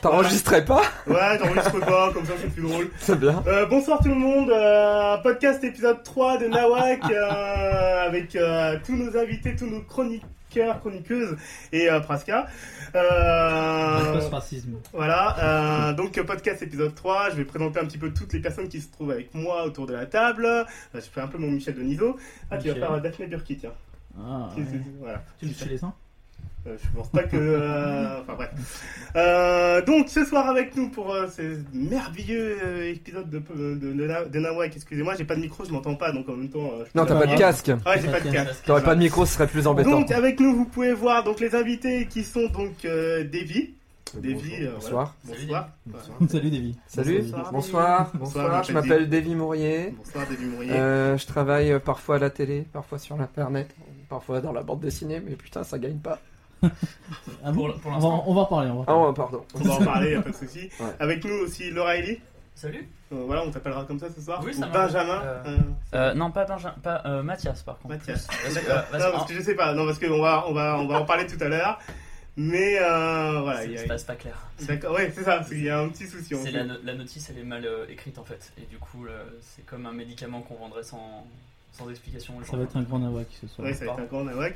T'enregistrais pas Ouais, j'enregistre pas, comme ça c'est plus drôle. C'est bien. Euh, bonsoir tout le monde, euh, podcast épisode 3 de Nawak euh, avec euh, tous nos invités, tous nos chroniqueurs, chroniqueuses et euh, Praska. Euh, racisme. voilà, euh, donc euh, podcast épisode 3, je vais présenter un petit peu toutes les personnes qui se trouvent avec moi autour de la table. Là, je fais un peu mon Michel Denisot. Ah, tu vas Michel. Ah faire euh, Daphné Burki, tiens. C'est- c'est- Voilà. Tu me fais les uns Euh, je pense pas que. euh, Enfin bref. Euh, donc ce soir avec nous pour euh, ce merveilleux euh, épisode de, de, de, Na- de Nawak. Excusez-moi, j'ai pas de micro, je m'entends pas donc en même temps. euh, je Non, t'as pas peux de parler. casque. Ouais, j'ai pas de casque. T'aurais pas de micro, ce serait plus embêtant. Donc avec nous, vous pouvez voir donc les invités qui sont donc euh, Davy. Davy, euh, Bonsoir. voilà. Bonsoir. Salut Davy. Salut. Bonsoir. Bonsoir. Bonsoir, Bonsoir. Je David. m'appelle Davy Mourier. Bonsoir Davy Mourier. Euh, je travaille euh, parfois à la télé, parfois sur l'internet, parfois dans la bande dessinée, mais putain, ça gagne pas. Ah bon Pour- pour on, va, l'instant. on va en parler. On va en Ah, parler. ouais, pardon. On va en parler, y a pas de souci. Ouais. Avec nous aussi Laura Ellie. Salut Euh, voilà, on t'appellera comme ça ce soir. Oui, Ou ça marche. Benjamin. Euh, euh, euh, Non, pas Benjamin, pas euh, Mathias par contre. Mathias. Parce que, D'accord. euh, parce non, que- parce que je sais pas. Non, parce qu'on va, on va, on va en parler tout à l'heure. Mais euh, voilà, C'est- il y c'est a. pas, c'est pas clair. D'accord, ouais, c'est ça, parce qu'il y a un petit souci. on sait. C'est la, no- la notice, elle est mal euh, écrite en fait. Et du coup, le- c'est comme un médicament qu'on vendrait sans, sans explication. aux Ça gens. va être un grand nawak ce soir. Ouais, ça va être un grand nawak.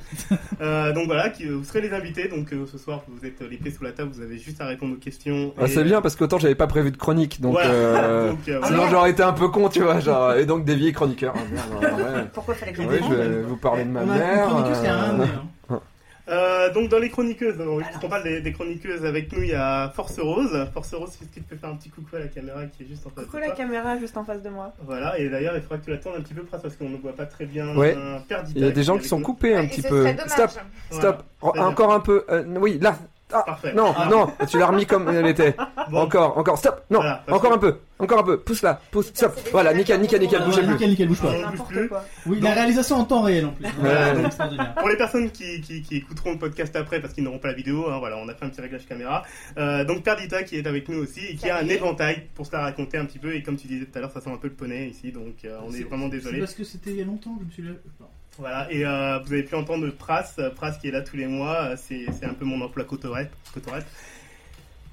Euh, donc voilà, qui- vous serez les invités. Donc euh, ce soir, vous êtes euh, les pieds sous la table, vous avez juste à répondre aux questions. Ah, et- c'est bien parce qu'autant j'avais pas prévu de chronique, donc. Voilà. euh, Donc, euh, Sinon voilà. j'aurais été un peu con, tu vois, genre, et donc dévié chroniqueur. Ah, merde, ouais. Pourquoi fallait que Oui, je je demande vais vous parler de ma On a une mère. chroniqueuse qui a un euh, nez, hein. Euh, donc dans les chroniqueuses, on, puisqu'on parle des, des chroniqueuses avec nous, il y a Force Rose. Force Rose, est-ce que tu peux faire un petit coucou à la caméra qui est juste en face Coucou de la toi caméra juste en face de moi. Voilà, et d'ailleurs, il faudra que tu la tournes un petit peu près parce qu'on ne voit pas très bien. Ouais. euh, Perdita Il y a qui est des gens qui avec sont nous. coupés un Et petit ce peu. serait dommage. Stop, Voilà. stop. En- Très bien. Encore un peu. Euh, oui, là. Ah, Parfait. Non, Ah. non, tu l'as remis comme elle était. Bon. Encore, encore, stop, non, Voilà, parce encore que- un peu, encore un peu, pousse là, pousse, Ça, stop, c'est des voilà, images nickel, nickel, nickel, qu'on bougez Ouais, plus. nickel, nickel, bouge pas. Ouais. plus. N'importe quoi. Oui, la Donc- réalisation en temps réel en plus. Voilà, donc, extraordinaire. Pour les personnes qui, qui, qui écouteront le podcast après parce qu'ils n'auront pas la vidéo, hein, voilà, on a fait un petit réglage caméra. Euh, donc Perdita qui est avec nous aussi et qui a un Salut. éventail pour se la raconter un petit peu. Et comme tu disais tout à l'heure, ça sent un peu le poney ici, donc euh, on est, C'est- vraiment C'est désolé. parce que c'était il y a longtemps que je me suis levé. Non. Voilà, et euh, vous avez pu entendre Pras, euh, Pras qui est là tous les mois, euh, c'est c'est un peu mon emploi cotorette. cotorette.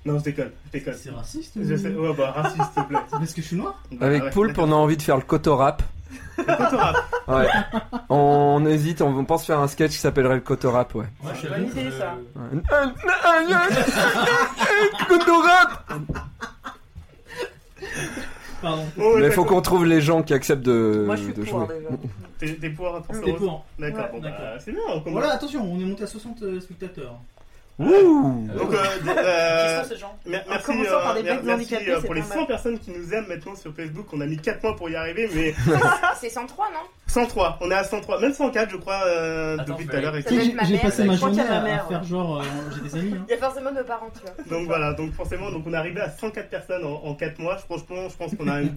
Non, je déconne, je déconne. C'est raciste ou- Je sais, ouais, bah, raciste, s'il te plaît. C'est parce que je suis noir Bah, Avec ouais. Poulpe, on a envie de faire le cotorap. Le cotorap. Ouais. on hésite, on, on pense faire un sketch qui s'appellerait le cotorap, ouais. Moi, Bonne bon, idée, je- ça. Ouais. Un- un- un- un- un- Cotorap Pardon. Bon, Mais ouais, faut Oh, d'accord. qu'on trouve les gens qui acceptent de, Moi je suis Euh, de pour hein. jouer. déjà. T'es t'es pour un T'es transfert pour. D'accord, Ouais, bon, bah, d'accord. c'est bien, on commence. Voilà, attention, on est monté à 60 euh, spectateurs. Ouh Donc, euh, Qui euh, sont ces gens Mer- En Merci, commençant euh, par des mer- bêtes merci, handicapées, euh, c'est pour pas les mal. 100 personnes qui nous aiment maintenant sur Facebook. On a mis 4 mois pour y arriver, mais Ah, C'est 103, non 103. On est à 103, même 104, je crois, euh, Attends, depuis faut tout à l'heure. Ça Tu sais, doit et- être j'ai- ma J'ai mère. passé ma Je crois qu'il journée y a ma à, à mère, faire genre euh, j'ai des amis. hein. Il y a forcément nos parents, tu vois. Donc voilà, donc forcément, donc on est arrivé à 104 personnes en, 4 mois. Je- Franchement, je pense qu'on a une,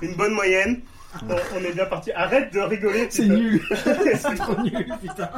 une bonne moyenne. On, on est bien parti. Arrête de rigoler. C'est putain. nul, c'est trop nul, putain.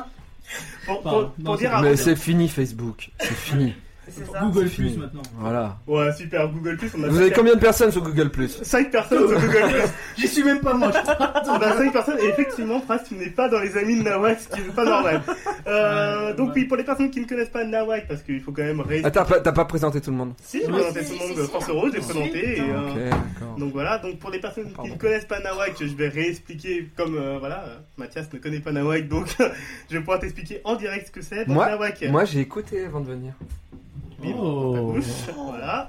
Pour, pour- Pardon. pour Non, dire c'est- à- Mais c'est fini Facebook, c'est fini. C'est ça. Google C'est Plus fini. maintenant. Voilà. Ouais, super. Google Plus, on a Vous avez combien de personnes sur Google Plus 5 personnes sur Google Plus. J'y suis même pas moi, je crois. On a Bah, cinq personnes, et effectivement, Pras, tu n'es pas dans les amis de Nawak, ce qui n'est pas normal. Euh, Ouais, donc, ouais. oui, pour les personnes qui ne connaissent pas Nawak, parce qu'il faut quand même ré- Attends, pas- t'as pas présenté tout le monde Si, j'ai Oui, présenté si, tout le si, monde si, de si, Force là. Rose, j'ai Si, présenté. Et, putain. euh, Ah, Ok, d'accord. Donc voilà, donc pour les personnes qui Pardon. ne connaissent pas Nawak, je vais réexpliquer comme euh, voilà, euh, Mathias ne connaît pas Nawak, donc je vais pouvoir t'expliquer en direct ce que c'est. Donc Moi- Nawak, Moi j'ai écouté avant de venir. bim, Oh. ta bouche, voilà. Ah.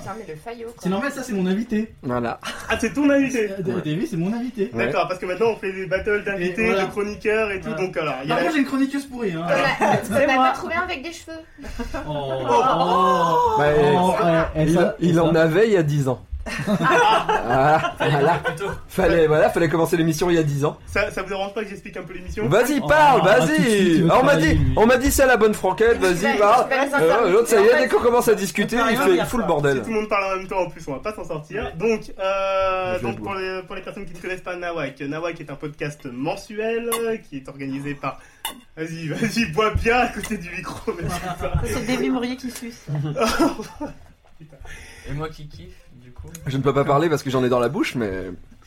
Putain, mais le faillot, quoi. C'est normal, ça c'est mon invité. Voilà. Ah, c'est ton invité Euh, David, c'est mon invité. Ouais. D'accord, parce que maintenant on fait des battles d'invités, Et voilà. de chroniqueurs et tout, Voilà. donc alors, il y Par a la- contre, j'ai une chroniqueuse pourrie. Hein. On a- C'est On n'a moi. pas trouvé un avec des cheveux. Oh, Oh. Bah, Oh, eh, eh, Il, ça- il ça- en avait il y a 10 ans. voilà, voilà. Plutôt. Fallait, voilà, fallait commencer l'émission il y a 10 ans. ça, ça vous dérange pas que j'explique un peu l'émission Vas-y, Oh, parle, ah, tout de suite, vas-y. tu veux Ah, on m'a travailler, dit, lui. on m'a dit c'est à la bonne franquette, vas-y, va. Euh, L'autre, ça y est, dès qu'on commence à discuter, On peut il rien fait dire, full quoi. Si bordel. tout le monde parle en même temps, en plus, on va pas s'en sortir. Donc, euh, Je vais donc pour, les, pour les personnes qui ne connaissent pas Nawak, Nawak est un podcast mensuel euh, qui est organisé par. Vas-y, vas-y, bois bien à côté du micro. mais c'est pas- C'est Davy Mourier qui suce. Et moi qui kiffe, du coup. Je ne peux pas parler parce que j'en ai dans la bouche, mais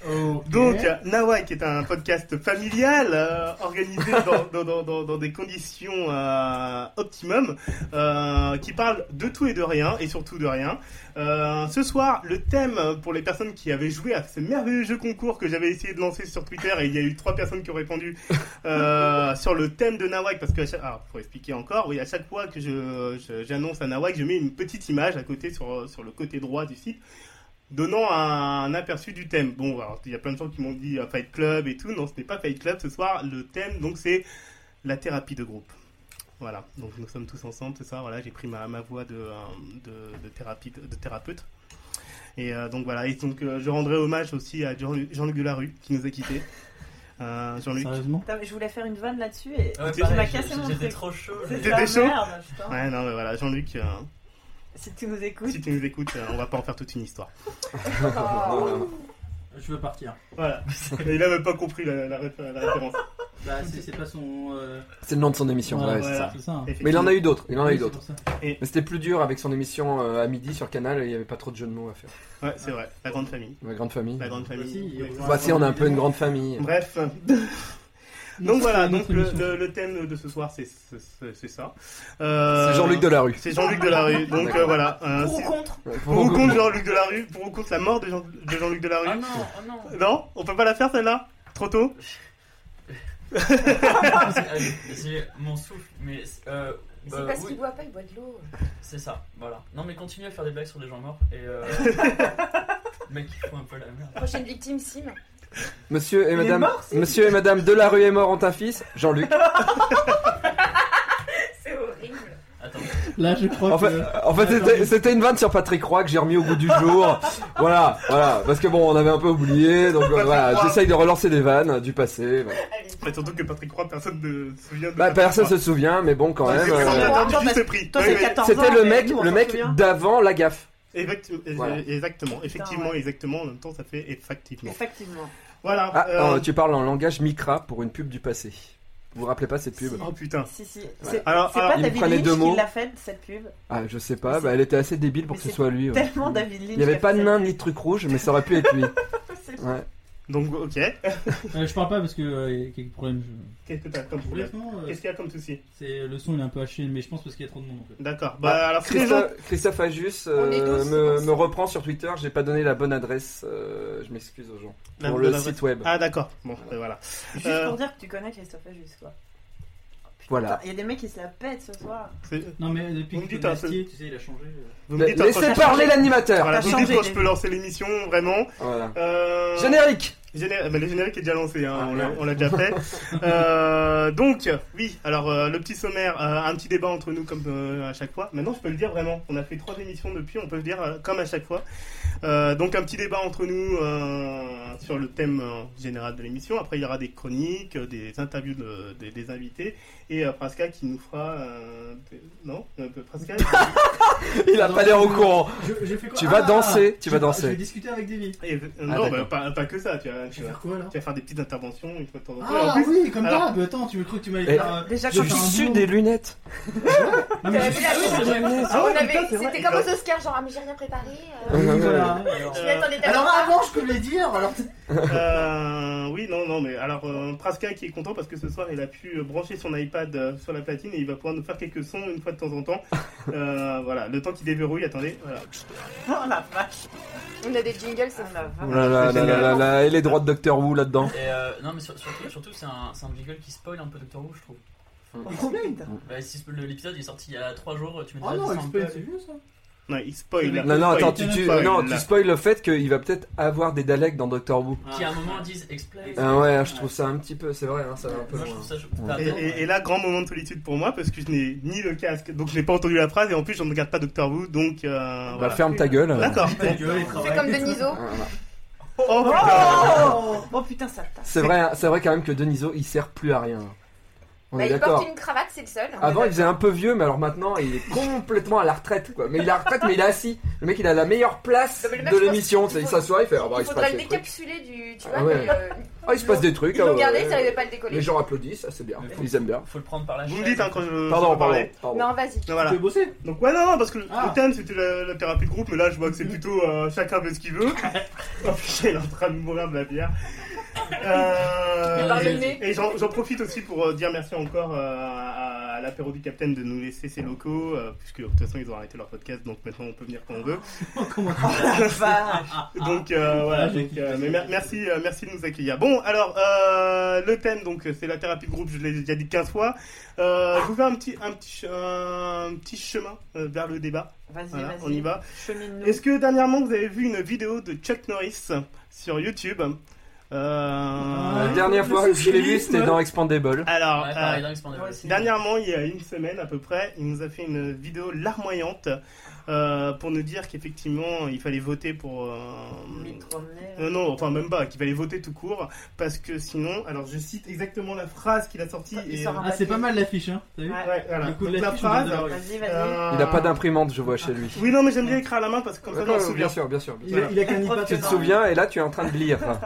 Ok. Donc, Nawak est un podcast familial euh, organisé dans, dans- dans- dans- dans des conditions euh, optimum euh, qui parle de tout et de rien et surtout de rien. Euh, ce soir, le thème pour les personnes qui avaient joué à ce merveilleux jeu concours que j'avais essayé de lancer sur Twitter et il y a eu trois personnes qui ont répondu euh, sur le thème de Nawak parce que, à chaque- ah, pour expliquer encore, oui, à chaque fois que je- je- j'annonce à Nawak, je mets une petite image à côté sur, sur le côté droit du site donnant un, un aperçu du thème. Bon, alors, il y a plein de gens qui m'ont dit euh, Fight Club et tout. Non, ce n'est pas Fight Club ce soir. Le thème, donc, c'est la thérapie de groupe. Voilà, donc nous sommes tous ensemble ce soir. Voilà, j'ai pris ma, ma voix de, euh, de, de thérapie, de thérapeute. Et euh, donc voilà, et donc euh, je rendrai hommage aussi à Jean- Jean-Luc Delarue qui nous a quittés. Euh, Jean-Luc. Sérieusement Putain, mais je voulais faire une vanne là-dessus et Ah ouais, tu pareil, m'as j'ai- cassé mon J'étais truc. trop chaud. C'est T'étais de la chaud merde, putain. Ouais, non, mais voilà, Jean-Luc, euh, Si tu nous écoutes. si tu nous écoutes, euh, on va pas en faire toute une histoire. Non, Je veux partir. Voilà, il a même pas compris la, la réf- la référence. Bah, c'est c'est pas son. euh, C'est le nom de son émission, Ouais, ouais, c'est voilà. ça. C'est ça. hein. Mais il en a eu d'autres, il en a eu Oui, c'est d'autres. pour ça. Mais c'était plus dur avec son émission euh, à midi sur Canal, il n'y avait pas trop de jeux de mots à faire. Ouais, c'est vrai, la grande famille. La grande famille. La grande Bah, si, famille. il y a- Bah si, on a un peu une grande famille. Mmh. Bref, donc voilà, donc le, le- le thème de ce soir c'est c'est- c'est- c'est ça. Euh, C'est Jean-Luc Delarue. C'est Jean-Luc Delarue. Donc euh, voilà. euh, Pour ou c'est- contre pour ou contre Jean-Luc Delarue, pour ou contre la mort de Jean- de Jean-Luc Ah Delarue. non, oh non. Non, on peut pas la faire celle-là. Trop tôt. Allez, j'ai mon souffle, mais euh, C'est euh, parce oui, qu'il boit pas, il boit de l'eau. c'est ça, voilà. Non mais continue à faire des blagues sur des gens morts et euh, mec, il faut un peu la merde. Prochaine victime, Sim. Monsieur et Il est madame, mort, si. Monsieur et madame Delarue est mort en un fils, Jean-Luc. C'est horrible. Attends, Là, je crois En fait, que. en fait, c'était- c'était une vanne sur Patrick Roy que j'ai remis au goût du jour. voilà, voilà, parce que bon, on avait un peu oublié, donc euh, voilà, Roy. j'essaye de relancer des vannes du passé. voilà. Allez. Enfin, surtout que Patrick Roy, personne ne se souvient de. Bah, Patrick personne Roy. se souvient, mais bon, quand Ouais, même. c'est euh, ça, on a Attends, entendu parce- ce prix. Toi, Oui, c'est oui. 14 ans. C'était le mais mec, nous, on le s'en mec souvient. d'avant la gaffe. Effectu- Voilà. euh, Exactement, effectivement, ouais. exactement. En même temps, ça fait effectivement. Effectivement. Voilà. Ah, euh, euh, tu parles en langage micra pour une pub du passé. Vous vous rappelez pas cette pub Oh putain. Si, si. Voilà. C'est Alors, c'est alors, pas il me David prenait Lynch deux mots. qui l'a faite, cette pub. Ah, je sais pas, bah, elle était assez débile pour Mais que ce c'est soit lui. ouais. Tellement David Lynch. Il n'y avait l'a pas de fait, nain ni de truc rouge, mais ça aurait pu être lui. cette pub. Ouais. Donc, ok. Euh, je parle pas parce que euh, il y a quelques problèmes. je- Qu'est-ce que t'as comme problème Complètement. euh, Qu'est-ce qu'il y a comme souci C'est le son, il est un peu haché, mais je pense parce qu'il y a trop de monde. En fait. D'accord. Bah, alors, si les gens Christophe, Christophe Ajus On est douze, me, c'est me reprend sur Twitter, j'ai pas donné la bonne adresse, euh, je m'excuse aux gens. La pour bonne le adresse. site web. Ah d'accord, bon ben voilà. Juste Euh, pour dire que tu connais Christophe Ajus, quoi. voilà. Il y a des mecs qui se la pètent ce soir. C'est- Non, mais Vous depuis me que dites un Bonastier, tu sais, il a changé. euh. Euh, Vous me dites Laissez quand je- parler l'animateur Voilà, T'as vous me dites changé, quand je les- peux lancer l'émission, vraiment. Voilà. Euh... Générique géné- ben, le générique est déjà lancé, hein, Ah, on l'a- merde. on l'a déjà fait. Euh, donc, oui, alors euh, le petit sommaire, euh, un petit débat entre nous comme euh, à chaque fois. Maintenant, je peux le dire vraiment, on a fait trois émissions depuis, on peut le dire euh, comme à chaque fois. Euh, donc un petit débat entre nous euh, sur le thème euh, général de l'émission. Après, il y aura des chroniques, euh, des interviews de- des- des invités et euh, Praska qui nous fera... euh, des- Non Euh, Praska Il a Non, pas l'air au je- courant Je, je fais quoi Tu vas Ah danser, tu Je vas vais- Je danser. vais discuter avec Davy. Et, euh, Ah, non, bah, d'accord. pas, pas que ça, tu vas, Je tu, vais vas, faire quoi là tu vas faire des petites interventions une fois de temps en temps. Et en Ah plus, oui, comme alors- d'hab. Attends, tu me crois que tu m'avais Eh, fait. un- Déjà, Je quand fais suis un su boulot. des lunettes Non, mais T'avais je- vu la Su des lunettes. Ah ouais, On avait- putain, c'est vrai. C'était comme aux Oscars, genre, ah, mais j'ai rien préparé. Euh, euh, Oui, voilà. Je Euh, m'attendais tellement Alors pas. avant, je peux le dire. Alors, euh, oui, non, non, mais alors euh, Praska qui est content parce que ce soir il a pu euh, brancher son iPad euh, sur la platine et il va pouvoir nous faire quelques sons une fois de temps en temps. Euh, voilà, le temps qu'il déverrouille, attendez. Voilà. Oh la vache. On a des jingles, c'est Ah la Oh vache. là là là C'est là là génial. là, et les droits de Docteur Wu là-dedans Et euh, non mais sur- surtout, surtout c'est un, c'est un jingle qui spoil un peu Doctor Who, je trouve. Oh, Putain. Bah, si le- l'épisode est sorti il y a 3 jours, tu me oh dirais non, que il c'est un se peut, peu- c'est vieux ça. Non, il spoil. là. Non, non, Il attends, tu, spoil, tu, il spoil, non, là. tu spoil le fait qu'il va peut-être avoir des Daleks dans Doctor Who. qui à un moment disent explain. Ah ouais, je trouve ça un petit peu, c'est vrai, hein, ça va un peu Moi je loin. trouve ça. je- Ouais. Enfin, Et, et- et là, grand moment de solitude pour moi parce que je n'ai ni le casque, donc je n'ai pas entendu la phrase et en plus je ne regarde pas Doctor Who, donc euh, Bah, voilà. ferme ta gueule. D'accord. Ta gueule, il C'est travaille. comme Deniso. Voilà. Oh, putain. Bah, Oh, oh putain, ça tape. C'est vrai, c'est vrai quand même que Deniso il sert plus à rien. On Bah, est il porte d'accord. une cravate, c'est le seul. Avant, il faisait un peu vieux, mais alors maintenant, il est complètement à la retraite, quoi. Mais il est à la retraite, mais il est assis. Le mec, il a la meilleure place Non, mais le mec, de je pense l'émission. qu'il Il faut- s'assoit, il fait. Ah, bah, Il il se passe faudrait des le trucs. décapsuler du. Tu Ah vois, ouais. que, euh, Ah, il se passe des trucs. ils l'ont ah, gardé, ouais. ils n'arrivaient pas à le décoller. Les gens applaudissent, ça c'est bien. Mais faut- Ils aiment bien. Faut le prendre par la Vous me chaise. dites hein, quand je. Pardon, je parlais. pardon, pardon. Non, vas-y. Donc Tu Voilà. veux bosser Donc ouais, non, non, parce que le- Ah. Mm. le thème c'était la, la thérapie de groupe, mais là je vois que c'est plutôt euh, chacun fait ce qu'il veut. oh putain, il est en train de mourir de la bière. Euh, Mais par le et- nez. et j'en j'en profite aussi pour euh, dire merci encore euh, à, à l'apéro du Capitaine de nous laisser ses locaux, euh, puisque de toute façon ils ont arrêté leur podcast, donc maintenant on peut venir quand on veut. Comment Donc euh, voilà, Ah, j'ai donc, kiffé. euh, mais mer- merci, euh, merci de nous accueillir. Bon, alors euh, le thème donc c'est la thérapie de groupe, je l'ai déjà dit 15 fois. Euh, je vous fais un petit, un petit, ch- un petit chemin euh, vers le débat. Vas-y, Voilà, vas-y. on y va. Chemine-nous. Est-ce que dernièrement vous avez vu une vidéo de Chuck Norris sur YouTube Euh, La dernière le fois que je l'ai vu, socialisme. c'était dans Expandable. Alors, Ouais, euh, pareil, dans Expandable. Ah, Ouais, c'est- Dernièrement, il y a une semaine à peu près, il nous a fait une vidéo larmoyante euh, pour nous dire qu'effectivement il fallait voter pour. euh, non, Euh, non, enfin même pas, qu'il fallait voter tout court parce que sinon, alors je cite exactement la phrase qu'il a sortie. Il et- sort un- Ouais, Ah, c'est pas mal l'affiche, hein. T'as vu Ouais. voilà. Le coup de Donc, la l'affiche, on phrase. adore. Vas-y, vas-y. euh, Il a pas d'imprimante, je vois chez lui. Oui, non, mais j'aime bien écrire à la main parce que comme ça, on D'accord, se souvient. bien sûr, bien sûr. bien Il, sûr. a- il a qu'un Voilà. iPad. Tu te souviens, et là tu es en train de lire. Enfin,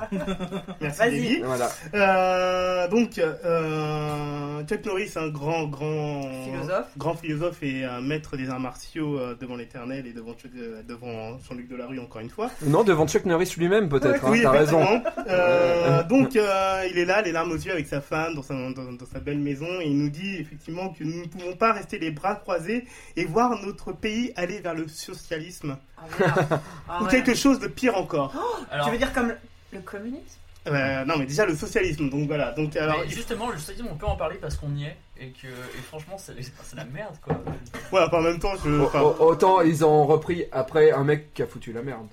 Merci, Vas-y. Daily. voilà. Euh, donc, euh, Chuck Norris, un grand, grand Philosophe. grand philosophe et euh, maître des arts martiaux euh, devant l'Éternel et devant, Chuck- euh, devant Jean-Luc Delarue encore une fois. Non, devant Chuck Norris lui-même peut-être, hein, oui, t'as raison. effectivement. Euh, donc, euh, il est là, les larmes aux yeux avec sa femme dans sa, dans- dans sa belle maison et il nous dit effectivement que nous ne pouvons pas rester les bras croisés et voir notre pays aller vers le socialisme Ah, merde. Ah, ou ouais. quelque chose de pire encore. Alors, Tu veux dire comme le communisme Euh, non, mais déjà le socialisme. Donc voilà. Donc alors, mais il- justement, je te dis, on peut en parler parce qu'on y est et que et franchement, c'est c'est la merde quoi. ouais, enfin, en même temps, je. Au- enfin, au- Autant ils ont repris après un mec qui a foutu la merde.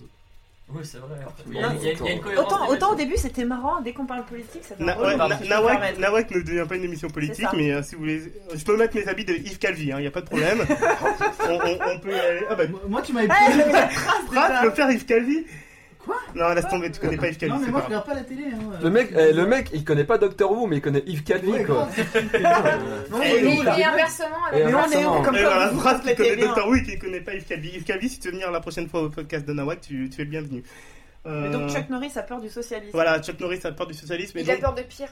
Oui, c'est vrai. en fait. Il Oui, y a, il y a- il y a une cohérence. Autant, des autant au méthodes. début c'était marrant, dès qu'on parle politique ça fait Na- drôle, ouais, pardon, Na- si je peux me Nawak, permettre. Nawak ne devient pas une émission C'est politique, ça. mais euh, si vous voulez, je peux mettre mes habits de Yves Calvi, il n'y a pas de problème. on, on- on peut y aller. Ah bah, Moi, moi, tu m'avais Eh, posé- mais la phrase, Prat, déjà. le faire Yves Calvi Quoi Non, laisse tomber, tu connais pas Yves Calvi, Non, mais c'est moi, je pas grave. regarde pas la télé. Hein. Le mec, eh, le mec, il connaît pas Doctor Who, mais il connaît Yves Calvi Ouais, quoi. grave. Euh, Non, Et, mais et- on et l'a- inversement, Et alors. Mais on est inversement. où comme Et voilà, ça la vous phrase Euh, qui connaît complétez bien. Doctor Who et qui connaît pas Yves Calvi. Yves Calvi, si tu veux venir la prochaine fois au podcast de Nawak, tu, tu es le bienvenu. Euh, Mais Donc Chuck Norris a peur du socialisme. Voilà, Chuck Norris a peur du socialisme. Et Il a donc, peur de pire.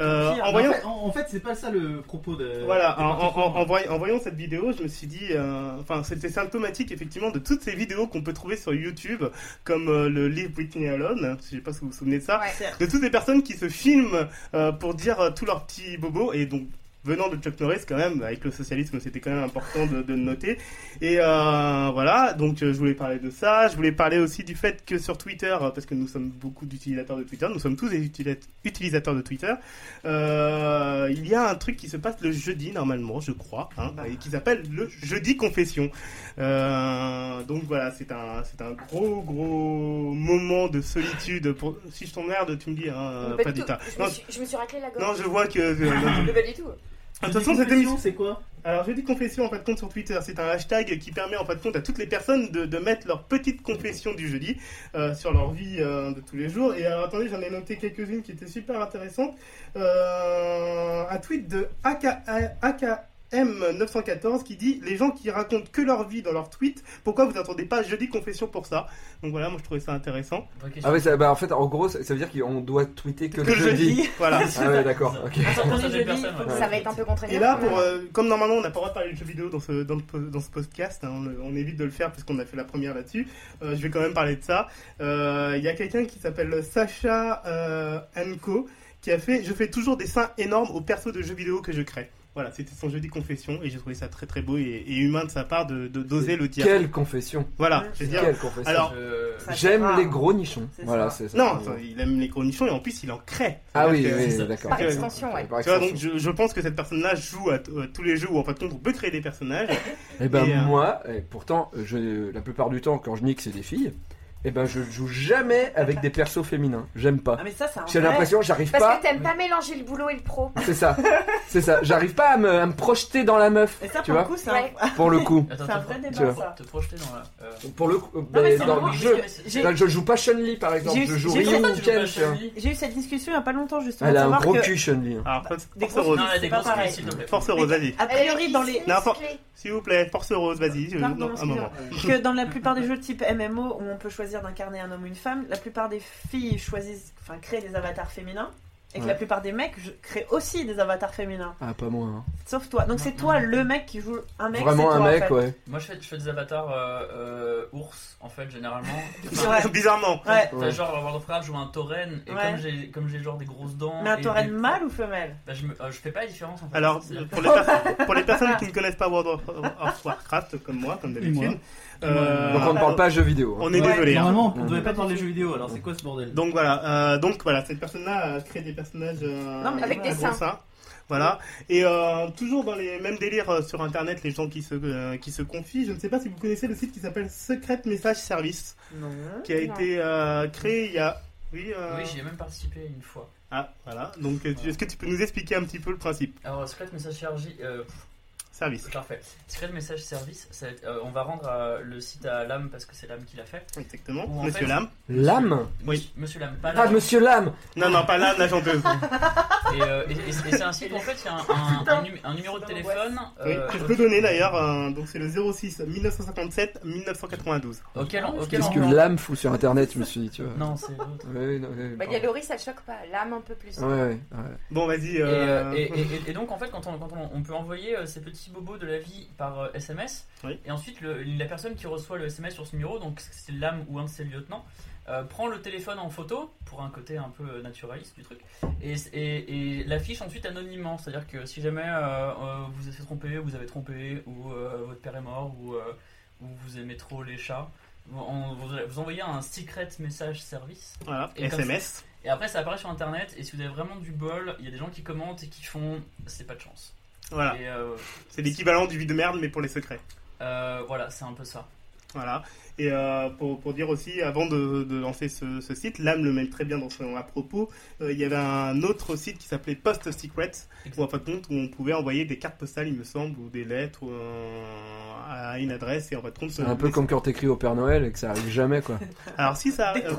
euh, pire. en En, voyant, fait, en- en fait, c'est pas ça le propos de. Voilà, Euh, des en, en- partis en- prenants. en voy- en voyant cette vidéo, je me suis dit, euh, enfin, c'était symptomatique effectivement de toutes ces vidéos qu'on peut trouver sur YouTube, comme euh, le Leave Britney Alone, je sais pas si vous vous souvenez de ça, Ouais. C'est- de toutes les personnes qui se filment euh, pour dire euh, tous leurs petits bobos, et donc venant de Chuck Norris quand même, avec le socialisme c'était quand même important de, de le noter. Et euh, voilà, donc euh, je voulais parler de ça, je voulais parler aussi du fait que sur Twitter, euh, parce que nous sommes beaucoup d'utilisateurs de Twitter, nous sommes tous des utila- utilisateurs de Twitter, euh, il y a un truc qui se passe le jeudi normalement, je crois, hein, Bah. et qui s'appelle le jeudi confession. Euh, donc voilà, c'est un, c'est un gros gros moment de solitude. Pour... Si je t'emmerde, tu me dis, hein, Mais pas pas du du Bah, tard. tout. Je Non, me suis- Je me suis raclé la non, gorge. je vois que. que- Mais pas du tout. De toute Des façon, cette confessions, émission. c'est quoi Alors, je dis confession en fin de compte sur Twitter. C'est un hashtag qui permet en fin de compte à toutes les personnes de, de mettre leur petite confession du jeudi euh, sur leur vie euh, de tous les jours. Et alors, attendez, j'en ai noté quelques-unes qui étaient super intéressantes. Euh, un tweet de AKM914 qui dit Les gens qui racontent que leur vie dans leur tweet, pourquoi vous n'attendez pas jeudi confession pour ça Donc voilà, moi je trouvais ça intéressant. Vraie question. Ah ouais, ça- bah, en fait, en gros, ça ça veut dire qu'on doit tweeter que le jeudi. Voilà. Ah ouais, d'accord. ok. Ah, ça, pour ça, Attendez, j'ai je personne, lis, faut ouais. que Ça va être un peu contraignant. Et là, quand même. pour, euh, comme normalement on n'a pas le droit de parler de jeux vidéo dans ce, dans le po- dans ce podcast, hein, on, le- on évite de le faire parce qu'on a fait la première là-dessus, euh, je vais quand même parler de ça. Euh, Il y a quelqu'un qui s'appelle Sacha euh, Anko qui a fait Je fais toujours des seins énormes aux persos de jeux vidéo que je crée. Voilà, c'était son jeudi confession et j'ai trouvé ça très très beau et, et humain de sa part de de- d'oser le dire. Quelle confession. Voilà, je veux dire. Quelle confession. Alors- Je- Ça, c'est J'aime rare. les gros nichons. C'est Voilà, ça. c'est ça. Non, attends, il aime les cornichons et en plus il en crée. Ah oui, C'est-à-dire que- oui, ça- d'accord. Par extension, ouais. Par Tu vois, donc extension. je, je pense que cette personne-là joue à, t- à tous les jeux où en fin de compte on peut créer des personnages. Eh ben Et, euh, moi, eh, pourtant, je, la plupart du temps, quand je nique, c'est des filles. eh ben je joue jamais avec des persos féminins. J'aime pas. Ah, mais ça, c'est un J'ai vrai- l'impression que j'arrive Parce pas. que t'aimes pas mélanger le boulot et le pro. C'est ça, c'est ça. J'arrive pas à me, à me projeter dans la meuf, Et ça, tu pour vois, le coup, c'est Ouais. un... pour le coup. Attends, C'est un te vrai pro- débat, tu vois. ça. Te projeter dans la. euh, Pour le coup, Non, mais ben, c'est dans marrant, le parce jeu, que j'ai- là, je joue pas Chun-Li par exemple, J'ai- je joue j'ai- Ryu ou tu j'ai- veux Ken. pas tu vois. Chun-Li J'ai eu cette discussion il y a pas longtemps, justement. Elle de a un savoir gros que... cul Chun-Li. hein. Alors, force, Bah, Des force grosses- rose. Non, la C'est pas déconstruit, pareil. s'il te plaît. Force rose, vas-y. A priori, dans les... Non, Musclé. S'il vous plaît, force rose, vas-y. je- Pardon, non, un excusez-moi. moment. que dans la plupart des jeux type MMO où on peut choisir d'incarner un homme ou une femme, la plupart des filles choisissent, enfin créent des avatars féminins et que Ouais. la plupart des mecs je- créent aussi des avatars féminins. Ah, pas moi. hein. Sauf toi. Donc c'est toi le mec qui joue un mec. Vraiment c'est un toi, mec, en fait. ouais. Moi, je fais, je fais des avatars euh, euh, ours, en fait, généralement. C'est vrai. Bizarrement. Ouais. T'as Ouais. genre dans World of Warcraft, je joue un tauren et Ouais. comme j'ai comme j'ai genre des grosses dents. Mais un et tauren des- mâle ou femelle bah, je, me- euh, je fais pas la différence en fait. Alors, C'est-à-dire que- pour les, per- pour les personnes qui ne connaissent pas World of, of Warcraft, comme moi, comme Et d'habitude, moi. euh, Donc on ne parle pas jeux vidéo. hein. on est Ouais. désolé. hein. Normalement, on Ouais. devait pas parler jeux vidéo, alors c'est quoi ce bordel Donc voilà, euh, donc voilà, cette personne-là euh, crée des personnages euh, Non, mais avec des un gros seins. sein. Voilà. Et euh, toujours dans les mêmes délires euh, sur internet, les gens qui se, euh, qui se confient. Je ne sais pas si vous connaissez le site qui s'appelle Secret Message Service, Non. qui a Non. été euh, créé il y a. Oui, euh, Oui, j'y ai même participé une fois. Ah, voilà. Donc euh, tu- est-ce que tu peux nous expliquer un petit peu le principe Alors, Secret Message Chargé. Euh, pff, Service. je la refais. Secret Message Service, ça va être- euh, on va rendre euh, le site à l'âme parce que c'est l'âme qui l'a fait. Exactement. Ou en Monsieur fait- Lam. Lame Oui. Monsieur l'âme, pas Ah, l'âme. monsieur Lame Non, non, pas Lam, la chanteuse. Et, euh, et- et- et c'est un site où en fait, il y a un, un- un numé- un numéro de téléphone Oui, euh, que je peux donner d'ailleurs. euh, donc c'est le 06 1957 1992. auquel on- auquel Qu'est-ce que euh, on- Lame fout sur internet, je me suis dit, tu vois. Non, c'est l'autre. Ouais, non, ouais, Bah, il y a Laurie, ça le choque pas. L'âme un peu plus. ouais, ouais, ouais. Bon, vas-y. Et, euh, euh, et- et- et donc en fait quand on, quand on- on peut envoyer euh, ces petits bobos de la vie par euh, SMS Oui. et ensuite le- la personne qui reçoit le SMS sur ce numéro donc c'est l'âme ou un de ses lieutenants euh, prend le téléphone en photo pour un côté un peu euh, naturaliste du truc et, et- et l'affiche ensuite anonymement c'est à dire que si jamais euh, euh, vous êtes trompé vous avez trompé ou euh, votre père est mort ou, euh, ou vous aimez trop les chats vous, on- vous- vous envoyez un secret message service Voilà, Et comme SMS. et après, ça apparaît sur internet. Et si vous avez vraiment du bol, il y a des gens qui commentent et qui font c'est pas de chance. Voilà, Et euh, c'est l'équivalent du vide de merde, mais pour les secrets. euh, voilà, c'est un peu ça. Voilà. Et euh, pour, pour dire aussi, avant de, de lancer ce, ce site, l'âme le mène très bien dans son à propos. euh, il y avait un autre site qui s'appelait Post Secrets, où en fin de compte, où on pouvait envoyer des cartes postales, il me semble, ou des lettres ou, euh, à une adresse. Et en fin de compte, C'est un peu comme quand t'écris au Père Noël et que ça arrive jamais, quoi. Alors si ça, euh,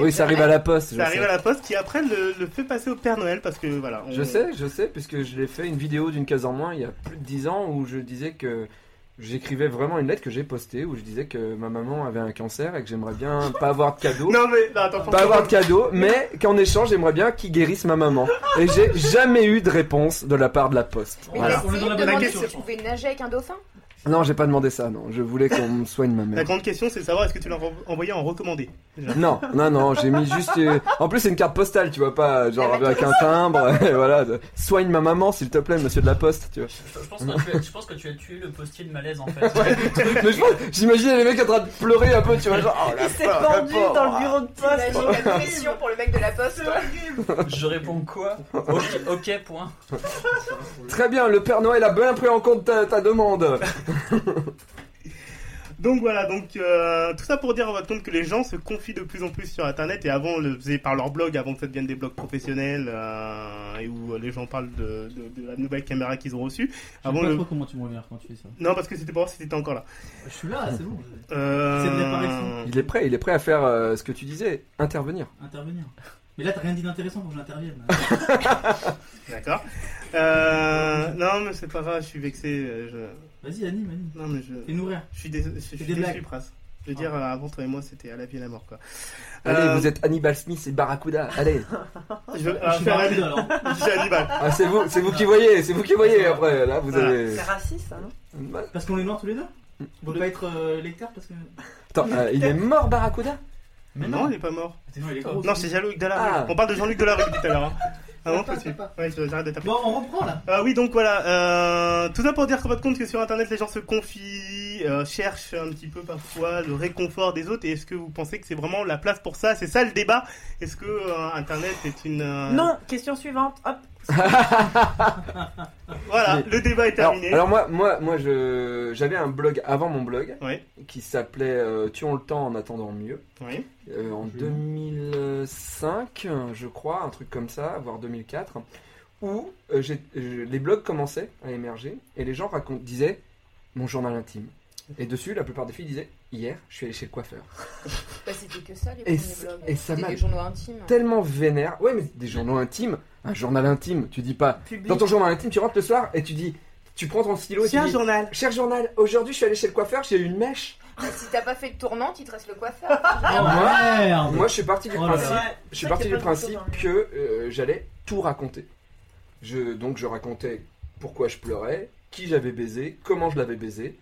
oui, ça arrive à la poste. Ah, je ça arrive sais. à la poste, qui après le, le fait passer au Père Noël, parce que voilà. on- Je sais, je sais, puisque je l'ai fait une vidéo d'une case en moins il y a plus de 10 ans où je disais que j'écrivais vraiment une lettre que j'ai postée où je disais que ma maman avait un cancer et que j'aimerais bien pas avoir de cadeau. Non mais non, attends, Pas avoir de cadeau, mais qu'en échange, j'aimerais bien qu'il guérisse ma maman. Et j'ai jamais eu de réponse de la part de la poste. Mais Voilà. t'as On est essayé dans la de bonne demander question, si je tu pense. pouvais nager avec un dauphin Non, j'ai pas demandé ça, non. Je voulais qu'on me soigne ma La mère. grande question, c'est de savoir est-ce que tu l'as re- envoyé en recommandé. Non, non, non, j'ai mis juste. euh, En plus, c'est une carte postale, tu vois, pas Ah, genre avec un timbre. et voilà, de- soigne ma maman, s'il te plaît, monsieur de la poste, tu vois. Je, je pense que tu as, je pense que tu as tué le postier de malaise en fait. Mais je pense, j'imaginais les mecs en train de pleurer un peu, tu vois, genre. Oh, la Il s'est pauvre, la pendu pauvre. dans le bureau de poste. Imagine la pression pour le mec de la poste. quoi. Je réponds quoi ok, ok, point. Très bien, le Père Noël a bien pris en compte ta, ta demande. Donc voilà, donc euh, tout ça pour dire en fin de compte que les gens se confient de plus en plus sur Internet et avant on le faisait par leur blog, avant que ça devienne des blogs professionnels euh, et où euh, les gens parlent de, de- de la nouvelle caméra qu'ils ont reçue. Je Avant sais pas le... trop comment tu me regardes quand tu fais ça. Non parce que c'était pour voir si t'étais encore là. Je suis là, c'est bon. Euh, C'est de l'apparition. Il est prêt, il est prêt à faire euh, ce que tu disais, intervenir. Intervenir. Mais là, t'as rien dit d'intéressant pour que j'intervienne. D'accord. Euh, non mais c'est pas grave, je suis vexé. euh, Vas-y, anime, anime. Je... Non mais je... Fais-nous rire. Je suis, dés- je suis des déçu, blagues. Ah. Pras. Je veux dire, euh, avant toi et moi c'était à la vie et à la mort quoi. Allez, Euh, vous êtes Hannibal Smith et Barracuda, allez. Je veux Ah, je euh, suis faire la barbude, alors. Je suis Hannibal. Ah, c'est vous, c'est vous qui voyez, c'est vous qui voyez après, là, vous Voilà. avez. C'est raciste, hein. ça, non Parce qu'on est noirs tous les deux On peut pas être euh, lecteur parce que. Attends, euh, il est mort Barracuda Mais non, non, il est pas mort. t'es Non, fou, il est toi. gros. Non, c'est Jean-Luc Delarue. Ah. On parle de Jean-Luc Delarue tout à l'heure. hein. Ah non, Pas, tout de suite. pas. Ouais, je- j'arrête de taper. Bon, on reprend là. Euh, oui, donc voilà. euh, tout ça pour dire qu'en fin de compte, que sur Internet, les gens se confient, euh, cherchent un petit peu parfois le réconfort des autres et est-ce que vous pensez que c'est vraiment la place pour ça C'est ça le débat Est-ce que euh, Internet est une... euh, Non, question suivante. Hop. Voilà, Mais- le débat est Alors, terminé. alors moi, moi, moi, je, j'avais un blog avant mon blog Ouais. qui s'appelait euh, Tuons le temps en attendant mieux. Oui. Euh, en 2005, je crois, un truc comme ça, voire 2004, où euh, j'ai- je- les blogs commençaient à émerger et les gens racontent, disaient mon journal intime. Et dessus, la plupart des filles disaient hier, je suis allé chez le coiffeur. Bah, c'était que ça, les Et premiers ça- blogs. et ça C'était m'a- des journaux intimes. Tellement vénère. Ouais, mais des journaux intimes, un journal intime, tu dis pas. Public. Dans ton journal intime, tu rentres le soir et tu dis, tu prends ton stylo et C'est tu un dis. journal. Cher journal, aujourd'hui je suis allé chez le coiffeur, j'ai eu une mèche. Mais Ah, si t'as pas fait de tournant, tu te restes le coiffeur. merde Moi je suis parti du Oh là là. principe, je suis parti du principe que que. euh, j'allais tout raconter. Je, donc je racontais pourquoi je pleurais, qui j'avais baisé, comment je l'avais baisé.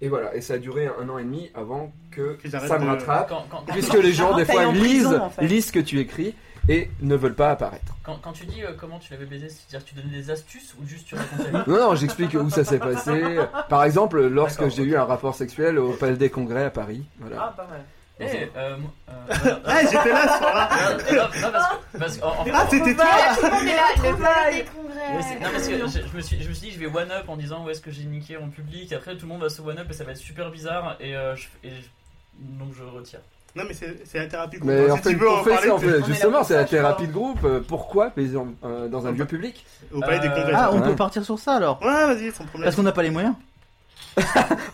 Et voilà, et ça a duré un an et demi avant que, Que j'arrête ça me de- rattrape. Quand, quand- quand- Puisque les gens, des Avant, fois, t'ailles en lisent, prison, en fait. lisent ce que tu écris et ne veulent pas apparaître. quand- quand tu dis euh, comment tu l'avais baisé, c'est-à-dire que tu donnais des astuces ou juste tu racontais la vie Non, non, j'explique où ça s'est passé. Par exemple, lorsque D'accord, j'ai ok. eu un rapport sexuel au Palais des Congrès à Paris. Voilà. Ah, pas mal. Eh, euh, moi, euh, Ah, Ah, j'étais là ce soir-là. non, non, non, parce que- parce que- en- en fait, Ah, c'était toi Voilà, tout le monde est là, le Trouvaille. palais des Mais c'est- non, parce que congrès. je, je me suis, je me suis dit, je vais one up en disant où est-ce que j'ai niqué en public. Après, tout le monde va se one up et ça va être super bizarre. Et, euh, je- et je- donc, je retire. Non, mais c'est c'est la thérapie qu'on Mais prend. en bah, Si fait, tu veux pour en faire parler, ça, en fait, là justement, pour c'est la ça, je thérapie de groupe. Euh, Pourquoi baiser en- euh, dans un lieu public c'est- au palais des Euh, congrès. Ah, Ah, on Ouais. peut partir sur ça alors Ouais, vas-y, sans problème. Parce qu'on n'a pas les moyens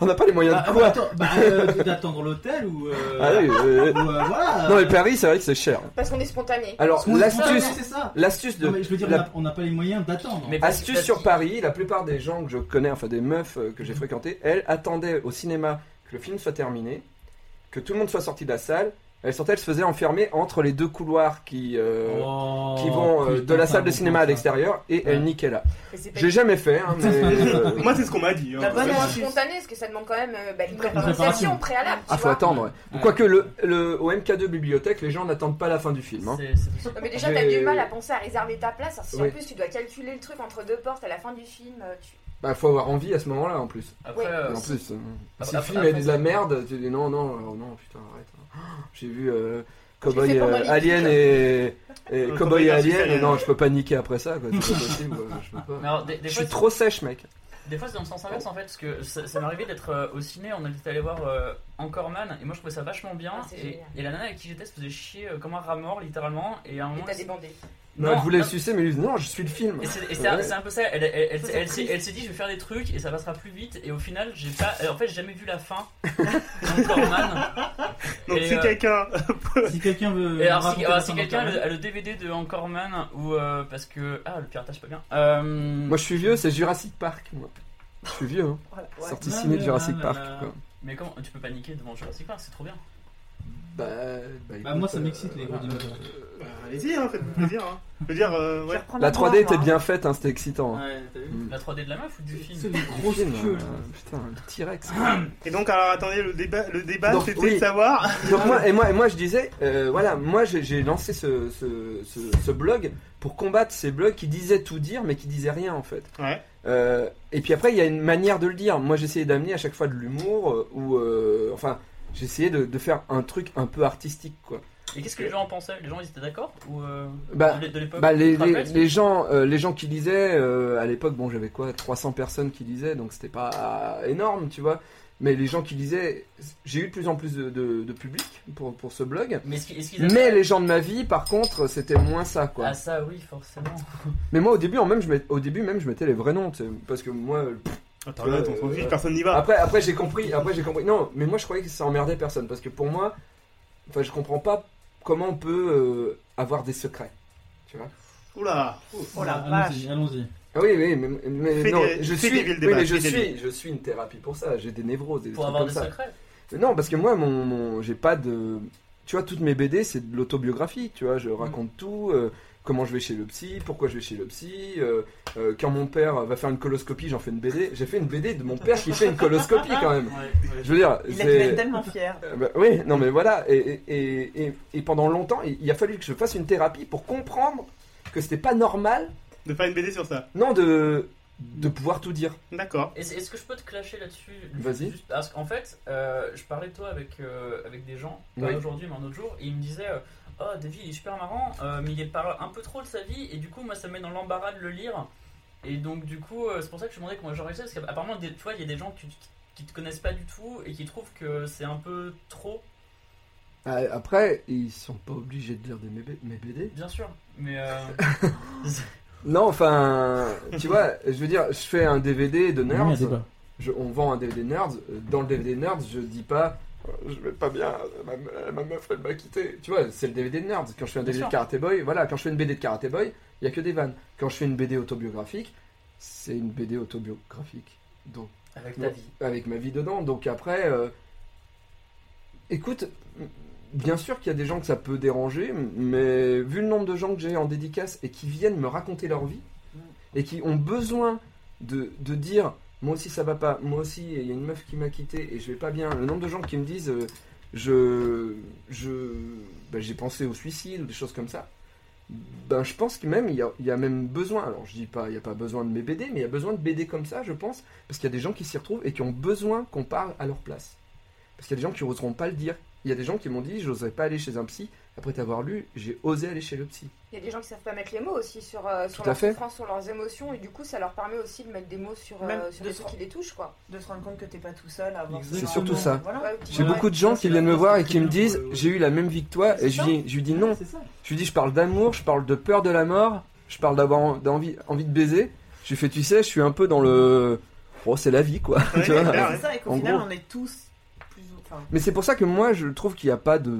On n'a pas les moyens de Bah, quoi attends, bah, euh, D'attendre l'hôtel ou. euh, Ah oui, euh, ou, euh, voilà Non, mais Paris, c'est vrai que c'est cher. Parce qu'on est spontané. Alors, l'astuce, C'est ça l'astuce de. Non, mais je veux dire, la- on n'a- on n'a pas les moyens d'attendre. Mais parce que- Astuce sur Paris, la plupart des gens que je connais, enfin des meufs euh, que Mhm. j'ai fréquentées, elles attendaient au cinéma que le film soit terminé, que tout le monde soit sorti de la salle. Elles sortaient, elles se faisaient enfermer entre les deux couloirs qui, euh, Oh, qui vont euh, putain, de la c'est un salle de bon cinéma plan, à ça. l'extérieur et Ouais. elles niquaient là. Mais c'est pas J'ai jamais fait, hein, mais. euh, Moi, c'est ce qu'on m'a dit. hein. La bonne Ouais. astuce. C'est spontané parce que ça demande quand même euh, bah, une Une préparation préparation. préalable. tu Ah, faut vois. attendre, ouais. Ouais. Quoique, le, le, au MK2 bibliothèque, les gens n'attendent pas la fin du film. hein. C'est- c'est possible. Non, mais déjà, t'as J'ai- du mal à penser à réserver ta place. alors Si Oui. en plus tu dois calculer le truc entre deux portes à la fin du film, euh, tu- Bah, faut avoir envie à ce moment-là en plus. Après, Ouais. euh, Ah, en plus, euh, Après- si le film après- est de la merde, tu dis non, non, oh non, putain, arrête. J'ai vu euh, Je Cowboy l'ai fait pendant euh, les Alien hein. pics. et. et Euh, Cowboy Cowboy et versus Alien, et Alien. non, je peux pas niquer après ça, quoi. C'est pas possible, ouais, je peux mais pas. alors, des, des Je fois, suis c'est- trop sèche, mec. des fois, c'est dans le sens inverse en fait. Parce que ça, ça m'est arrivé d'être euh, au ciné, on était allé voir euh, Encore Man. Et moi, je trouvais ça vachement bien. Ah, c'est et, génial. et la nana avec qui j'étais se faisait chier euh, comme un rat mort, littéralement. Et à un et moment. t'as débandé. Non, elle voulait le non. sucer, mais lui dit non, je suis le film. Et c'est et c'est un- Ouais. c'est un peu ça, elle, elle, elle- Ça, c'est elle s'est- triste. elle s'est dit je vais faire des trucs et ça passera plus vite et au final j'ai pas, euh, en fait j'ai jamais vu la fin d'Anchorman. Donc, Et, si euh, quelqu'un. Si quelqu'un veut. Et alors raconter si, alors, la si fin quelqu'un a d'Anchorman- le, a le DVD de Anchorman ou euh, parce que ah le piratage pas bien. Euh, Moi, je suis vieux, c'est Jurassic Park, moi. Je suis vieux, hein. Voilà. Sorti Ouais, ciné de ouais, Jurassic ouais, Park, ouais. quoi. Mais comment tu peux paniquer devant Jurassic Park c'est trop bien. Bah, bah, Bah, écoute, moi ça euh, m'excite les gros euh, dinosaures. Bah, Allez-y, hein, faites-vous plaisir. Hein. Je veux dire, euh, Je ouais. vais reprendre La un 3D bras, était moi. bien faite, hein, c'était excitant. hein. Ouais, t'as vu Mm. La 3D de la meuf ou du C'est film des grosses Film, queues. là. euh, Putain, le T-Rex. Et donc, alors, attendez, le débat, le débat Donc, c'était oui. de savoir. Donc moi, et, moi, et moi je disais, euh, voilà, moi j'ai- j'ai lancé ce, ce- ce- ce blog pour combattre ces blogs qui disaient tout dire mais qui disaient rien en fait. Ouais. Euh, et puis après il y a une manière de le dire. Moi j'essayais d'amener à chaque fois de l'humour euh, ou euh, enfin j'essayais de, de faire un truc un peu artistique quoi. Et qu'est-ce que les gens en pensaient Les gens ils étaient d'accord ou euh, Bah, de de l'époque Bah, les, Tu te rappelles, les, ce les gens, euh, les gens qui lisaient, euh, à l'époque, bon, j'avais quoi 300 personnes qui lisaient, donc c'était pas énorme, tu vois. Mais les gens qui lisaient, j'ai eu de plus en plus de, de- de public pour, pour ce blog. Mais est-ce qu'ils- est-ce qu'ils Mais les gens de ma vie, par contre, c'était moins ça, quoi. ah ça oui forcément. Mais moi, au début, en même, je met- au début même, je mettais les vrais noms, tu sais, parce que moi, euh, Attends, là, on s'en fiche, Euh, personne n'y va. après, après, j'ai compris, après, j'ai compris. Non, mais moi, je croyais que ça emmerdait personne, parce que pour moi, enfin, je comprends pas comment on peut euh, avoir des secrets, tu vois. Oula. Ouh. Oh la Allons-y, allons-y. Ah oui, oui, mais, mais Fais non, des- je fais suis, des villes oui, mais débats, je fais des suis, je suis une thérapie pour ça. J'ai des névroses, des Pour trucs avoir comme des ça. secrets. Mais non, parce que moi, mon, mon- j'ai pas de, tu vois, toutes mes BD, c'est de l'autobiographie. Tu vois, je raconte tout. euh, comment je vais chez le psy, pourquoi je vais chez le psy. euh, euh, quand mon père va faire une coloscopie, j'en fais une BD. J'ai fait une BD de mon père qui fait une coloscopie quand même. Je veux dire, Il a dû c'est- être tellement fier. euh, bah, oui, non mais voilà, et, et- et- et- et pendant longtemps, il il a fallu que je fasse une thérapie pour comprendre que c'était pas normal De faire une BD sur ça. non, de, de pouvoir tout dire. D'accord. Est-ce est-ce que je peux te clasher là-dessus Vas-y. Juste Parce qu'en fait, euh, je parlais de toi avec, euh, avec des gens, pas Oui. aujourd'hui, mais un autre jour, et ils me disaient euh, Oh, Davy, il est super marrant, euh, mais il parle un peu trop de sa vie, et du coup, moi, ça me met dans l'embarras de le lire. Et donc, du coup, euh, c'est pour ça que je me demandais comment j'en réussissais, parce qu'apparemment, des- tu vois, il y a des gens qui, qui te connaissent pas du tout et qui trouvent que c'est un peu trop, Euh, Après, ils sont pas obligés de lire des mes B- mes BD. bien sûr, mais. euh, Non, enfin, tu vois, je veux dire, je fais un DVD de Non, mais nerds. c'est pas. Je- on vend un DVD Nerds. euh, Dans le DVD Nerds, je dis pas euh, je vais pas bien, ma, me- ma meuf elle m'a quitté. Tu vois, c'est le DVD de Nerds. Quand je fais un Bien DVD sûr. de Karate Boy, voilà, quand je fais une BD de Karate Boy, il y a que des vannes. Quand je fais une BD autobiographique, c'est une BD autobiographique. Donc, Avec ta Ouais. vie. avec ma vie dedans. Donc après, euh, écoute, m- bien sûr qu'il y a des gens que ça peut déranger, m- mais vu le nombre de gens que j'ai en dédicace et qui viennent me raconter leur vie et qui ont besoin de, de dire moi aussi ça va pas, moi aussi il y a une meuf qui m'a quitté et je vais pas bien, le nombre de gens qui me disent euh, je je ben, j'ai pensé au suicide ou des choses comme ça. Ben, je pense que même il y, a, il y a même besoin. Alors je dis pas il y a pas besoin de mes BD, mais il y a besoin de BD comme ça, je pense, parce qu'il y a des gens qui s'y retrouvent et qui ont besoin qu'on parle à leur place. Parce qu'il y a des gens qui n'oseront pas le dire. Il y a des gens qui m'ont dit j'oserais pas aller chez un psy. Après t'avoir lu, j'ai osé aller chez le psy. Il y a des gens qui savent pas mettre les mots aussi sur, euh, sur Tout à leurs fait. souffrances, sur leurs émotions, et du coup, ça leur permet aussi de mettre des mots sur, euh, Même sur de des se- trucs qui les touchent, quoi. De se rendre compte que t'es pas tout seul à avoir ce C'est genre surtout de- ça. Ah, Voilà. Ouais, au petit J'ai moment, Ouais, beaucoup de ça, gens c'est qui la viennent me grosse voir et qui question, me disent ouais, ouais. j'ai eu la même vie que toi et je lui, je lui dis non. C'est ça. Je lui dis je parle d'amour, je parle de peur de la mort, je parle d'avoir en- d'envie envie de baiser. Je lui fais tu sais je suis un peu dans le oh c'est la vie quoi. Ouais, Tu vois c'est clair, C'est ouais. ça, et qu'au En final, gros. on est tous plus ou enfin, Mais c'est pour ça que moi, je trouve qu'il n'y a pas de,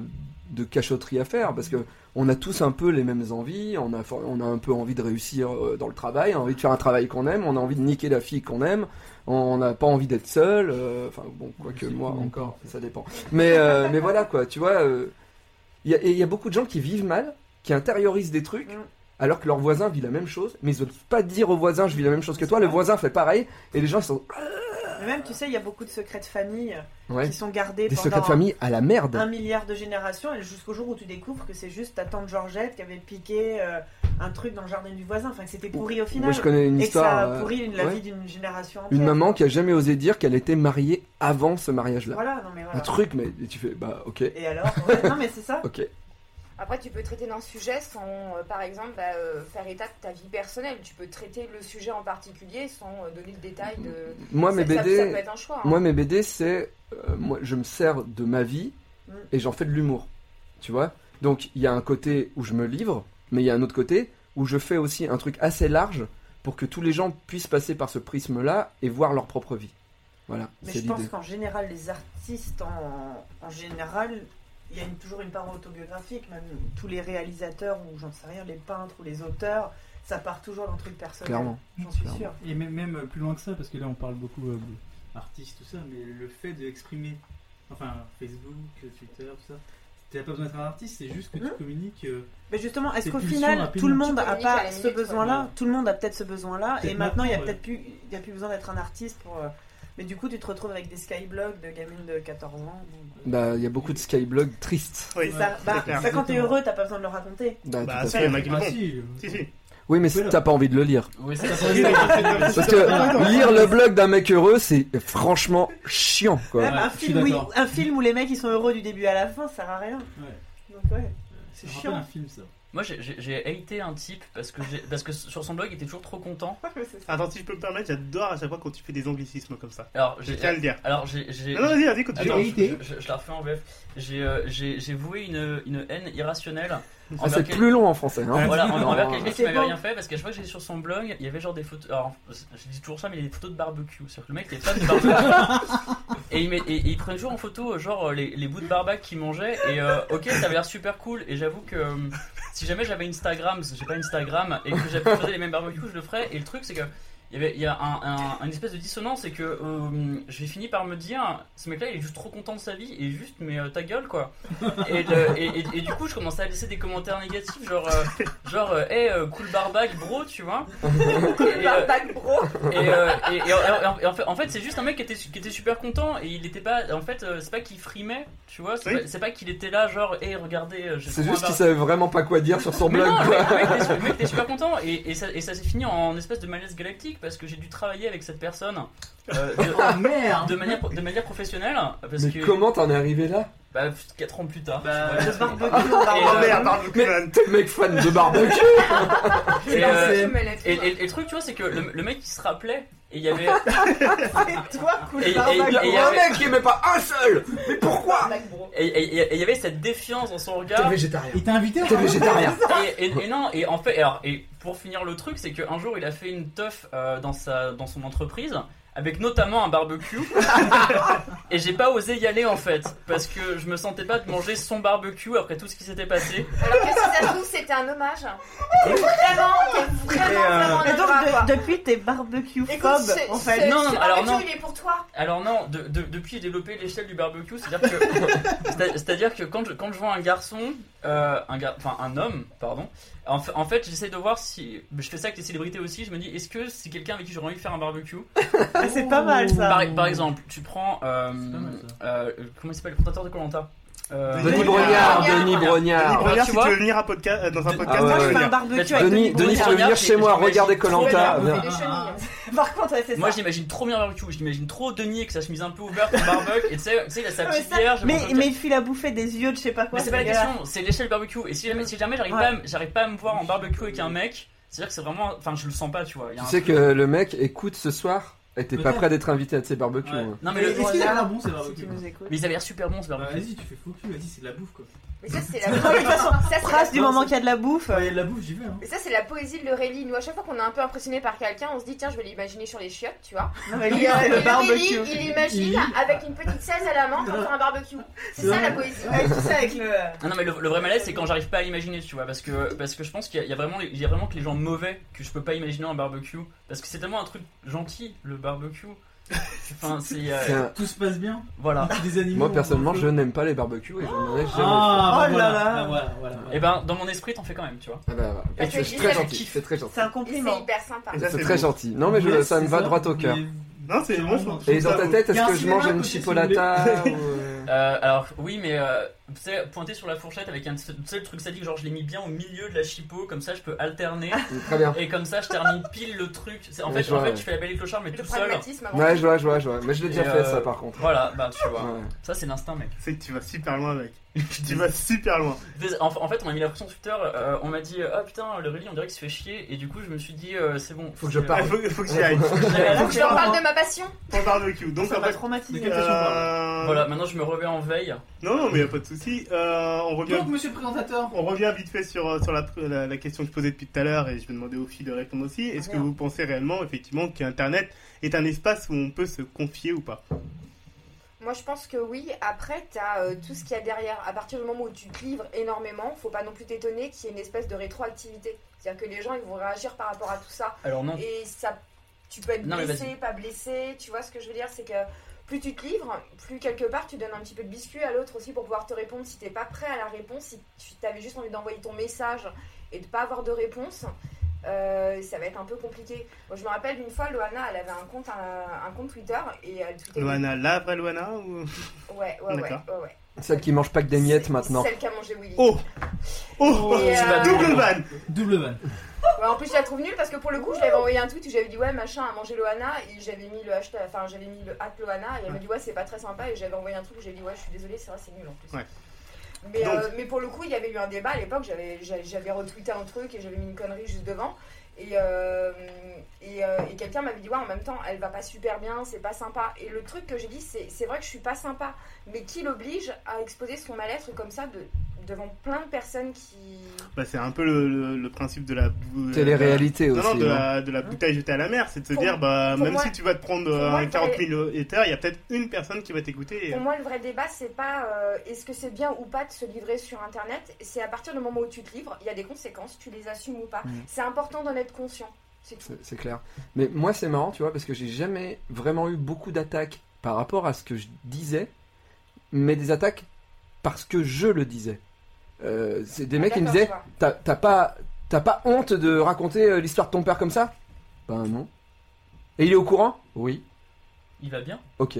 de cachotterie à faire, parce que on a tous un peu les mêmes envies, on a, for- on a un peu envie de réussir euh, dans le travail, on a envie de faire un travail qu'on aime, on a envie de niquer la fille qu'on aime, on n'a pas envie d'être seul, euh, enfin bon, quoique C'est moi cool, encore, d'accord. ça dépend. Mais, euh, mais voilà quoi, tu vois, euh, il y, a- et il y a beaucoup de gens qui vivent mal, qui intériorisent des trucs. Mm. Alors que leur voisin vit la même chose, mais ils n'osent pas dire au voisin je vis la même chose que toi, le voisin fait pareil, et les gens ils sont. Mais même, tu sais, il y a beaucoup de secrets de famille Ouais, qui sont gardés des pendant secrets de famille à la merde. un milliard de générations et jusqu'au jour où tu découvres que c'est juste ta tante Georgette qui avait piqué euh, un truc dans le jardin du voisin, enfin que c'était pourri au final Moi je connais une et que ça histoire. a euh, pourri une- la ouais. vie d'une génération entière. Une maman qui a jamais osé dire qu'elle était mariée avant ce mariage-là. Voilà, non mais voilà. Un truc, mais et tu fais, bah ok, Et alors ouais, Non mais c'est ça. ok. Après, tu peux traiter d'un sujet sans, euh, par exemple, bah, euh, faire état de ta vie personnelle. Tu peux traiter le sujet en particulier sans euh, donner le détail de. Moi Ça- mes ça- BD, Ça, peut être un choix. hein. moi mes BD, c'est euh, moi je me sers de ma vie Mm. et j'en fais de l'humour. Tu vois Donc il y a un côté où je me livre, mais il y a un autre côté où je fais aussi un truc assez large pour que tous les gens puissent passer par ce prisme-là et voir leur propre vie. Voilà, Mais c'est je pense l'idée. qu'en général, les artistes, en, en général, il y a une- toujours une part autobiographique. Même tous les réalisateurs, ou j'en sais rien, les peintres ou les auteurs, ça part toujours d'un truc personnel. Clairement. J'en suis Clairement. sûre. Et même, même euh, plus loin que ça, parce que là on parle beaucoup euh, de artistes, tout ça, mais le fait d'exprimer, enfin Facebook, euh, Twitter, tout ça, t'as pas besoin d'être un artiste, c'est juste que tu Hein Mhm. communiques. euh, Mais justement, est-ce C'est qu'au plus final, sûr, tout le rapidement. monde Tu a communiques à pas la ce minute, besoin-là ouais. Tout le monde a peut-être ce besoin-là, et Peut-être maintenant, il n'y a maintenant, peut-être plus, il y a plus besoin d'être un artiste pour. euh, Mais du coup, tu te retrouves avec des skyblogs de gamines de 14 ans. Bon, Bah, il y a beaucoup de skyblogs tristes. Oui, C'est ça, c'est bah, clair. ça, quand t'es Exactement. heureux, t'as pas besoin de le raconter. Bah, tout Bah, à si, fait. il y en a qui le ah, font. si, euh, Si, si. Oui, mais Voilà. t'as pas envie de le lire. Oui, c'est Parce que lire le blog d'un mec heureux, c'est franchement chiant, quoi. Même Ah, bah, un, je suis film, oui, d'accord. un film où les mecs ils sont heureux du début à la fin, ça sert à rien. Ouais. Donc, ouais. C'est C'est chiant. chiant. un film ça. Moi, j'ai- j'ai j'ai haïté un type parce que, j'ai- parce que sur son blog, il était toujours trop content. Attends, si je peux me permettre, j'adore à chaque fois quand tu fais des anglicismes comme ça. Alors, Je j'ai. tiens à le dire. Alors, j'ai. j'ai- Non, non, vas-y, vas-y, continue. Attends, J'ai je, haïté. je- je la refais en VF. J'ai euh, j'ai- j'ai voué une, une haine irrationnelle. Ah, envers c'est quel- plus long en français, hein. Voilà, en- Non. envers quelqu'un qui C'est m'avait bon. rien fait parce qu'à chaque fois que j'étais sur son blog, il y avait genre des photos. Alors, je dis toujours ça, mais il y a des photos de barbecue. C'est-à-dire que le mec était fan de barbecue. et, il met- et- et il prenait toujours en photo, euh, genre, les, les bouts de barbac qu'il mangeait. Et euh, ok, ça avait l'air super cool. Et j'avoue que euh, si jamais j'avais Instagram, parce que j'ai pas Instagram, et que j'avais fait les mêmes barbecues, je le ferais. Et le truc, c'est que. Il y, avait, il y a un, un- une espèce de dissonance, c'est que euh, j'ai fini par me dire, ce mec-là, il est juste trop content de sa vie, et juste, mais euh, ta gueule, quoi. Et, le- et- et- et du coup, je commençais à laisser des commentaires négatifs, genre, euh, genre, euh, hey, euh, cool barbac, bro, tu vois. Et, euh, Barbac bro. et, euh, et- et en- et en fait, en fait, c'est juste un mec qui était, qui était super content et il était pas. En fait, euh, c'est pas qu'il frimait, tu vois. C'est Oui. pas- c'est pas, qu'il était là, genre, hey, regardez, euh, je C'est prends un juste bar- qu'il savait vraiment pas quoi dire sur son mais blog, non, le quoi. mec- le mec était su- le mec était super content et, et ça, et ça s'est fini en espèce de malaise galactique. magnifique parce que j'ai dû travailler avec cette personne euh, Ah de, merde de manière, de manière professionnelle. Parce Mais que comment t'en es arrivé là bah, 4 ans plus tard. Bah, tu vois, je voilà. Oh euh, merde, Barbara mais- Cohen. T'es le mec fan de barbecue Et, Non, euh, c'est une mallette, et, quoi. et- et le truc, tu vois, c'est que le, le mec il se rappelait et il y avait. C'est toi, cool. Ah. Et- et- Barbac. Il y a et- un mec qui aimait pas un seul Mais pourquoi Black Bro. Et et- et- et il y avait cette défiance dans son T'es regard. végétarien Il t'a invité hein à T'es végétarien Et, et- et non, et en fait, alors, et pour finir le truc, c'est qu'un jour il a fait une teuf euh, dans, sa, dans son entreprise, avec notamment un barbecue. et j'ai pas osé y aller en fait, parce que je me sentais pas de manger son barbecue après tout ce qui s'était passé. Alors que si ça se trouve, c'était un hommage. T'es vraiment, t'es Et, euh, vraiment, vraiment Et un donc, hommage, quoi. de- depuis, t'es barbecue phobe c'est- en c'est- fait. Non, ce non, alors barbecue, non. il est pour toi. Alors non, de- de- depuis j'ai développé l'échelle du barbecue, c'est-à-dire que, c'est-à- c'est-à-dire que quand je, quand je vois un garçon, euh, un gar- enfin un homme, pardon, en, fa- en fait j'essaie de voir si, je fais ça avec les célébrités aussi, je me dis est-ce que c'est quelqu'un avec qui j'aurais envie de faire un barbecue Ah, c'est pas mal ça. Par, par exemple, tu prends. euh, C'est pas mal, ça. euh, comment il s'appelle le fondateur de Colanta Denis Denis Brognard Brognard. Denis Denis Brognard Brognard. Brogniart, tu si vois. tu veux venir à podca- euh, dans un De- podcast, Ah ouais, Moi, je ouais. fais un Regarde. barbecue Là, avec Denis, Denis Denis, Brognard. faut venir chez moi, J'imagine- regardez Colanta. Trop bien. Des Ah. chenilles. Par contre, ouais, c'est ça. Moi j'imagine trop bien barbecue, j'imagine trop Denis avec sa chemise un peu ouverte, son barbecue, et tu sais, tu sais, il a sa Ouais, petite ça- bière. je mais, pense, ok. mais il file à bouffer des yeux de je sais pas quoi. Mais c'est pas la ce gars. question, c'est l'échelle barbecue. Et si jamais, si jamais j'arrive Ouais. pas, à me- j'arrive pas à me voir en barbecue avec un mec, c'est-à-dire que c'est vraiment. Enfin, je le sens pas, tu vois. il y a Tu un sais truc- que le mec écoute ce soir et t'es pas Peut-être. prêt d'être invité à de ses barbecues. Ouais. hein. Non, Mais mais, le- est-ce qu'il a l'air bon, c'est Si tu barbecue nous écoutes. mais ils avaient l'air super bons ce Bah, barbecue. Vas-y, tu fais faux cul, vas-y, c'est de la bouffe quoi. Mais ça, c'est la Non, mais de toute façon, Ça, c'est la- Trace du moment qu'il y a de la bouffe. Bah, il y a de la bouffe, j'y vais. Hein. Mais ça, c'est la poésie de L'Aurélie. Nous, à chaque fois qu'on est un peu impressionné par quelqu'un, on se dit, tiens, je vais l'imaginer sur les chiottes, tu vois. Non, mais Et, lui, euh, c'est et le L'Aurélie, barbecue. il imagine avec une petite cesse à la main pour faire un barbecue. C'est ça la poésie. Ouais, tout ça avec le. Ah non mais le, le vrai malaise c'est quand j'arrive pas à l'imaginer tu vois parce que parce que je pense qu'il y, a- il y a vraiment les- il y a vraiment que les gens mauvais que je peux pas imaginer en barbecue parce que c'est tellement un truc gentil le barbecue enfin c'est euh, Tiens, Tout se passe bien. voilà Petit des animaux. Ah. Moi personnellement, en feu. je n'aime pas les barbecues et j'en ai jamais fait. Ah, bah, Oh voilà, là là. bah, voilà, voilà, voilà. et ben dans mon esprit t'en fais quand même tu vois Ah bah, voilà. Parce C'est que très Gisèle gentil, kiffe. c'est très gentil. C'est un Et C'est compliment. hyper sympa. Et ça, C'est c'est très beau. gentil. Non mais je- Ouais, ça me c'est va droit au cœur. Mais- Non, c'est- moi, je trouve- Et dans ça ta beau. tête, Il y est-ce a un que je cinéma mange à une côté, si vous chipolata ou, euh, Euh, alors oui mais euh, tu sais pointer sur la fourchette avec un tu sais, le truc ça dit que genre je l'ai mis bien au milieu de la chipot comme ça je peux alterner Très bien. et comme ça je termine pile le truc C'est- en Ouais, fait je en vois, fait ouais. je fais la belle et le clochard mais Le tout seul pragmatisme avant Ouais, tout. je vois, je vois, je vois. Mais je l'ai déjà Et, fait euh, ça par contre. voilà bah tu vois Ouais. ça c'est l'instinct mec C'est que tu vas super loin, mec. tu vas super loin. En, en fait, on m'a mis la pression sur Twitter. euh, on m'a dit Ah putain, le rallye, on dirait qu'il se fait chier. Et du coup, je me suis dit euh, C'est bon. Faut que je Il parte. faut, faut que j'y aille. Faut que je leur parle de ma passion. Pour barbecue. Donc, Ça en m'a fait. traumatisé. De quelle façon euh, Voilà, maintenant je me remets en veille. Non, non, mais y a pas de souci. Euh, on revient. Donc, monsieur le présentateur, On revient vite fait sur, euh, sur la, la- la question que je posais depuis tout à l'heure et je vais demander aux filles de répondre aussi. Est-ce Ah. que vous pensez réellement, effectivement, qu'Internet est un espace où on peut se confier ou pas Moi, je pense que oui. Après, t'as euh, tout ce qu'il y a derrière. À partir du moment où tu te livres énormément, faut pas non plus t'étonner qu'il y ait une espèce de rétroactivité. C'est-à-dire que les gens, ils vont réagir par rapport à tout ça. Alors non. Et ça, tu peux être Ah. Non, mais blessé, pas blessé. Tu vois ce que je veux dire C'est que plus tu te livres, plus quelque part tu donnes un petit peu de biscuit à l'autre aussi pour pouvoir te répondre si t'es pas prêt à la réponse, si tu avais juste envie d'envoyer ton message et de pas avoir de réponse. euh, ça va être un peu compliqué. Moi, je me rappelle une fois, Loana, elle avait un compte, un, un compte Twitter et elle tweetait. Loana, la vraie Loana ou... Ouais, ouais, ouais, D'accord. ouais, ouais. Celle qui mange pas que des miettes C'est- maintenant. Celle qui a mangé Willy. Oh Oh Et, euh, Double van double van. Ouais, en plus, je la trouve nulle parce que pour le coup, je lui avais envoyé un tweet où j'avais dit ouais, machin, à manger Loana et j'avais mis le hashtag, enfin j'avais mis le hâte Loana et elle m'a dit ouais, c'est pas très sympa et j'avais envoyé un truc où j'ai dit ouais, je suis désolée, c'est vrai, c'est nul en plus. Ouais. Mais, Donc- euh, mais pour le coup, il y avait eu un débat à l'époque, j'avais j'a- j'avais retweeté un truc et j'avais mis une connerie juste devant. Et, euh, et, euh, et quelqu'un m'avait dit ouais, en même temps, elle va pas super bien, c'est pas sympa. Et le truc que j'ai dit, c'est c'est vrai que je suis pas sympa, mais qui l'oblige à exposer son mal-être comme ça de, devant plein de personnes qui. bah, C'est un peu le, le- le principe de la... bou- euh, Télé-réalité Non, aussi. non, de hein. la, de la bouteille jetée à la mer, c'est de se Pour- dire, bah, pour même moi- si tu vas te prendre pour euh, moi, un il 40 fallait- 000 hectares, il y a peut-être une personne qui va t'écouter. et- Pour moi, le vrai débat, c'est pas euh, est-ce que c'est bien ou pas de se livrer sur Internet. C'est à partir du moment où tu te livres, il y a des conséquences, tu les assumes ou pas. Mhm. C'est important d'en être conscient. C'est tout. C'est- C'est clair. Mais moi, c'est marrant, tu vois, parce que j'ai jamais vraiment eu beaucoup d'attaques par rapport à ce que je disais, mais des attaques parce que je le disais. Euh, c'est des mecs qui me disaient Ah, D'accord, T'as t'as pas, t'as pas honte de raconter euh, l'histoire de ton père comme ça Ben non. Et il est au courant Oui. Il va bien Ok.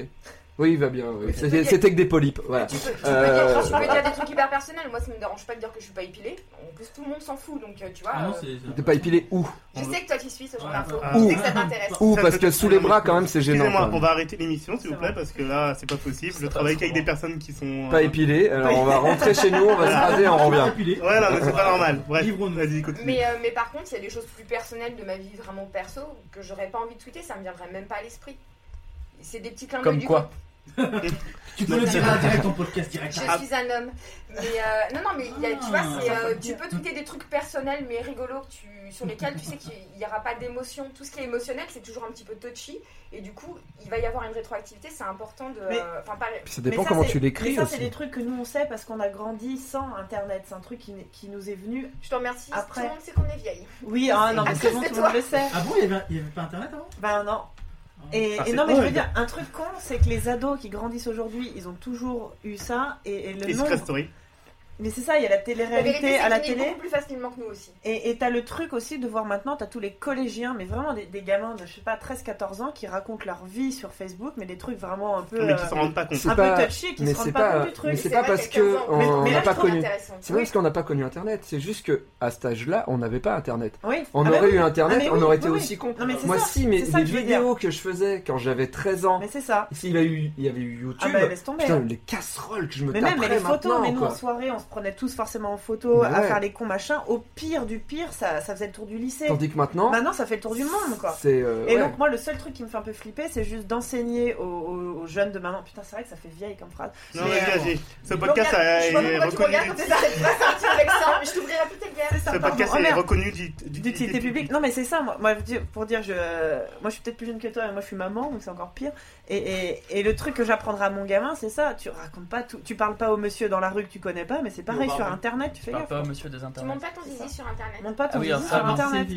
Oui, il va bien. oui. tu peux C'était dire- c'était que des polypes. Voilà. Tu peux, tu peux Euh, dire, tu peux dire des trucs hyper personnels. Moi, ça me dérange pas de dire que je suis pas épilée. En plus, tout le monde s'en fout, donc euh, tu vois. Ah non, euh, c'est. T'es pas épilé où je sais que toi, tu suis ce genre Ouais, Ah, d'info. ouais. Je sais Ouh. que ça t'intéresse. Ou Ça parce peut- que sous les bras, quand même, c'est gênant. Excusez-moi, quand on même. va arrêter l'émission s'il vous Ça plaît va. parce que là c'est pas possible. Je Ça travaille passe qu'avec des souvent. personnes qui sont. euh, Pas épilé, alors on va rentrer chez nous, on va se raser, on revient. Ouais, non, mais c'est pas normal. Bref, Livrons-nous. vas-y, continue. Mais, euh, mais par contre, il y a des choses plus personnelles de ma vie vraiment perso que j'aurais pas envie de tweeter, ça me viendrait même pas à l'esprit. C'est des petits clins d'œil Comme du quoi Tu peux le dire en direct en podcast Je direct. suis un homme. Mais euh, non, non, mais il y a- tu vois, Ah, c'est, ça, ça euh, me tu peux tweeter des trucs personnels mais rigolos que tu, sur lesquels tu sais qu'il n'y aura pas d'émotion. Tout ce qui est émotionnel, c'est toujours un petit peu touchy. Et du coup, il va y avoir une rétroactivité, c'est important de. Mais- euh, Enfin, pas. Puis ça dépend Mais ça, comment c'est- tu mais l'écris ça, c'est aussi. des trucs que nous on sait parce qu'on a grandi sans internet. C'est un truc qui, n'est- qui nous est venu. Je te remercie. Après. Tout le monde sait qu'on est vieille. Oui, ah non, mais c'est bon, c'est tout le monde le sait. Ah bon, il y avait- il y avait pas internet avant Bah, Ben non. Et, Ah, et c'est non, mais je veux horrible. dire, un truc con, c'est que les ados qui grandissent aujourd'hui, ils ont toujours eu ça. Et, et le Et nombre. Secret Story. Mais c'est ça, il y a la La vérité, télé-réalité c'est à la qu'on est télé. beaucoup plus facilement que nous aussi. Et et t'as le truc aussi de voir maintenant, t'as tous les collégiens, mais vraiment des, des gamins de, je sais pas, 13-14 ans qui racontent leur vie sur Facebook, mais des trucs vraiment un peu, Mais euh, qui s'en rendent pas compte. C'est un pas- peu touchy, qui mais se rendent c'est pas pas- compte du truc. mais c'est C'est pas vrai parce qu'à 15 que ans, mais- on mais n'a là, pas je connu. Intéressant. C'est pas parce qu'on n'a pas connu Internet, c'est juste que à cet âge-là, on n'avait pas Internet. Oui. On Ah bah aurait oui. eu Ah, Internet, mais on oui, aurait oui, été oui. aussi con. Non, mais c'est Moi ça, si, mais c'est ça les que je veux vidéos que je faisais quand j'avais 13 ans, Mais c'est ça. s'il y, a eu- il y avait eu YouTube, Ah bah laisse tomber. putain, les casseroles que je me Mais même mais taperais les photos, maintenant, mais nous quoi. en soirée, on se prenait tous forcément en photo Mais à ouais. faire les cons machins. Au pire du pire, ça, ça faisait le tour du lycée. Tandis que maintenant, Maintenant, ça fait le tour du monde, quoi. c'est... euh, Et ouais. donc moi le seul truc qui me fait un peu flipper c'est juste d'enseigner aux, aux- aux jeunes de maintenant. Putain c'est vrai que ça fait vieille comme phrase. Non, Mais, vas-y, euh, vas-y. Ce podcast a- je vois est pourquoi tu reconnu. regardes comme ça, t'arrêtes pas de sortir avec ça, mais je t'ouvrirai plus tes guerres. ça, Ce pardon. podcast Oh, est merde. reconnu d'ut- d'utilité publique. Non, mais c'est ça, moi, moi, je veux dire- pour dire, je, moi je suis peut-être plus jeune que toi, mais moi je suis maman, donc c'est encore pire. Et, et- et le truc que j'apprendrai à mon gamin, c'est ça, tu racontes pas tout, tu parles pas au monsieur dans la rue que tu connais pas, mais c'est pareil, Non, sur pardon. internet, tu Je fais parle gaffe. pas, monsieur des Tu internets. montes pas ton zizi sur internet. Monte pas ton Ah oui, zizi ah, sur pardon. internet.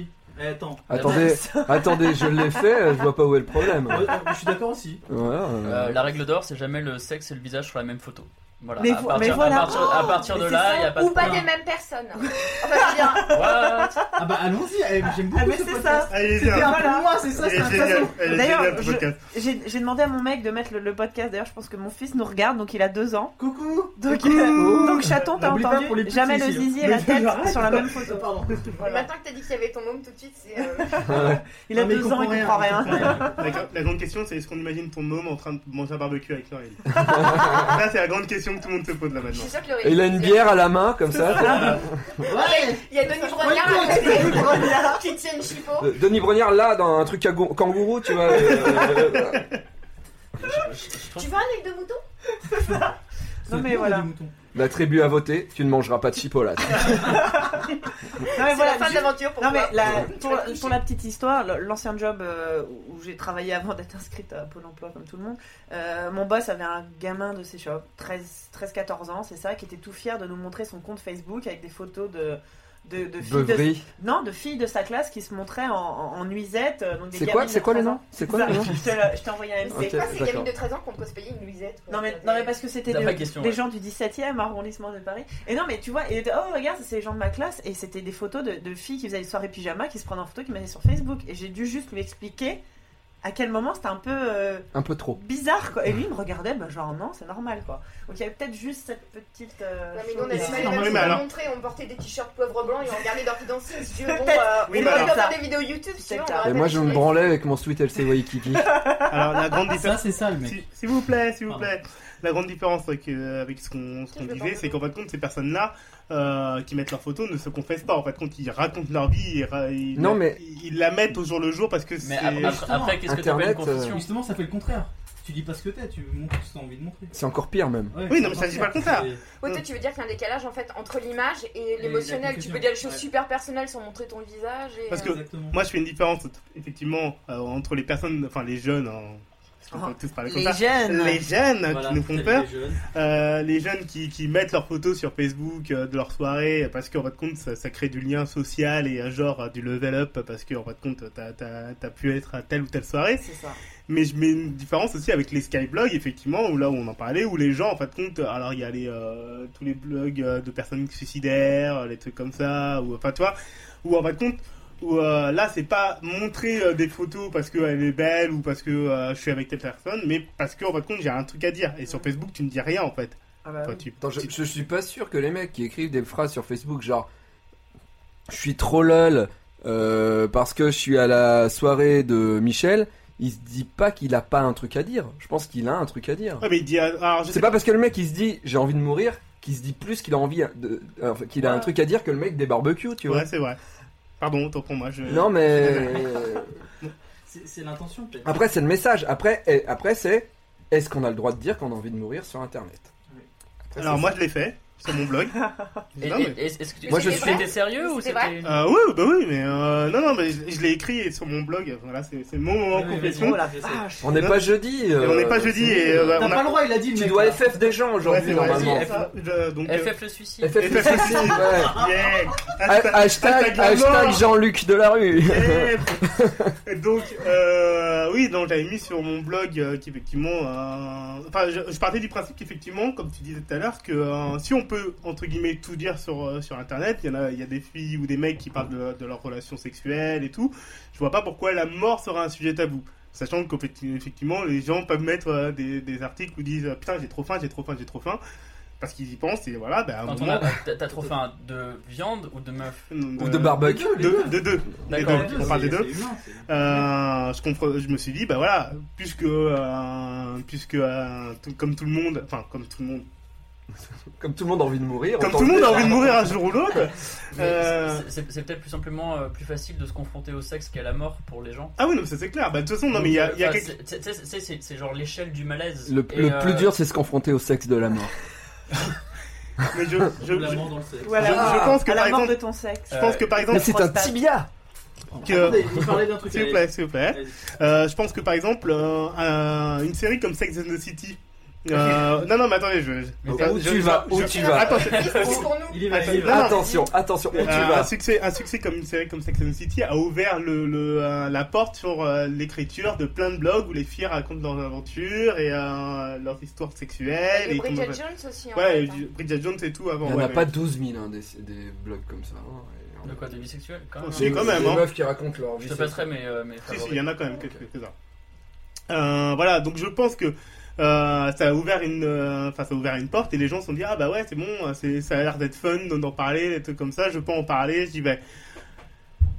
Eh, attends. Attendez, attendez, je l'ai fait, euh, je vois pas où est le problème. Euh, Je suis d'accord aussi. Voilà, euh, Euh, la règle d'or, c'est jamais le sexe et le visage sur la même photo. Voilà. Mais à, vo- partir, mais à voilà. partir- à partir Oh, de mais là, c'est il ça. n'y a pas Ou de pas point. des mêmes personnes. Enfin, je veux dire, What Ah bah allons-y, eh, j'aime beaucoup Ah, mais ce c'est podcast. ça. Elle est C'était bien. un Voilà. peu moi, c'est ça, hein. Elle c'est est un géniale. Elle est D'ailleurs, géniale, ce je- podcast. J'ai j'ai demandé à mon mec de mettre le, le podcast, d'ailleurs je pense que mon fils nous regarde, donc il a deux ans. Coucou Donc, euh, Coucou. donc chaton, t'as Oh. N'oublie pas entendu pour les petits Jamais le ici, hein. zizi et la Mais tête j'arrête. sur la même photo. Pardon. Voilà. maintenant que t'as dit qu'il y avait ton homme tout de suite, c'est. euh, Il a Non, mais deux ans, il comprend rien. il comprend rien. La gra- la grande question, c'est est-ce qu'on imagine ton môme en train de manger un barbecue avec Noël Ça, c'est la grande question que tout le monde se pose là Je maintenant. suis sûre qu'il aurait Et il a une bière à la main, comme ça. Ouais Il y a Denis Ouais, Brognard à côté, Denis Brognard qui tient une chipot. Euh, Denis Brognard, là, dans un truc à go- kangourou, tu vois. euh, euh, Tu veux un œil de mouton Non, mais C'est bon, voilà. les moutons. la tribu a voté, tu ne mangeras pas de chipolate. Ah, Non, mais C'est voilà, la fin de juste- l'aventure pour Non mais toi. la- Tu pour, vas te coucher. pour la petite histoire, l- l'ancien job euh, où j'ai travaillé avant d'être inscrite à Pôle Emploi comme tout le monde, euh, mon boss avait un gamin de ses shops, 13-14 ans, c'est ça, qui était tout fier de nous montrer son compte Facebook avec des photos de... De, de filles de, Beuvry. non, de filles de sa classe qui se montraient en, en, en nuisette. euh, donc des C'est gamines quoi, de c'est quoi le 13 nom ans. C'est quoi le nom Je te l'ai- je t'ai envoyé un C'est MC. Ok, quoi ces d'accord. gamines de 13 ans qu'on peut se payer une nuisette quoi. Non mais, non mais parce que c'était La des, vraie question, des ouais. gens du 17e arrondissement de Paris. Et non mais tu vois, il était, oh regarde, c'est les gens de ma classe. Et c'était des photos de, de filles qui faisaient des soirées pyjama, qui se prenaient en photo, qui mettaient sur Facebook. Et j'ai dû juste lui expliquer à quel moment c'était un peu euh, Un peu trop. bizarre. Quoi. Et lui il me regardait, bah, genre non, c'est normal quoi. Donc il y avait peut-être juste cette petite... euh, Non mais nous on a chose. du c'est mal normal, à mais nous alors- montrer, on portait des t-shirts poivre blanc et on regardait leur fidancine si tu veux. Bon, Peut-être. euh, Oui, on mais aurait alors- pu faire des vidéos YouTube si tu veux. on Et aurait Et fait moi, des je me trucs. branlais avec mon sweat LC Waikiki. Alors, la grande différence. Ça, c'est ça le mec. S'il s'il vous plaît, s'il vous Pardon. plaît. La grande différence avec, euh, avec ce qu'on ce Tiens, qu'on je vais disait, t'en c'est qu'en fin de compte, ces personnes-là euh, qui mettent leurs photos ne se confessent pas. En fin de compte, ils racontent leur vie, ils, ra- ils- Non, mais- ils, ils la mettent au jour le jour parce que c'est. Mais après, après, Justement, qu'est-ce que t'appelles une Internet, euh, confession Justement, ça fait le contraire. Tu dis pas ce que t'es, tu montres ce que t'as envie de montrer. C'est encore pire, même. Ouais, Oui, c'est non, mais ça parfait. dit pas le contraire. C'est- Ouais, toi tu veux dire qu'il y a un décalage en fait entre l'image et la l'émotionnel. Tu confusion. peux dire des choses Ouais. super personnelles sans montrer ton visage. et, Parce euh, que- Exactement. Moi, je fais une différence, effectivement, euh, entre les personnes, enfin les jeunes, hein, parce qu'on Oh, peut tous parler comme ça. Les jeunes Les jeunes Voilà, qui nous salut font peur, les jeunes. euh, les jeunes qui, qui mettent leurs photos sur Facebook euh, de leur soirée, parce qu'en fin de compte, ça, ça crée du lien social et un genre euh, du level up, parce qu'en fin de compte, t'as- t'as t'as pu être à telle ou telle soirée. C'est ça. Mais je mets une différence aussi avec les skyblogs, effectivement, où là où on en parlait, où les gens, en fait, compte, alors il y a les, euh, tous les blogs euh, de personnes suicidaires, les trucs comme ça, ou enfin, tu vois, où en fin de compte, où euh, là c'est pas montrer euh, des photos parce qu'elle est belle ou parce que euh, je suis avec telle personne, mais parce qu'en fin de compte j'ai un truc à dire. Et sur Facebook tu ne dis rien en fait. Ah bah Enfin, oui. tu- Attends, je, tu- je suis pas sûr que les mecs qui écrivent des phrases sur Facebook genre je suis trop lol euh, parce que je suis à la soirée de Michel, il se dit pas qu'il a pas un truc à dire. Je pense qu'il a un truc à dire. Ouais, mais il dit, euh, alors, je sais C'est pas parce que le mec il se dit j'ai envie de mourir qu'il se dit plus qu'il a envie de euh, enfin, qu'il a un Ouais. truc à dire que le mec des barbecues, tu vois. Ouais, c'est vrai. Pardon, autant pour moi. Je... Non mais C'est c'est l'intention peut-être. après c'est le message. Après eh, après c'est est-ce qu'on a le droit de dire qu'on a envie de mourir sur internet Oui. Après, Alors c'est moi je l'ai fait sur mon blog. Et- Non, et- mais- et- Est-ce que tu Moi, je est-ce que suis- t'étais sérieux ou C'est c'était vrai une- Euh, ouais, bah oui, mais euh, non, non, mais je, je l'ai écrit sur mon blog. Voilà, c'est c'est mon moment Ouais, de ouais, confession. ouais, la ouais, ça. on n'est pas jeudi. on n'est pas jeudi et, euh, T'as on a- pas le droit, il a dit le Tu mec, dois là. FF des gens Ouais, aujourd'hui c'est vrai, normalement. c'est ça. Je- donc, euh, FF le suicide FF le suicide, ouais. yeah. Ha- Hashtag, la hashtag mort. Jean-Luc Delarue. Yeah. donc, euh, oui, donc j'avais mis sur mon blog euh, qu'effectivement. euh, Enfin, je, je partais du principe qu'effectivement, comme tu disais tout à l'heure, que euh, si on peut, entre guillemets, tout dire sur, euh, sur internet, il y, en a, il y a des filles ou des mecs qui parlent de, de leurs relations sexuelles et tout, je vois pas pourquoi la mort sera un sujet tabou. Sachant qu'effectivement, les gens peuvent mettre euh, des, des articles où ils disent euh, Putain, j'ai trop faim, j'ai trop faim, j'ai trop faim. Parce qu'ils y pensent et voilà, bah, à un Quand on moment. euh, a- t'as- T'as trop faim de viande ou de meuf Ou de barbecue. De, de deux. Des D'accord. deux. On parle des C'est- deux. c'est humain, c'est- Euh, je, compre- je me suis dit, bah voilà, puisque, euh, puisque euh, tout- comme tout le monde, enfin comme tout le monde, Comme tout le monde a envie de mourir. comme autant tout le monde a faire. envie de mourir un jour ou l'autre. Mais Euh, c'est- C'est c'est peut-être plus simplement euh, plus facile de se confronter au sexe qu'à la mort pour les gens. Ah oui, non, ça c'est clair. Bah, de toute façon, non, mais il y a, il y a Enfin, quelque- c'est- c'est- c'est- c'est- C'est c'est genre l'échelle du malaise. Le, Et, le euh, plus dur, c'est se confronter au sexe de la mort. mais je, je, la je, mort dans le sexe. Ou à la Je- mort- Ah, je pense que, à la par mort exemple- de ton sexe. je pense que par Mais exemple, c'est un prostate. tibia que- Euh, Attendez, il parlait d'un truc. euh, s'il vous allez. plaît, s'il vous plaît, Vas-y. Euh, je pense que par exemple, euh, un- une série comme Sex and the City. Euh, non, non, mais attendez, je. je- Où je- tu je- vas, je- où tu vas. Attends, C'est triste pour nous. Il y va, Attends, il y va. non, non. Attention, attention, hein. où tu Euh, un vas succès, un succès comme une série comme Sex and the City a ouvert le, le, euh, la porte sur euh, l'écriture de plein de blogs où les filles racontent leurs aventures et euh, leurs histoires sexuelles. Et et comment- Bridget Jones aussi. en ouais, fait, et hein. du- Bridget Jones et tout Il avant. n'y en ouais, a mais- pas 12 000 hein, des, des blogs comme ça. hein. De quoi De bisexuel quand même. C'est Des- quand même, Des hein. meufs qui racontent leur vie. Je te passerai mes, euh, mes Si, si, favoris. il y en a quand même quelques- quelques-uns. Euh, voilà, donc je pense que euh, ça a ouvert une, euh, enfin ça a ouvert une porte et les gens se sont dit ah bah ouais c'est bon, euh, c'est, ça a l'air d'être fun d'en d'en parler, des trucs comme ça, je peux en parler, j'y vais.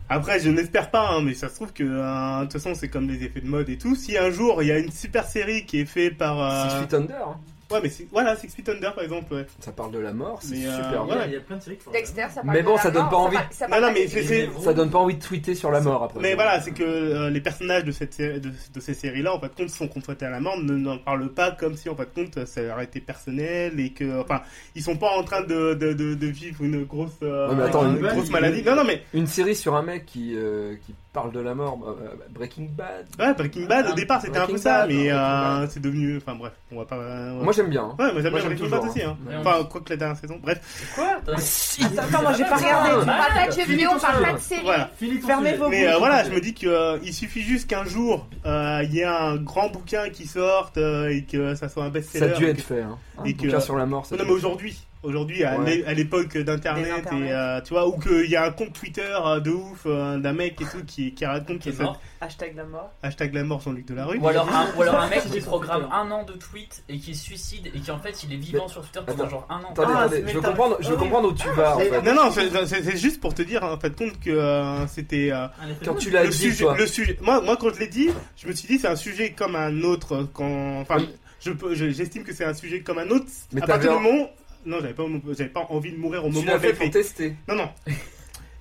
Après, je n'espère pas, hein, mais ça se trouve que euh, de toute façon c'est comme les effets de mode et tout. Si un jour il y a une super série qui est faite par, euh, Six Feet Under, hein. ouais mais c'est- voilà Six Feet Under par exemple. ouais. ça parle de la mort, c'est Mais, euh, super Il y bien. a- Il y a plein de séries qui font Dexter, ça parle Mais bon, de la ça donne mort, pas envie. parle- ça Ah Non, parle non, pas mais des- c'est- ça. c'est- Ça donne pas envie de tweeter sur la mort après. Mais voilà, c'est que euh, les personnages de, cette série- de, de ces séries-là, en fait, compte, sont confrontés à la mort, ne- n'en parlent pas comme si, en fait, compte, ça leur était personnel et que, enfin, ils sont pas en train de, de, de, de vivre une grosse, euh, Ouais, mais attends, une une- grosse une- maladie. Non, non, mais Une série sur un mec qui, euh, qui parle de la mort, bah, bah, Breaking Bad. ouais, Breaking Bad, au Ah, départ, c'était un peu Breaking ça, Bad, mais Breaking euh, Bad. c'est devenu, enfin, bref, on va pas. euh, ouais. Moi j'aime bien. hein. ouais, moi j'aime moi, bien j'aime Breaking toujours, Bad aussi, hein. hein. Enfin, quoi que la dernière saison, bref. Quoi Attends, attends, moi j'ai pas regardé. On Ah, parle pas de jeux Finis vidéo, ton on parle sujet. pas de séries. Voilà. Finis ton Fermez sujet. vos Mais euh, voilà, je me dis que euh, il suffit juste qu'un jour euh, il y ait un grand bouquin qui sorte euh, et que ça soit un Ça a best-seller. dû et être que- fait. Hein. Un et que- bouquin sur la mort. ça Non, a dû mais être fait. aujourd'hui, aujourd'hui à Ouais. l'é- à l'époque Des d'internet internets. et euh, tu vois ou qu'il y a un compte Twitter euh, de ouf euh, d'un mec et tout qui, qui raconte Qui est que ça- mort Hashtag la mort. hashtag la mort Jean-Luc Delarue. Ou alors, un, ou alors un mec qui Twitter. programme un an de tweets et qui se suicide et qui en fait il est vivant sur Twitter pendant Attends. genre un an. Attendez, Ah, attendez, c'est je veux métal. comprendre, je veux Ah oui. comprendre où tu vas en c'est- fait. Non non, c'est- c'est c'est juste pour te dire en fait compte que euh, c'était euh, Un effet Quand de tu mode. l'as le dit, sujet toi. le sujet. Moi moi quand je l'ai dit, je me suis dit c'est un sujet comme un autre euh, quand enfin je peux je- j'estime que c'est un sujet comme un autre Mais à partir du t'avais moment non, j'avais pas, j'avais pas envie de mourir au Tu moment l'as où fait j'ai fait. pour tester. Non, non.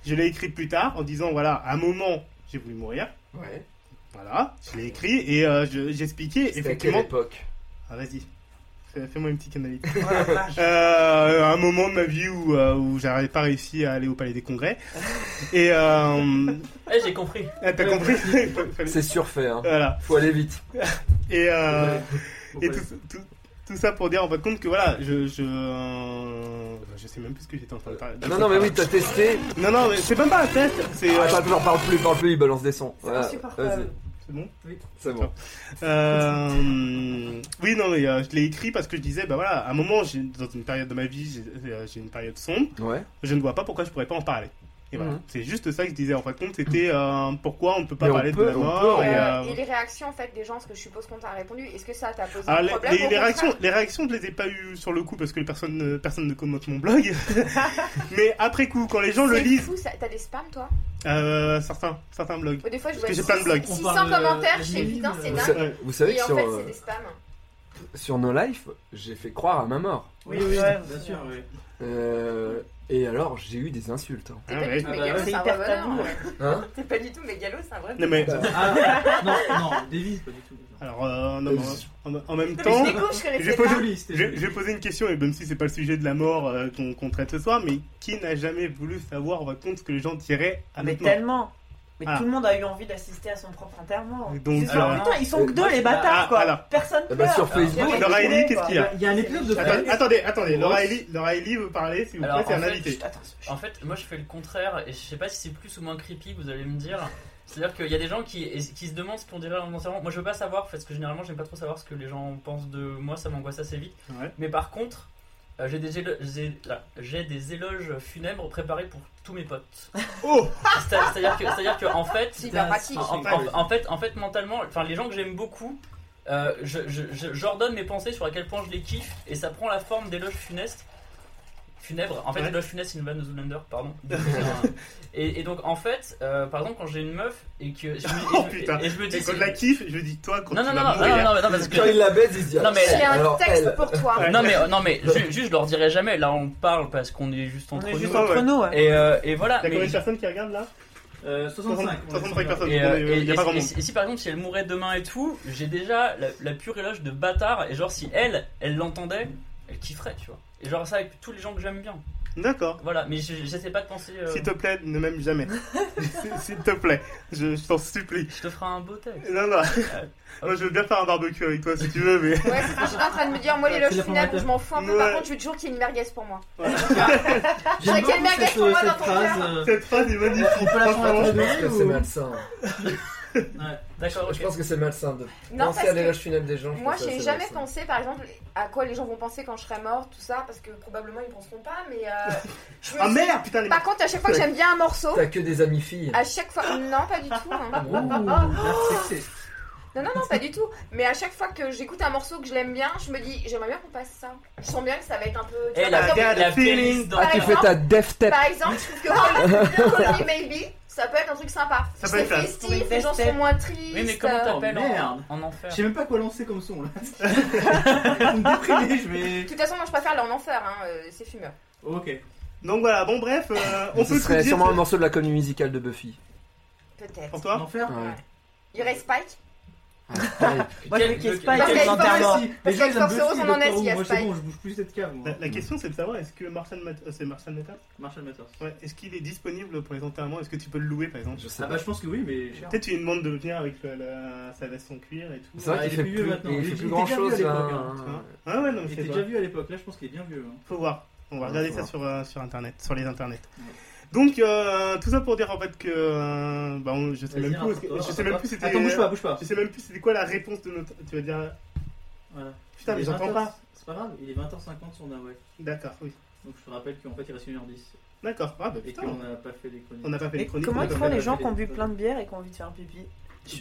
Je l'ai écrit plus tard en disant voilà, à un moment, j'ai voulu mourir. Ouais. Voilà, je l'ai écrit et euh, je- j'expliquais C'était à quelle effectivement. époque Ah, vas-y, Fais- fais-moi une petite analyse. Oh la vache. Euh, un moment de ma vie où, euh, où j'avais pas réussi à aller au palais des congrès. Et. Euh, Eh, j'ai compris. ah, T'as compris C'est surfait, hein. Voilà. Faut aller vite. Et, euh, Faut Ah. et pas tout, tout, tout ça pour dire en fin de compte que voilà, je. Je, euh, je sais même plus ce que j'étais en train de parler. Ah Non, non, mais oui, t'as testé. Non, non, mais c'est même pas un test, c'est. euh, Attends, j'en parle plus, parle plus, il balance des sons. Voilà, insupportable. vas-y, c'est bon C'est bon. Euh, oui, non, mais euh, je l'ai écrit parce que je disais, bah voilà, à un moment, j'ai- dans une période de ma vie, j'ai euh, j'ai une période sombre, Ouais. je ne vois pas pourquoi je pourrais pas en parler. Et voilà. Mhm. C'est juste ça que je disais en fin de compte, c'était euh, pourquoi on ne peut pas Mais on parler de peut- la on mort. peut, et, on- euh, Et les réactions en fait des gens, parce que je suppose qu'on t'a répondu, est-ce que ça t'a posé Alors, un Ah, les, problème les- Au les contraire, réactions, les réactions, je les ai pas eues sur le coup parce que personne, euh, personne ne commente mon blog. Mais après coup, quand les gens le c'est lisent, fou, ça- T'as des spams toi euh, certains, certains blogs. Des fois je Parce vois que j'ai plein de blogs. 600 On parle, euh, commentaires, je fais anonyme, putain c'est euh, dingue. Ça- Vous savez Et que en sur, fait euh, c'est des spams. sur No Life, j'ai fait croire à ma mort. Oui, oui, ouais, bien sûr. oui. Euh, et alors, j'ai eu des insultes. hein. T'es Ah pas ouais. du Ah tout bah mégalo, ouais. C'est c'est un hyper vrai tabou. bonheur. ouais. Hein T'es pas du tout mégalo, c'est un vrai Non bonheur. mais Bah. Ah, non, non, Davis, pas du tout. Non. alors, euh, non, mais en, en- en même Non, mais temps, je découvre, je je vais connaissais poser- pas. Joli, c'était je vais joli. je vais poser une question et même si c'est pas le sujet de la mort euh, qu'on qu'on traite ce soir, mais qui n'a jamais voulu savoir en fin de compte ce que les gens tiraient à Mais notre mort tellement. Mais Ah. tout le monde a eu envie d'assister à son propre enterrement. Et donc, C'est genre, euh, putain, ils sont que euh, deux les bâtards ah, quoi. alors. Personne Eh pleure. ben, Ah, sur Facebook, Alors, Laura Ellie, qu'est-ce qu'il y a Il y a un épisode de Attends- Friends. Attendez, attendez, Grosse. Laura Ellie, Laura Ellie veut parler, s'il vous plaît, Alors, c'est en un fait, invité. Chut, attends, chut. En fait, moi je fais le contraire et je sais pas si c'est plus ou moins creepy, vous allez me dire. C'est-à-dire qu'il y a des gens qui, qui se demandent ce qu'on dirait en enterrement. Moi je veux pas savoir parce que généralement j'aime pas trop savoir ce que les gens pensent de moi, ça m'angoisse assez vite. Ouais. Mais par contre, euh, j'ai des, élo- j'ai- là, j'ai des éloges funèbres préparés pour tous mes potes. Oh C'est- C'est-à-dire que, c'est-à-dire que en fait, C'est hyper pratique. en, en- en- en fait, en fait, mentalement, enfin les gens que j'aime beaucoup, euh, je- je- je- j'ordonne mes pensées sur à quel point je les kiffe et ça prend la forme d'éloges funestes. Funèbres. En fait, Ouais. éloge funeste, c'est une vanne de Zoolander, pardon. et, et donc, en fait, euh, par exemple, quand j'ai une meuf et que. et je me- Oh, et je me- putain. Et je me dis. Et quand c'est- je la kiffe, je dis toi quand Non, tu non, vas non, non, non, mourir. non, non, parce que. Quand il la baise, il se dit Ah, Non, mais- J'ai un Alors, texte elle. pour toi. Ouais. Non mais non mais ju- juste je leur dirai jamais là on parle parce qu'on est juste On entre est nous juste ouais. entre nous. ouais. et, euh, et voilà T'as mais combien de personnes qui regardent là Euh, 65. on l'a 65 dit. personnes. Et, euh, Il y a et- pas et- grand et monde. si- et si par exemple si elle mourait demain et tout, j'ai déjà la, la pure éloge de bâtard et genre si elle, elle l'entendait, elle kifferait, tu vois. Et genre ça avec tous les gens que j'aime bien. D'accord. Voilà, mais je- j'essaie pas de penser. euh, S'il te plaît, ne m'aime jamais. S'il- S'il te plaît, je, je t'en supplie. je te ferai un beau texte. Non, non. Moi, je veux bien faire un barbecue avec toi si tu veux, mais. Ouais, c'est ce que j'étais en train de me dire. Moi, les C'est loges la finales, formataire. je m'en fous un peu. Par Ouais. contre, je veux toujours qu'il y ait une merguez pour moi. J'aime J'aurais quel beaucoup merguez cette, pour moi cette dans ton phrase. euh, Cette phrase est magnifique. on peut la changer Je à la pense que demi c'est ou... malsain. Ouais. D'accord, Je ok. pense que c'est malsain de Non, penser parce à que l'éloge funèbre des gens. je moi, trouve ça j'ai assez jamais malsain. pensé, par exemple, à quoi les gens vont penser quand je serai mort, tout ça, parce que probablement ils ne penseront pas, mais. euh, je me Ah suis- merde, putain, les Par contre, à chaque fois que j'aime bien un morceau, T'as que des amis filles. à chaque fois. Non, pas du tout. hein. Ouh, dark sexy. Non, non, non, pas du tout. Mais à chaque fois que j'écoute un morceau que je l'aime bien, je me dis, j'aimerais bien qu'on passe ça. Je sens bien que ça va être un peu. tu Et vois, par Eh, la, exemple, la, regarde, le playlist feeling. dans- Ah, tu fais ta death step. Par exemple, je trouve que Call Me Maybe, ça peut être un truc sympa. Ça peut C'est être classe. Oui, festif, les gens festif. sont moins tristes. Oui, mais comment euh, t'appelles Oh, en, merde. en enfer Je sais même pas quoi lancer comme son là. Vous me déprimez, je vais. De toute façon, moi je préfère aller en enfer, hein, euh, c'est fumeur. Ok. Donc voilà, bon, bref, euh, on Ce peut tout serait dire. sûrement un morceau de la comédie musicale de Buffy. Peut-être. Pour toi L'enfer. Ouais. Il reste Spike Ouais. Moi, je veux qu'il y ait Quel- Spike Parce dans qu'elle les est pas enterrements. aussi- parce gens, qu'avec ils aiment Force Buffy, Rose, on le en est, Doctor Who. s'il y a Moi, c'est Spike. bon, je bouge plus cette cave. moi. La, la question, c'est de savoir est-ce que Marshall, Mat- euh, c'est Marshall Mathers Marshall Matters. Ouais, est-ce qu'il est disponible pour les enterrements Est-ce que tu peux le louer par exemple Je sais Ah pas. bah je pense que oui, mais cher. Peut-être tu lui demandes de venir avec le- la- sa veste en cuir et tout. C'est vrai Ah, qu'il il est fait plus vieux plus, maintenant. il Il fait était plus déjà grand vieux à chose. l'époque, hein. tu vois. Ah ouais, non, mais Il c'est était pas- déjà vu à l'époque, là je pense qu'il est bien vieux. hein. Faut voir. On va Ouais, regarder faut ça voir. sur, euh, sur internet, sur les internets. Ouais. Donc euh, tout ça pour dire en fait que euh, bah, on- je sais Vas-y, même plus, rattrape-toi, je sais même rattrape-toi. plus c'était Attends, bouge pas, bouge pas. je sais même plus c'était quoi la réponse de notre tu vas dire Voilà. putain mais Il est j'entends 20h, pas. C'est pas grave, il est 20h50 sur Nawak. D'accord, oui. Donc je te rappelle qu'en fait il reste 1h10 D'accord. Ah bah et putain. qu'on n'a pas fait les chroniques. On n'a pas fait les Mais chroniques. Comment on ils n'a font pas les fait- gens qui ont bu plein de bière et qui ont envie de faire pipi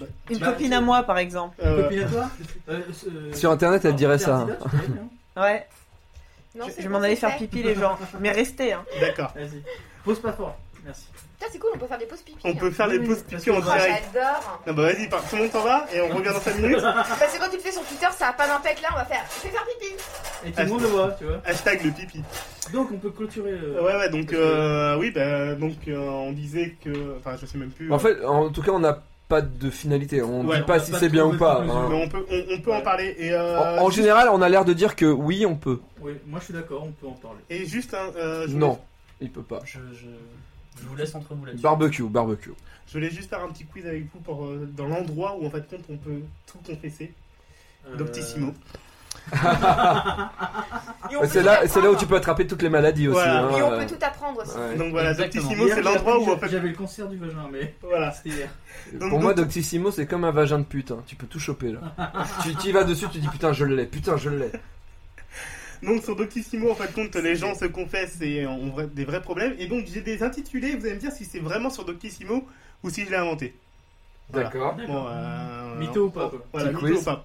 Bah, Une Bah, copine tu- à moi, par exemple. euh, Copine à toi Euh, euh, Sur internet, elle dirait ça. Artida, tu connais, hein Ouais, Non, je, c'est je bon, m'en allais c'est faire fait. pipi, les gens. Mais restez, hein. D'accord. Vas-y. Pose pas fort. Merci. Putain, c'est cool, on peut faire des pauses pipi. hein. On peut faire Oui, les oui, pauses parce pipi en Oh, que- direct. J'adore. Non bah vas-y, par- tout le monde s'en va et on revient dans 5 minutes. Parce que quand tu le fais sur Twitter, ça a pas d'impact. Là, on va faire. Je vais faire pipi. Et tout le monde le voit, tu vois. Hashtag le pipi. Donc on peut clôturer. Ouais euh, ouais donc parce que- euh, oui bah donc euh, on disait que enfin je sais même plus. En fait, en tout cas, on n'a pas de finalité. On Ouais, dit on pas a si pas c'est bien trouvé ou pas. de conclusion. hein. euh, Mais on peut on, on peut en Ouais. parler et euh, En, en général, on a l'air de dire que oui, on peut. Oui, moi je suis d'accord, on peut en parler. Et juste un. euh, je voulais- Non, il peut pas. je, je, je vous laisse entre vous là-dessus. Barbecue, barbecue. Je voulais juste faire un petit quiz avec vous pour, euh, dans l'endroit où en fait compte on peut tout confesser. Euh, Doctissimo. Et on peut C'est tout là, c'est là où apprendre. tu peux attraper toutes les maladies aussi. Voilà. hein. Et on peut tout apprendre aussi. Ouais. Donc voilà, Exactement. Doctissimo Hier, c'est j'ai l'endroit appris où que en fait. Ah. J'avais le cancer du vagin, mais. Voilà. C'était hier. Donc, Pour moi, donc- Doctissimo, c'est comme un vagin de pute. hein. Tu peux tout choper là. tu, tu y vas dessus, tu dis putain, je l'ai, putain, je l'ai. Donc sur Doctissimo, en fait, compte, les gens se confessent et ont vra- des vrais problèmes. Et donc j'ai des intitulés, vous allez me dire si c'est vraiment sur Doctissimo ou si je l'ai inventé. Voilà. D'accord. Bon, D'accord. euh, Mytho ou pas, quoi. Voilà, Petit mytho ou quiz. pas.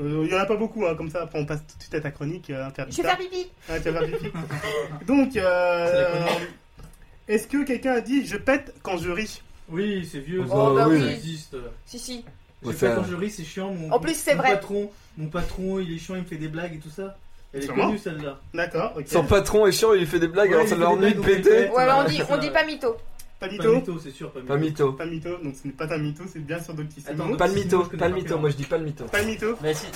Euh, Il y en a pas beaucoup, hein, comme ça, après on passe tout de suite à ta chronique. euh, faire Je vais bizarre. faire pipi. Ah, tu vas faire pipi. Donc, euh, C'est la chronique. est-ce que quelqu'un a dit je pète quand je ris Oui, c'est vieux. Oh, ça bah oui. ça existe. Si, si. J'ai Ouais, fait ça- quand je ris, c'est chiant. Mon, En plus, c'est mon vrai. Patron, mon patron, il est chiant, il me fait des blagues et tout ça. Elle est Sûrement. connue celle-là. D'accord, ok. Son patron est chiant, il lui fait des blagues, Ouais, alors il ça fait leur des ennuie de blagues, on péter. fait- Ou alors on dit, ça, on dit ouais. pas mytho. Pas de mytho Palmito, c'est sûr. Pas Palmito. mytho. Pas de mytho, donc ce n'est pas un mytho, c'est bien sur Doctissimo. Attends, Pas le Sinon, mytho, je connais pas le pas mytho, bien. moi je dis pas le mytho. Pas de mytho Mais si,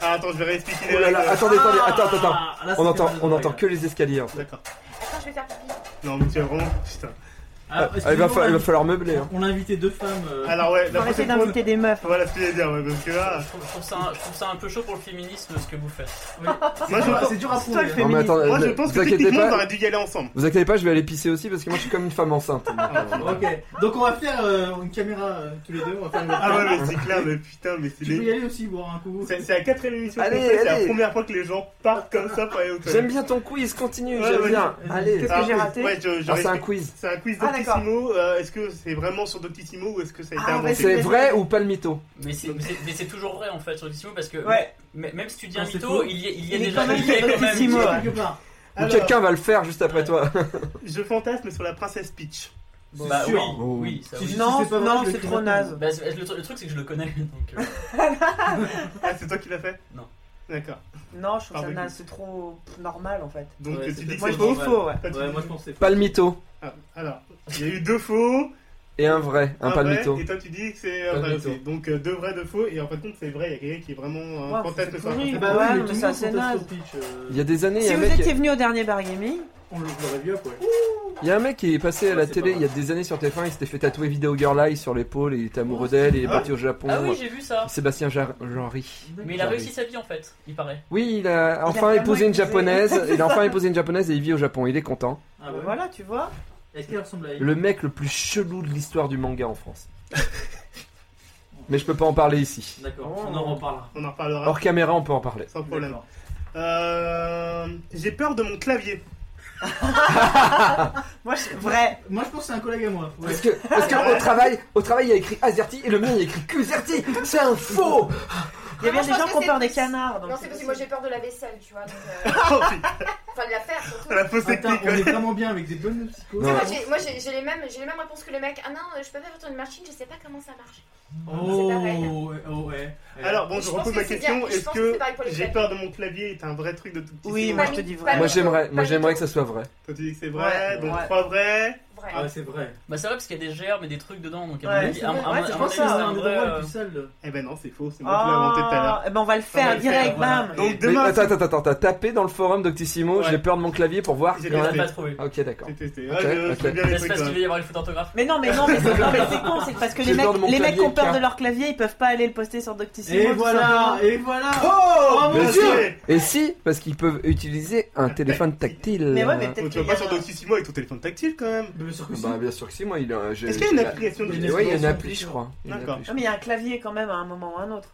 Ah, attends, je vais réexpliquer les Oh là là, règles. attendez, attendez, Ah, attends, attends, attends. là, c'est On entend, Fernando on entend Reagan. que les escaliers. hein. en fait. D'accord. Attends, je vais faire pipi. Non, mais tu as vraiment. Putain. Ah, Ah, il, va excusez-moi, fa- il va on a- falloir meubler. hein. On a invité deux femmes. euh, Alors, ouais, la Faut arrêter prochaine fois. d'inviter des meufs. Voilà ce que j'allais dire, ouais, parce que là. je trouve, je trouve ça un, je trouve ça un peu chaud pour le féminisme ce que vous faites. Moi, Ah, je, c'est dur à prouver. Toi, le hein. fais- Non mais attends, moi, je ne- pense vous que inquiétez techniquement, on pas. aurait dû y aller ensemble. Vous inquiétez pas, je vais aller pisser aussi parce que moi je suis comme une femme enceinte. Ok, donc on va faire euh, une caméra euh, tous les deux. On va faire une- Ah, ouais, mais c'est clair, mais putain, mais c'est tu peux les. y aller aussi boire un coup. C'est c'est la quatrième émission qu'on Allez, fait, c'est la allez. première fois que les gens partent comme ça pour aller au J'aime bien ton quiz, continue, Ouais, j'aime ouais, bien. vas-y. Allez. Qu'est-ce Ah, que j'ai oui, raté Ouais, je, je Ah, c'est un respecte. quiz. C'est un quiz Ah, Doctissimo. euh, est-ce que c'est vraiment sur Doctissimo ou est-ce que ça a été Ah, inventé vas-y, C'est vas-y. vrai ou pas le mytho Mais c'est- mais c'est mais c'est toujours vrai en fait sur Doctissimo parce que Ouais. m- même si tu dis un Non, c'est mytho, faux. il y a, il y a Il est déjà quand même il y a sur quand même- Doctissimo, ouais. quelque part. Ou Alors, quelqu'un va le faire juste après toi. Ouais. Je fantasme sur la princesse Peach. C'est Bah oui, sûr. Oh. oui, ça Si, oui. si, Non, c'est pas vrai, non, je le c'est crie trop maintenant. naze. Bah, c'est- le, tru- le truc c'est que je le connais donc. euh, Ah, c'est toi qui l'as fait Non. D'accord. Non, je trouve ça Pardon. naze, c'est trop pff, normal en fait. Donc Ouais, tu c'est dis que Moi c'est je faux dis normal. faux, ouais. Toi, tu Ouais, dis- moi je pense que c'est Pas le mytho Ah, Alors, il y a eu deux faux, et un vrai, un pas le vrai, mytho. et toi tu dis que c'est. Pas enfin, le mytho. c'est- Donc euh, deux vrais, deux faux, et en fin de compte c'est vrai, il y a quelqu'un qui est vraiment un Ouais, fantasme c'est sur la pourri. princesse Eh Bah ouais, oui, mais tout le ça, monde c'est conteste naze. au pitch, euh, Il y a des années, il y Si a un vous mec, étiez venu au dernier bar gaming, On le l'aurait vu après. il y a un mec qui est passé à la Ouais, c'est télé pas il y a des années sur TF1, il s'était fait tatouer Video Girl Eye sur l'épaule, il était amoureux d'elle, il est Ah parti au Japon. Ah oui, j'ai vu ça. Sébastien Jar- Janry. Mais il a Jarry. réussi sa vie en fait, il paraît. Oui, il a enfin vraiment épousé une épousé. japonaise, il a enfin épousé une japonaise et il vit au Japon, il est content. Ah bah bah voilà, tu vois. Est-ce qu'elle ressemble à elle Le mec le plus chelou de l'histoire du manga en France. Mais je peux pas en parler ici. D'accord, on en reparlera. On en reparlera Hors caméra, on peut en parler. sans problème. D'accord. Euh, J'ai peur de mon clavier. Moi, je... vrai. Moi je pense que c'est un collègue à moi. Ouais. Parce que, parce que au travail, au travail, il y a écrit Azerty et le mien il y a écrit QZerty. C'est un faux. Il y a Ah, bien je des pense gens que qui ont c'est peur des plus- canards. donc Non, c'est parce que moi j'ai peur de la vaisselle, tu vois. donc, euh, Oh, putain, Enfin, de la faire surtout. la fausse Attends, technique. on est vraiment bien avec des bonnes psychos. Non. Moi, j'ai- Moi j'ai j'ai les mêmes j'ai les mêmes réponses que les mecs. Ah non, je peux pas faire tourner une machine, je sais pas comment ça marche. Oh, C'est pareil. ouais, oh ouais. ouais. Alors bon, Je je pense repose que ma c'est question. bien, je Est-ce pense que c'est pareil pour que les j'ai claviers. peur de mon clavier est un vrai truc de tout petit Oui, moi je te dis vrai. Moi j'aimerais, moi j'aimerais que ça soit vrai. Toi tu dis que c'est vrai, Ouais, donc ouais. trois vrais. Vrai. Ah ouais, c'est vrai. Bah c'est vrai parce qu'il y a des germes et des trucs dedans donc à Ouais, mon avis, c'est à mon- vrai, à ouais, mon- c'est à pour mon C'est avis, ça, hein, c'est un un des endroits vrai, les euh, plus sales. Eh ben non, c'est faux, c'est moi qui l'ai inventé tout à l'heure. Ah, eh ben on va le On va faire le direct, faire, voilà. bam. Donc Ah. Mais demain, attends, attends, attends, t'as tapé dans le forum Doctissimo, Ouais. j'ai peur de mon clavier pour voir. J'ai Il y en On a- l'a pas trouvé. Ah, Ok, d'accord. J'ai testé. Ok, Ah, je- je ok. fais bien les Est-ce trucs, parce quand qu'il va y avoir une faute d'orthographe Mais non, mais non, mais c'est non, mais c'est con, c'est parce que J'ai les mecs, peur de mon les mecs qui clavier, ont peur car- de leur clavier, ils peuvent pas aller le poster sur Doctissimo. Et tout voilà, simplement. et voilà. Oh, Mais mon si, Dieu. et si, parce qu'ils peuvent utiliser un téléphone tactile. Mais ouais, mais même. peut-être Oh, Tu vas qu'il pas y sur a- Doctissimo avec ton téléphone tactile quand même. Bien sûr que si. Bah bien sûr que si, moi il a. j'ai- Est-ce qu'il y a une j'ai- application de Mais Ouais, il y a une D'accord. appli, je crois. Il y a une D'accord. appli, je Non, mais il y a un clavier quand même à un moment ou à un autre.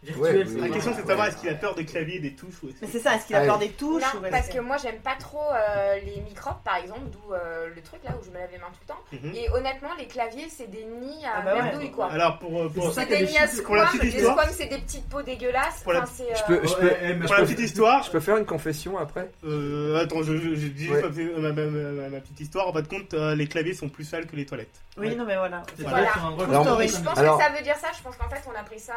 Ouais, Virtuel, oui, oui. c'est La vrai. question c'est de savoir est-ce qu'il a peur des claviers, des touches ou est-ce Mais que- c'est ça, est-ce qu'il a Ah, peur oui. des touches Non, ou est-ce parce que- que moi j'aime pas trop euh, les microbes par exemple, d'où euh, le truc là où je me lave les mains tout le temps. Mhm. Et honnêtement, les claviers c'est des nids à Hmm. Ah bah ouais. merdouille quoi. Alors pour, euh, pour, C'est ça C'est qu'il y a des des nids à choses- pour la squames, petite les histoire- squames c'est des petites peaux dégueulasses. Pour la- Enfin, c'est, Je euh, peux, je Ouais, peux, eh, mais pour la petite histoire, je peux faire une confession après. euh, attends, je, je, je dis juste Ouais. ma, petite- ma- ma- ma- ma petite histoire. En fin de compte, euh, les claviers sont plus sales que les toilettes. Oui, non, mais voilà. C'est Voilà. vrai, c'est un endroit Alors, que- moi, Je pense Alors- que ça veut dire ça, je pense qu'en fait on a pris ça.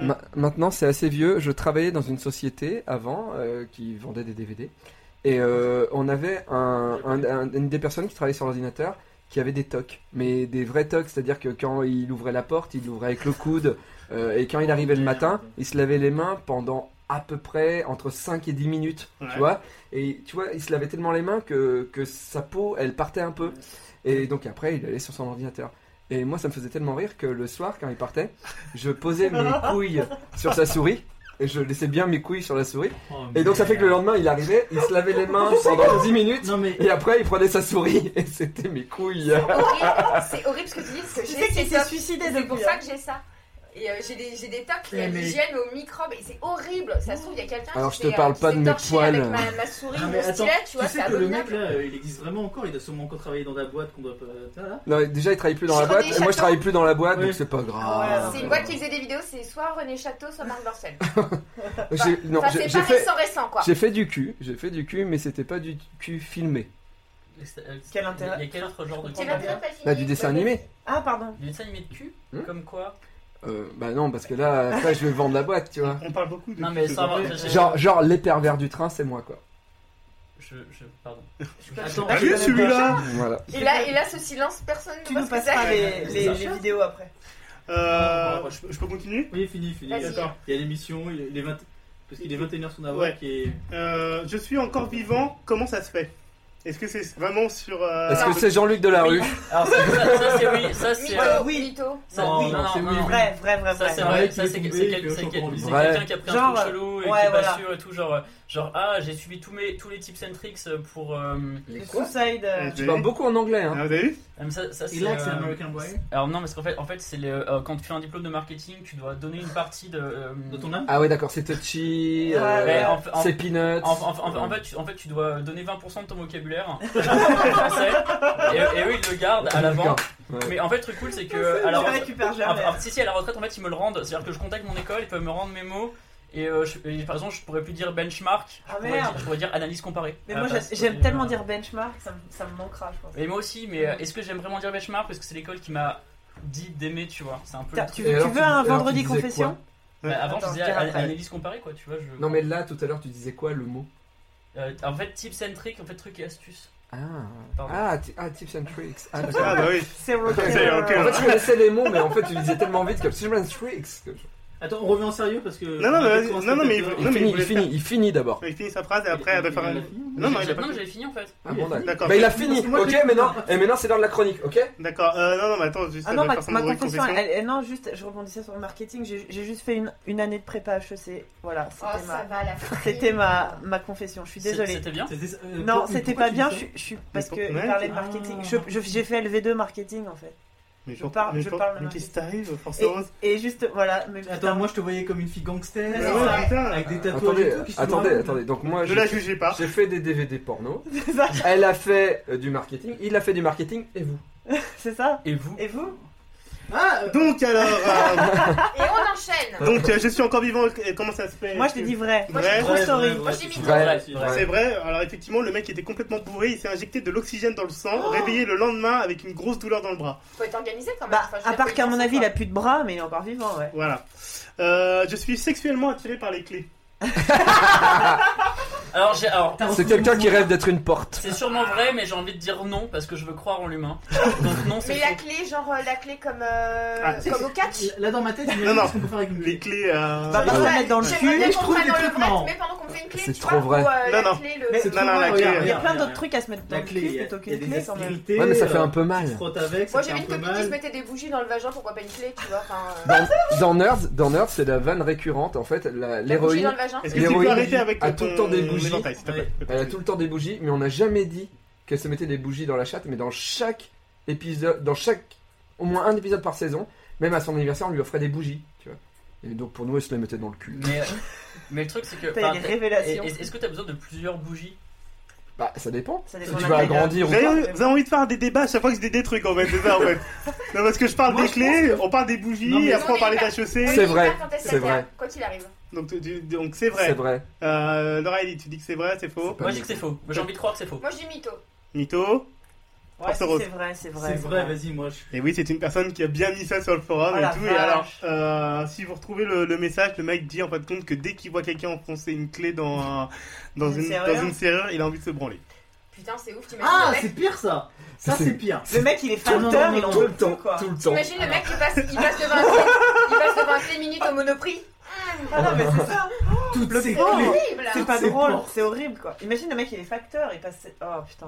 euh, Ma- maintenant, c'est assez vieux. Je travaillais dans une société avant euh, qui vendait des DVD. Et euh, on avait un, un- un- une des personnes qui travaillait sur l'ordinateur qui avait des tocs. Mais des vrais tocs, c'est-à-dire que quand il ouvrait la porte, il l'ouvrait avec le coude. euh, et quand il arrivait le matin, il se lavait les mains pendant à peu près entre 5 et 10 minutes. Ouais. Tu vois Et tu vois, il se lavait tellement les mains que, que sa peau, elle partait un peu. Et donc après, il allait sur son ordinateur. Et moi, ça me faisait tellement rire que le soir, quand il partait, je posais mes couilles sur sa souris. Et je laissais bien mes couilles sur la souris. Oh, mais- Et donc ça fait que le lendemain, il arrivait, il se lavait les mains Oh, pendant 10 minutes. Non mais Et après, il prenait sa souris. Et c'était mes couilles. C'est horrible, c'est horrible ce que tu dis, parce que Tu j'ai sais ces qu'il s'est tops. suicidé C'est depuis. pour hein. ça que j'ai ça. Et euh, j'ai des, j'ai des tocs liés à Mais- mais- l'hygiène, aux microbes, et c'est horrible. Ça se trouve, il y a quelqu'un Alors, qui je te s'est, parle euh, qui pas s'est de mes torché poils. avec ma, ma souris, Ah, ou mais mon attends, stylet, tu vois, sais c'est que le mec abominable. là, euh, il existe vraiment encore, il a sûrement encore travaillé dans la boîte qu'on doit pas. Ah, là. Non, déjà, il travaille plus dans Je la boîte. connais Moi, je Château. travaille plus dans la boîte, Ouais. donc c'est pas grave. Ah, C'est une boîte qui faisait des vidéos, c'est soit René Château, soit Marc Dorcel. J'ai- non, Enfin, j'ai c'est j'ai pas fait, récent, récent, quoi. j'ai fait du cul. J'ai fait du cul, mais c'était pas du cul filmé. Et c'est- euh, Quel intérêt Il y a quel autre genre de C'est cul pas très pas Là, fini. Bah, du dessin animé. Ah, pardon. Du dessin animé de cul Hmm Comme quoi Euh, bah non, parce que là, après, je vais vendre la boîte, tu vois. On parle beaucoup de. Non, mais de- ça va, de- ça, c'est- Genre, genre les pervers du train, c'est moi, quoi. Je. je pardon. Attends, Ah, T'as vu celui-là Voilà. Et là, et là, ce silence, personne ne Tu voit nous ce que passeras c'est. les, les, les vidéos après. Euh, je, peux- je peux continuer Oui, fini, fini. Vas-y. D'accord. Il y a l'émission, il est- il est 20 parce qu'il est 21h sur Nava Ouais. qui est. Euh, Je suis encore vivant, comment ça se fait Est-ce que c'est vraiment sur. euh, Est-ce non. que c'est Jean-Luc Delarue Alors, ça, ça- ça, c'est oui. Ça, c'est. euh, Mytho, oui. mytho. ça- Non, oui, non, c'est oui, oui. Vrai, vrai, vrai, Ça vrai. c'est Ouais, vrai, qu'il ça est c'est tombé, c'est quel- que je c'est suis quel- encore en c'est vie. quelqu'un qui a pris un Genre, truc chelou et ouais, qui est voilà. pas sûr et tout, genre, euh, genre ah j'ai suivi tous mes tous les tips and tricks pour euh, Le Suicide. euh, Ouais. Tu parles beaucoup en anglais, hein. Ah, Vous avez vu ah, mais ça, ça, Et là, c'est euh, American Boy. Alors non parce qu'en fait en fait c'est le- euh, quand tu fais un diplôme de marketing tu dois donner une partie de, euh, Dans ton âme Ah ouais, d'accord, c'est touchy, euh, Ouais, Ouais, en- en- c'est hein. peanuts. En, en- en- en fait, tu, en fait, tu dois donner 20% de ton vocabulaire en français. Et, et eux, ils le gardent à l'avant. D'accord. Ouais. Mais en fait, le truc cool, c'est que. Je Alors, la récupère ah, jamais. ah, si, si, à la retraite, en fait, ils me le rendent. C'est-à-dire que je contacte mon école, ils peuvent me rendre mes mots. Et, euh, je- et par exemple, je pourrais plus dire benchmark. Ah Je pourrais, merde. dire, je pourrais dire analyse comparée. Mais Ah, moi, parce j'a- que- j'aime tellement dire benchmark, ça me- ça me manquera, je pense. Mais moi aussi, mais euh, est-ce que j'aime vraiment dire benchmark Parce que c'est l'école qui m'a dit d'aimer, tu vois. C'est un peu. le T'as- truc. Tu Et veux, alors, tu tu veux un dis- alors, vendredi tu disais confession Bah, avant, Attends, je je disais dirai an- après. analyse comparée, quoi, tu vois. Je... Non, mais là, tout à l'heure, tu disais quoi le mot Euh, en fait, tips and tricks, en fait, trucs et astuces. Ah, Pardon. ah, ti- ah, tips and tricks. Ah, d'accord. Ah bah oui. C'est euh, Ah C'est En rocker. rocker. fait, je connaissais les mots, mais en fait, tu disais tellement vite que tips and tricks. que je- Attends, on revient en sérieux parce que. Non, non, mais vas-y. Non, non, mais il veut- Il non, mais finit, il il voulait finit, il finit d'abord. Il finit sa phrase et après elle va faire un. Non, Non, non, mais il a pas j'avais fait. fini en fait. Ah bon, d'accord. D'accord. Bah, il a fini, hein. Parce que moi, ok, j'ai- mais non, et maintenant, c'est l'heure de la chronique, ok D'accord. Euh, non, non, mais attends, juste. Ah elle non, va ma, faire son ma brevet de confession, elle- elle- non, juste, je rebondissais sur le marketing, j'ai j'ai juste fait une, une année de prépa HEC. Voilà, Oh, c'était ma, ça va, la c'était ma, ma confession, je suis C'est- désolée. C'était bien. euh, Non, c'était pas bien, je, suis- je suis parce pour- que il ouais, parlait de ah. marketing. Je- je- J'ai fait LV2 marketing en fait. Mais Je pour- parle- mais je pour- parle Mais maintenant. qu'est-ce qui t'arrive, Force Et, Rose et juste, voilà. Mais putain, Attends, moi je te voyais comme une fille gangster. Ouais, c'est ouais, ça. putain. Avec des tatouages. Attendez, et tout, qui se attendez, marrent. attendez. Donc, moi, Ne j'ai la jugez pas. j'ai fait des DVD porno. c'est ça, Elle a fait euh, du marketing, il a fait du marketing, et vous c'est ça. Et vous Et vous Ah, euh, Donc alors, euh, Et on enchaîne. donc euh, je suis encore vivant. et Comment ça se fait Moi, je t'ai dit vrai. Moi, Vrai j'ai True ouais, story. ouais, ouais, Moi, j'ai c'est mis vrai. Ouais, Ouais. C'est vrai, alors effectivement, le mec était complètement bourré, il s'est injecté de l'oxygène dans le sang, réveillé le lendemain avec une grosse douleur dans le bras. Faut être organisé quand même. Bah, Enfin, je veux à dire, faut part y qu'à mon penser, avis, il quoi. a plus de bras, mais il est encore vivant, ouais. Voilà. Euh, je suis sexuellement attiré par les clés. Alors, j'ai- alors, T'as C'est retrouvé quelqu'un mon qui nom. rêve d'être une porte. c'est sûrement vrai, mais j'ai envie de dire non parce que je veux croire en l'humain. Donc non, c'est Mais la faux. clé, genre euh, la clé comme, euh, Ah, c'est- comme au catch. Là dans ma tête, je me Non, dis non. ce qu'on peut faire avec une Les clé. clés, euh... Bah, par Ouais. contre, mettre dans le J'aimerais cul. bien je qu'on trouve prenne des dans trucs le vrai, marrants. mais pendant qu'on fait une clé, C'est tu trop vois, vrai. ou, euh, Non, la non. clé, le- Mais- C'est Non, trop non, la marrant, clé, regarde, Il y a regarde, plein d'autres regarde. trucs à se mettre dans La le clé, cul il y a- plutôt il y a qu'une des clé, sans même. aspérités, Ouais, mais ça euh, fait un peu mal. Tu frottes avec, ça Moi j'ai fait vu un une peu copine qui se mal. mettait des bougies dans le vagin, pourquoi pas une clé, tu vois. Enfin, euh, Dans, dans Nerds, dans Nerds, c'est la vanne récurrente. En fait, la- la bougie l'héroïne, dans le vagin. Est-ce que tu L'héroïne peux arrêter avec a ton tout le temps des bougies. éventail, s'il te plaît elle a tout le temps des bougies, mais on n'a jamais dit qu'elle se mettait des bougies dans la chatte. Mais dans chaque épisode, dans chaque, au moins un épisode par saison, même à son anniversaire, on lui offrait des bougies. Tu vois. Et donc pour nous, elle se les mettait dans le cul. Mais, mais le truc, c'est que. Putain, il y a enfin, des t'as- révélations. est- Est-ce que t'as besoin de plusieurs bougies Bah, ça dépend. Ça Si dépend de tu la vas taille de la- agrandir ou Vous pas. avez, vous avez envie de faire des débats à chaque fois que je dis des trucs en fait, c'est ça en fait. Non, parce que je parle Moi, des je clés, on parle des bougies, Non, mais- après on Non, parlait mais- C'est d'HEC. vrai, c'est C'est vrai. vrai. Quoi qu'il arrive. Donc tu- donc c'est C'est vrai. vrai. Euh, Laura Ellie, tu dis que c'est vrai, c'est faux. C'est pas Moi, je dis mieux. que c'est faux. Moi, J'ai envie de croire que c'est faux. Moi je dis mytho. Mytho. Ouais, si, Rose. c'est vrai, c'est vrai. C'est vrai, vas-y, moi je. Et oui, c'est une personne qui a bien mis ça sur le forum Oh et la tout. Et vache. alors, euh, si vous retrouvez le, le message, le mec dit en fin de compte que dès qu'il voit quelqu'un enfoncer une clé dans, un- dans, Une une, serrure. dans une serrure, il a envie de se branler. Putain, c'est ouf, t'imagines Ah, le mec. c'est pire ça Ça, C'est- c'est pire Le mec, il est Ah, non, facteur, non, il en non, veut plus, quoi. Tout le temps. T'imagines le mec, il passe, il passe devant un clé, il passe devant un clé minute au monoprix. Ah non, mais c'est ça. Toutes Le ces Oh, pauvre. clés Horrible. C'est pas C'est drôle, porc. c'est horrible, quoi. Imagine le mec, il est facteur, il passe. Oh putain.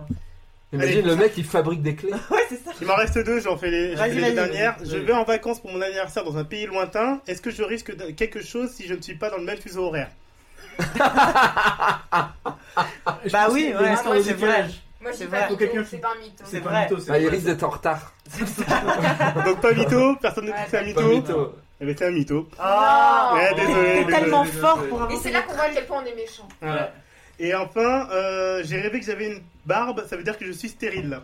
Imagine le mec qui fabrique des clés. Ouais, c'est ça. Il m'en reste deux, j'en fais les, j'en Vas-y, fais les vas-y, dernières. vas-y. Je vais en vacances pour mon anniversaire dans un pays lointain. Est-ce que je risque de- quelque chose si je ne suis pas dans le même fuseau horaire Je Bah pense oui, qu'il y a ouais, une histoire de c'est décalage. Moi je C'est dis vrai. pas Faut quelqu'un qui- mytho, c'est pas un hein. mytho. C'est pas vrai. mytho, c'est Bah, il vrai. risque d'être en retard. Donc pas mytho, personne ne Ouais, pousse à pas Pas mytho. mytho. Elle était un mytho. Ah, Eh, désolé, T'es désolé, tellement désolé. fort pour Et inventer c'est là des qu'on voit à quel point on est méchant. Voilà. Et enfin, euh, j'ai rêvé que j'avais une barbe, ça veut dire que je suis stérile.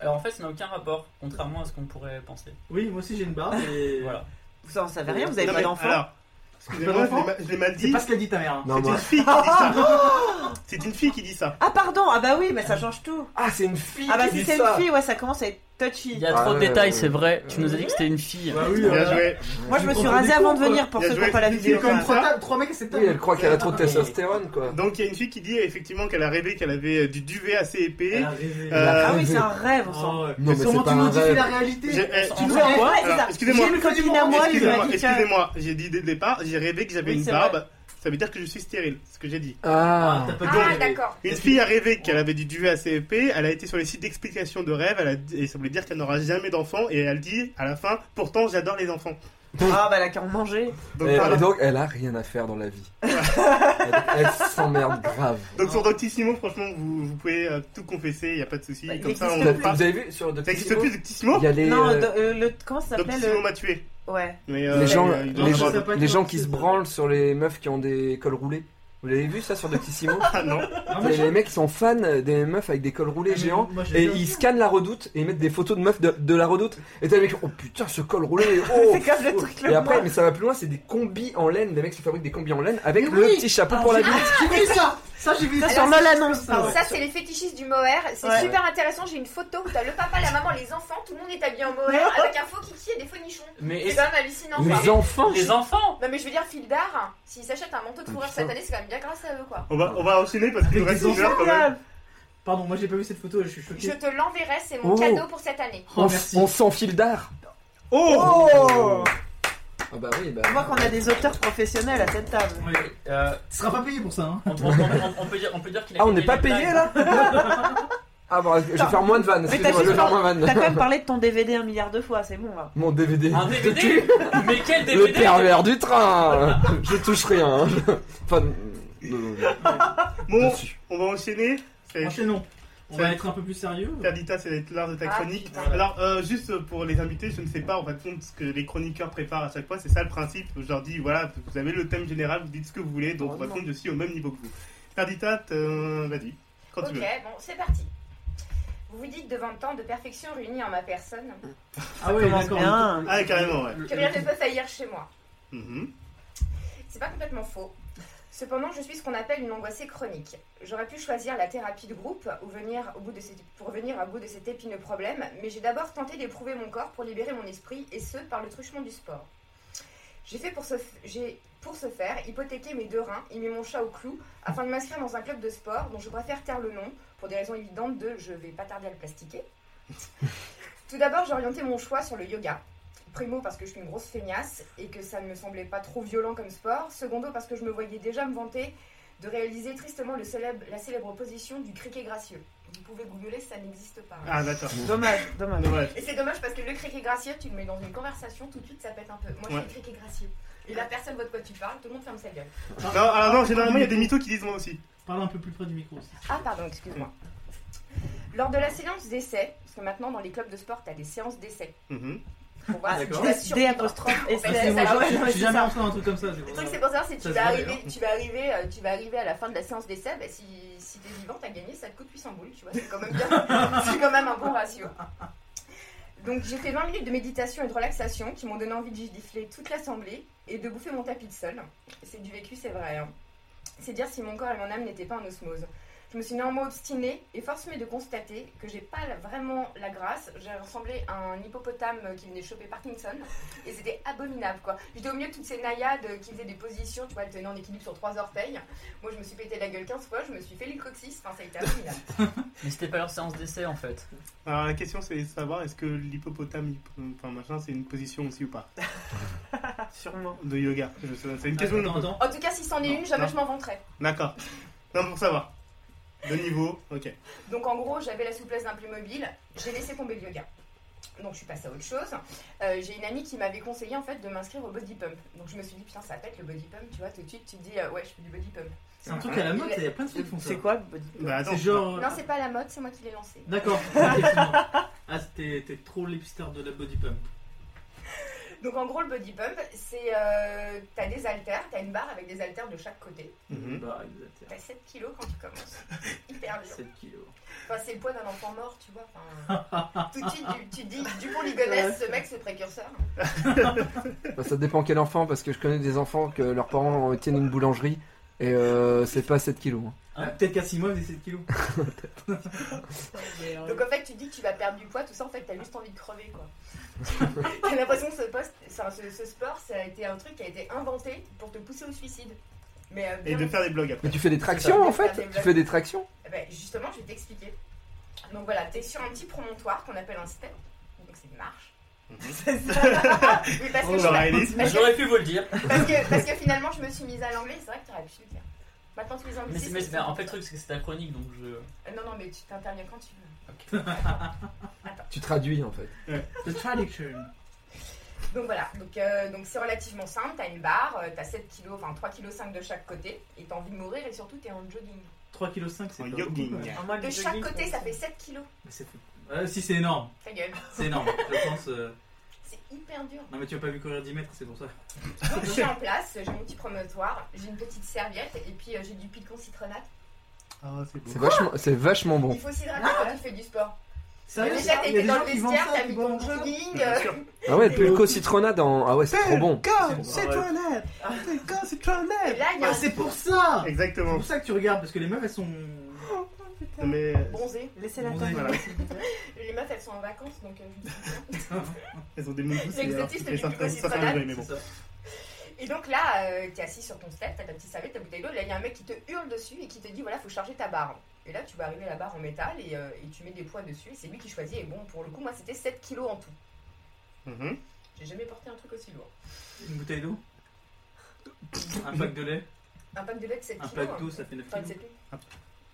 Alors en fait, ça n'a aucun rapport, contrairement à ce qu'on pourrait penser. Oui, moi aussi j'ai une barbe et voilà. Voilà. Vous en savez rien, vous avez Non, pas mais d'enfant. alors, Excusez-moi, je l'ai ma- je l'ai mal C'est dit. pas ce qu'a dit ta mère. hein. Non, C'est moi- une fille qui dit ça. C'est une fille qui dit ça. Ah pardon, ah bah oui, mais ça change tout. Ah, c'est une fille Ah bah qui si dit c'est ça. une fille, ouais, ça commence à être Il touchy. y a trop Ah, de détails, ouais. c'est vrai. Tu nous as dit que c'était une fille. Bah oui, Bien voilà. joué. Moi je me Tu suis prends rasée des avant de coups, quoi. venir pour Bien ceux qui joué. n'ont pas la C'est vidéo. comme- Trois tables, trois mecs, c'est Oui, elle croit qu'elle a trop de testostérone, quoi. Donc il y a une fille qui dit effectivement qu'elle a rêvé qu'elle avait euh, du duvet assez épais. Elle a rêvé. Euh, Ah oui, Rêver. c'est un rêve, on sent. Oh, ouais. Non, mais sûrement, c'est pas tu un modifies rêve. la réalité. J'ai- eh, On Tu sent nous quoi Ouais, c'est Alors, ça. excusez-moi. J'ai une copine à Ah, moi qui m'a Excusez-moi, dit que- excusez-moi, j'ai dit dès le départ, j'ai rêvé que j'avais Oui, une c'est barbe. Ça veut dire que je suis stérile, c'est ce que j'ai dit. Ah, t'as pas dit Ah, rêver. d'accord. Une Est-ce fille que- a rêvé qu'elle avait du duvet assez épais, elle a été sur les sites d'explication de rêve, elle a dit- et ça voulait dire qu'elle n'aura jamais d'enfant, et elle dit à la fin, pourtant j'adore les enfants. Ah bah elle a qu'à en manger. Donc, Et- voilà. et donc, elle a rien à faire dans la vie. elle elle s'emmerde grave. Donc sur Doctissimo, franchement, vous, vous pouvez euh, tout confesser, il n'y a pas de souci. Bah, il Comme ça, existe Vous on avez, plus. parle. vous avez vu sur Ça n'existe Doctissimo plus Doctissimo Il y a les, Non, euh, do- euh, le comment ça s'appelait Doctissimo le m'a tué. Ouais. Mais, les euh, gens, euh, il doit les, en gens, avoir ça peut être les un gens petit qui se peu. branlent sur les meufs qui ont des cols roulés. Vous l'avez vu ça sur Doctissimo Ah non. Ah, moi, Les j'ai- les mecs qui sont fans des meufs avec des cols roulés géants. Moi, j'ai Et fait- ils scannent la redoute et ils mettent des photos de meufs de, de la redoute. Et t'as les mecs, oh putain, ce col roulé, oh C'est comme le oh. truc le Et après, moins- mais ça va plus loin, c'est des combis en laine, des mecs qui fabriquent des combis en laine avec Mais le oui. petit chapeau Ah, pour la j'ai- vie. Ah, J'ai vu ça. Ça j'ai vu Ça, ça. sur LOL annonce. Ah ouais. Ça, c'est les fétichistes du mohair. C'est Ouais. super intéressant. J'ai une photo où t'as le papa, la maman, les enfants. Tout le monde est habillé en mohair avec un faux kiki et des faux nichons. Mais C'est quand même hallucinant. quoi. Les enfants les enfants Non, mais je veux dire, Fildar, s'ils s'achètent un manteau de Ah, fourrure Putain. cette année, c'est quand même bien grâce à eux quoi. On va, on va enchaîner parce qu'il nous Avec reste des une heure quand même. Incroyable. Pardon, moi j'ai pas vu cette photo, je suis Je choqué. te l'enverrai, c'est mon Oh. cadeau pour cette année. Oh, On, merci. on s'enfile d'art Oh Oh Ah bah oui, bah. On voit qu'on a des auteurs professionnels à cette table. Oui, euh, Tu seras pas payé pour ça. Hein. on, on- on- on peut dire, on peut dire qu'il a Ah, on gagné n'est pas les payé blagues. là Ah bon, je vais faire moins de vannes, Mais t'as excusez-moi, je vais juste faire moins de T'as vannes. quand même parlé de ton DVD un milliard de fois, c'est bon là. Mon DVD. Un DVD Mais quel Le DVD pervers du train Je touche rien. hein. Enfin, non, non, non. Bon, Là-dessus. on va enchaîner. C'est- Enchaînons. On Ça- va être un peu plus sérieux. Perdita, c'est l'art de ta Ah, chronique. putain. Alors, euh, juste pour les invités, je ne sais pas en fin de compte ce que les chroniqueurs préparent à chaque fois. C'est ça le principe. Je leur dis, voilà, vous avez le thème général, vous dites ce que vous voulez. Donc, en fin de compte, je suis au même niveau que vous. Perdita, t'es- vas-y, quand Ok, tu veux. bon, c'est parti. Vous vous dites devant tant de perfection réunie en ma personne Ah ouais, Commence d'accord. bien. Ah, carrément, ouais. Le- que rien ne peut faillir chez moi. Mhm. C'est pas complètement faux. Cependant, je suis ce qu'on appelle une angoissée chronique. J'aurais pu choisir la thérapie de groupe ou venir au bout de cette- pour venir à bout de cet épineux problème, mais j'ai d'abord tenté d'éprouver mon corps pour libérer mon esprit, et ce, par le truchement du sport. J'ai fait pour ce, f- j'ai, pour ce faire hypothéqué mes deux reins et mis mon chat au clou afin de m'inscrire dans un club de sport dont je préfère taire le nom, pour des raisons évidentes de je vais pas tarder à le plastiquer. Tout d'abord, j'ai orienté mon choix sur le yoga. Primo parce que je suis une grosse feignasse et que ça ne me semblait pas trop violent comme sport. Secondo parce que je me voyais déjà me vanter de réaliser tristement le célèbre, la célèbre position du criquet gracieux. Vous pouvez googler, ça n'existe pas. hein. Ah, d'accord. Ah, Dommage, dommage. Dommage. Et c'est dommage parce que le criquet gracieux, tu le mets dans une conversation, tout de suite ça pète un peu. Moi je Ouais. suis le criquet gracieux. Et la personne voit de quoi tu parles, tout le monde ferme sa gueule. Non, alors, non, généralement, il y a des mythos qui disent moi aussi. Parle un peu plus près du micro. aussi. Ah pardon, excuse-moi. Lors de la séance d'essai, parce que maintenant dans les clubs de sport, t'as des séances d'essai. Mhm. Pour voir Ah, si tu d'accord. vas D survivre. apostrophe S. Ah, Ouais, c'est ça moi, va, ouais, je- non, je c'est suis jamais ça. rentré dans un truc comme ça. c'est Le pour truc ça. c'est pour savoir si tu Ça se vas voit, arriver, d'ailleurs. tu vas arriver, euh, tu vas arriver à la fin de la séance d'essai, bah, si, si t'es vivant, t'as gagné, ça te coûte 800 boules, tu vois, c'est quand même bien, c'est quand même un bon ratio. Donc j'ai fait 20 minutes de méditation et de relaxation qui m'ont donné envie de gifler toute l'assemblée et de bouffer mon tapis de sol. C'est du vécu, c'est vrai. hein. C'est dire si mon corps et mon âme n'étaient pas en osmose. Je me suis néanmoins obstinée et forcée de constater que j'ai pas vraiment la grâce. J'ai ressemblé à un hippopotame qui venait choper Parkinson et c'était abominable quoi. J'étais au milieu de toutes ces naïades qui faisaient des positions, tu vois, elles tenaient en équilibre sur trois orteils. Moi je me suis pété la gueule 15 fois, je me suis fait l'hycoxis, enfin ça a été abominable. Mais c'était pas leur séance d'essai en fait. Alors, la question, c'est de savoir est-ce que l'hippopotame, hip- enfin, machin, c'est une position aussi ou pas Ah, Sûrement. De yoga. Je sais- C'est une question que je me Attends, pose. attends. En tout cas, si c'en est Non, une, jamais non. je m'en vanterais. D'accord. Non, pour savoir. De niveau, ok. Donc en gros, j'avais la souplesse d'un Playmobil, j'ai laissé tomber le yoga. Donc je suis passée à autre chose. Euh, j'ai une amie qui m'avait conseillé en fait de m'inscrire au body pump. Donc je me suis dit putain ça pète le body pump, tu vois tout de suite tu te dis euh, ouais je fais du body pump. C'est un truc à la mode, ça, il y a plein de trucs qui font ça. C'est quoi le body Bah, attends. C'est genre. Non c'est pas à la mode, c'est moi qui l'ai lancé. D'accord. effectivement. Ah, t'es t'es trop l'hipster de la body pump. Donc en gros, le body pump, c'est. Euh, t'as des haltères, t'as une barre avec des haltères de chaque côté. Mhm. Bah, exactement. T'as 7 kilos quand tu commences. Hyper dur. 7 kilos. Enfin, c'est le poids d'un enfant mort, tu vois. Enfin, tout de suite, tu, tu te dis, Dupont Ligonnès, ce mec, c'est précurseur. Bah, ça dépend quel enfant, parce que je connais des enfants que leurs parents tiennent une boulangerie et euh, c'est pas 7 kilos. hein. Hein, Peut-être qu'à 6 mois, vous avez 7 kilos. Donc en fait, tu te dis que tu vas perdre du poids, tout ça, en fait, t'as juste envie de crever, quoi. t'as l'impression que ce, poste, enfin, ce, ce sport, ça a été un truc qui a été inventé pour te pousser au suicide. Mais euh, Et bien- de faire des blogs après. Mais tu fais des tractions en fait C'est ça. Tu fais des tractions Eh ben, justement, je vais t'expliquer. Donc voilà, t'es sur un petit promontoire qu'on appelle un step. Donc c'est une marche. Mhm. C'est ça. Mais parce, que Oh, je- le réalisme. parce que- J'aurais pu vous le dire. parce que- parce que finalement, je me suis mise à l'anglais, c'est vrai que t'aurais pu le dire. Maintenant, tous les Mais, anglicismes. c'est- mais c'est- en fait, sont le truc, c'est que c'est ta chronique, donc je. comme ça. Euh, Non, non, mais tu t'interviens quand tu veux. Tu traduis en fait. The traduction. Donc voilà, donc euh, donc c'est relativement simple. T'as une barre, euh, t'as 7 kilos, enfin 3 kg de chaque côté, et t'as envie de mourir, et surtout t'es en jogging. 3,5 kg, c'est En pas jogging. beaucoup, ouais. Alors, moi, Ah, le De chaque jogging, côté, c'est- ça fait 7 kilos. Mais c'est fou. Euh, si, c'est énorme. Ta gueule. C'est énorme. Je pense. euh, C'est hyper dur. Non, mais tu vas pas vu courir 10 mètres, c'est pour ça. Donc je suis en place, j'ai mon petit promotoire, j'ai une petite serviette, et puis euh, j'ai du picon citronnate. Ah, c'est C'est beau. vachement, c'est vachement bon. Il faut s'hydrater Ah quand tu fais du sport. Sérieux déjà, il y a t'étais des dans gens le qui vendent ça, vestiaire, t'as qui mis ton vendent ça. jogging. Bien euh, sûr. Ah ouais, C'est pulco citronnade en. Ah ouais, c'est trop bon. bon. Go, c'est Ouais. toi net. Go, c'est toi Et là, il y a Ah, un c'est pour ça C'est Exactement. pour ça que tu regardes, parce que les meufs, elles sont. Mais euh, bronzé. Oh, Laissez la Bon, table. voilà. Les meufs, elles sont en vacances, donc euh, je me suis dit, elles ont des mots douces. C'est et alors, exotisme, c'est du coup, ça- c'est ça fait pas un mal. bruit, mais bon. C'est ça. Et donc là, euh, t'es assis sur ton step, t'as ta petite serviette, ta bouteille d'eau, là il y a un mec qui te hurle dessus et qui te dit voilà, faut charger ta barre. Et là, tu vas arriver à la barre en métal et, euh, et tu mets des poids dessus et c'est lui qui choisit. Et bon, pour le coup, moi c'était 7 kilos en tout. Mhm. J'ai jamais porté un truc aussi lourd. Une bouteille d'eau Un pack de lait Un pack de lait de 7 Un kilos. pack hein. d'eau, ça fait 9 Enfin, de kilos. 7 kilos.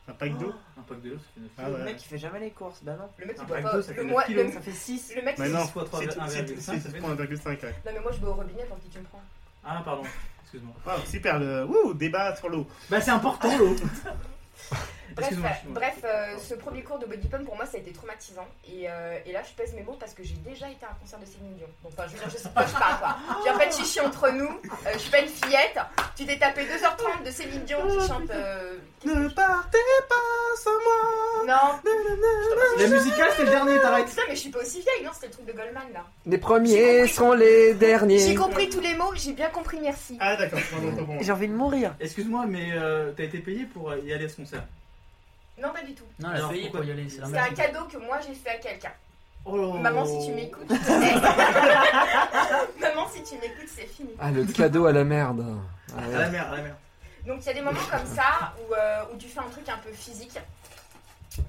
Un Oh. pack d'eau. Un pack de l'eau, ça fait 9 Ah Le ouais. mec, il fait jamais les courses. Bah non. Le mec, Un il boit pack pas. d'eau, ça le fait neuf moi- kilos. le- Ça fait 6. Le mec, Mais il- non, Six fois trois, c'est- c'est- 1,5, c'est ça fait- 3,5. ouais. Non, mais moi je bois au robinet quand tu me prends. Ah, pardon, excuse-moi. Wow, super le wouh, débat sur l'eau. Bah, c'est important l'eau Bref, Excuse-moi, je- bref euh, ce premier cours de body pump pour moi ça a été traumatisant et, euh, et là je pèse mes mots parce que j'ai déjà été à un concert de Céline Dion. Donc enfin je veux dire je sais de quoi je parle quoi. J'ai un pas de chichi entre nous, euh, je suis pas une fillette. Tu t'es tapé 2h30 de Céline Dion qui chante euh, Ne partez pas sans moi. Non, La musicale, c'est le dernier, t'arrêtes putain mais je suis pas aussi vieille, non c'était le truc de Goldman là. Les J'ai premiers compris. sont les J'ai derniers. compris tous les mots, j'ai bien compris merci. Ah d'accord, pardon, pardon, pardon. J'ai envie de mourir. Excuse-moi, mais euh, t'as été payé pour euh, y aller à ce concert. Non pas du tout. Non, elle a Alors, payé pourquoi pour y aller, c'est C'est un normal. cadeau que moi j'ai fait à quelqu'un. Oh Maman si tu m'écoutes, je t'aime. Maman si tu m'écoutes c'est fini. Ah, le cadeau à la merde. Ah À ouais. la mer, à la mer. Donc il y a des moments comme ça où, euh, où tu fais un truc un peu physique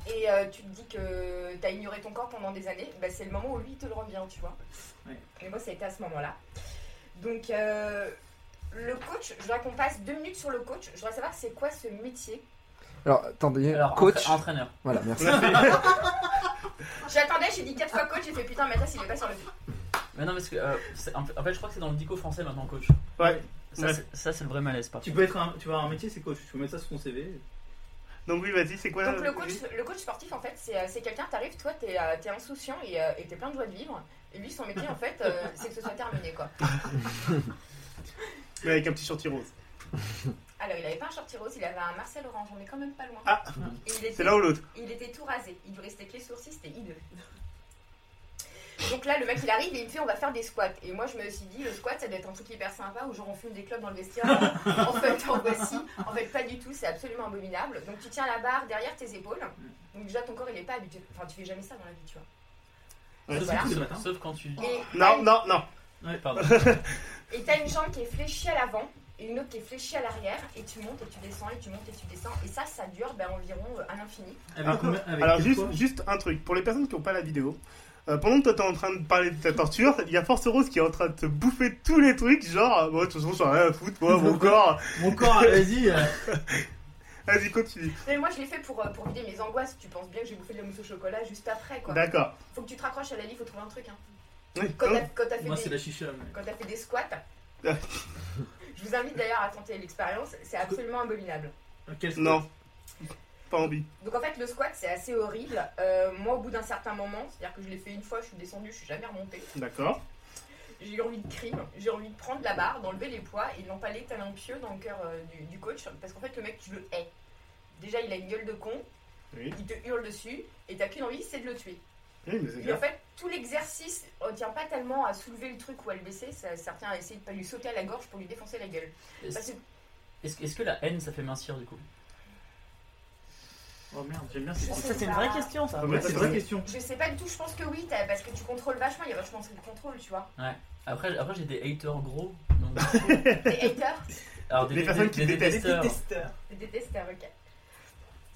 et euh, tu te dis que t'as ignoré ton corps pendant des années, bah, c'est le moment où lui il te le revient, tu vois. Ouais. Et moi ça a été à ce moment-là. Donc euh, le coach, je voudrais qu'on passe deux minutes sur le coach. Je voudrais savoir c'est quoi ce métier. Alors, attendez, Alors, coach. entra- entraîneur. Voilà, merci. J'attendais, j'ai dit quatre fois coach, j'ai fait putain mais ça il est pas sur le Mais non, parce que. euh, c'est- en fait- en fait, je crois que c'est dans le dico français maintenant, coach. Ouais. Ça, Ouais. c'est- ça, c'est le vrai malaise, par Tu contre. peux être un, tu vas avoir un métier, c'est coach. Tu peux mettre ça sur ton CV. Donc oui, vas-y, c'est quoi Donc le coach, le coach sportif en fait c'est, euh, c'est quelqu'un, t'arrives, toi t'es, euh, t'es insouciant et, euh, et t'es plein de joie de vivre. Et lui son métier en fait euh, c'est que ce soit terminé quoi. Mais avec un petit shorty rose. Alors, il avait pas un shorty rose, il avait un Marcel Orange, on est quand même pas loin. Ah. Et il, était, C'est l'un ou l'autre. il était tout rasé, il lui restait que les sourcils, c'était hideux. Donc là, le mec il arrive et il me fait on va faire des squats. Et moi je me suis dit, le squat ça doit être un truc hyper sympa où genre on fume des clubs dans le vestiaire. en fait, en voici. En fait, pas du tout, c'est absolument abominable. Donc tu tiens la barre derrière tes épaules. Donc déjà ton corps il est pas habitué. Enfin, tu fais jamais ça dans la vie, tu vois. Ouais, Sauf- voilà. sauf- Le matin. Sauf quand tu. Et Non, non, non. Ouais, pardon. Et t'as une jambe qui est fléchie à l'avant et une autre qui est fléchie à l'arrière et tu montes et tu descends et tu montes et tu descends et ça ça dure ben, environ euh, à l'infini. Avec Ah, combien- avec Alors quel juste, poids juste un truc, pour les personnes qui n'ont pas la vidéo, euh, pendant que toi t'es en train de parler de ta torture, il y a Force Rose qui est en train de te bouffer tous les trucs, genre, euh, moi de toute façon j'en ai rien à foutre, moi mon corps, Mon corps, vas-y. euh, vas-y continue. Mais moi, je l'ai fait pour, euh, pour vider mes angoisses. Tu penses bien que j'ai bouffé de la mousse au chocolat juste après, quoi. D'accord. Faut que tu te raccroches à la vie, faut trouver un truc. Hein. Oui, Quand t'as comment- quand t'as fait, Moi, c'est des- la chicha. mais- quand t'as fait des squats, je vous invite d'ailleurs à tenter l'expérience, c'est absolument abominable. euh, Quel sport Non, pas envie. Donc en fait, le squat, c'est assez horrible. Euh, moi, au bout d'un certain moment, c'est-à-dire que je l'ai fait une fois, je suis descendue, je suis jamais remontée. D'accord. J'ai eu envie de crime, j'ai eu envie de prendre la barre, d'enlever les poids et d'empaler tel un pieu dans le cœur euh, du, du coach. Parce qu'en fait, le mec, tu le hais. Déjà, il a une gueule de con, Oui. il te hurle dessus et t'as qu'une envie, c'est de le tuer. Oui, mais c'est Et en clair. fait, tout l'exercice ne tient pas tellement à soulever le truc ou à le baisser, ça, ça tient à essayer de pas lui sauter à la gorge pour lui défoncer la gueule. Parce Est-ce que est-ce que la haine ça fait mincir du coup Oh merde, j'aime bien cette Ça, c'est une vraie question, ça. Ouais, mais Ouais, ça, c'est une c'est- vraie question. je sais pas du tout, je pense que oui, t'as- parce que tu contrôles vachement, il y a vachement de contrôle, tu vois. Après, après j'ai des haters gros. donc- T'es hater, alors, Des personnes qui détestent. détesteurs. t'es détesteur, ok.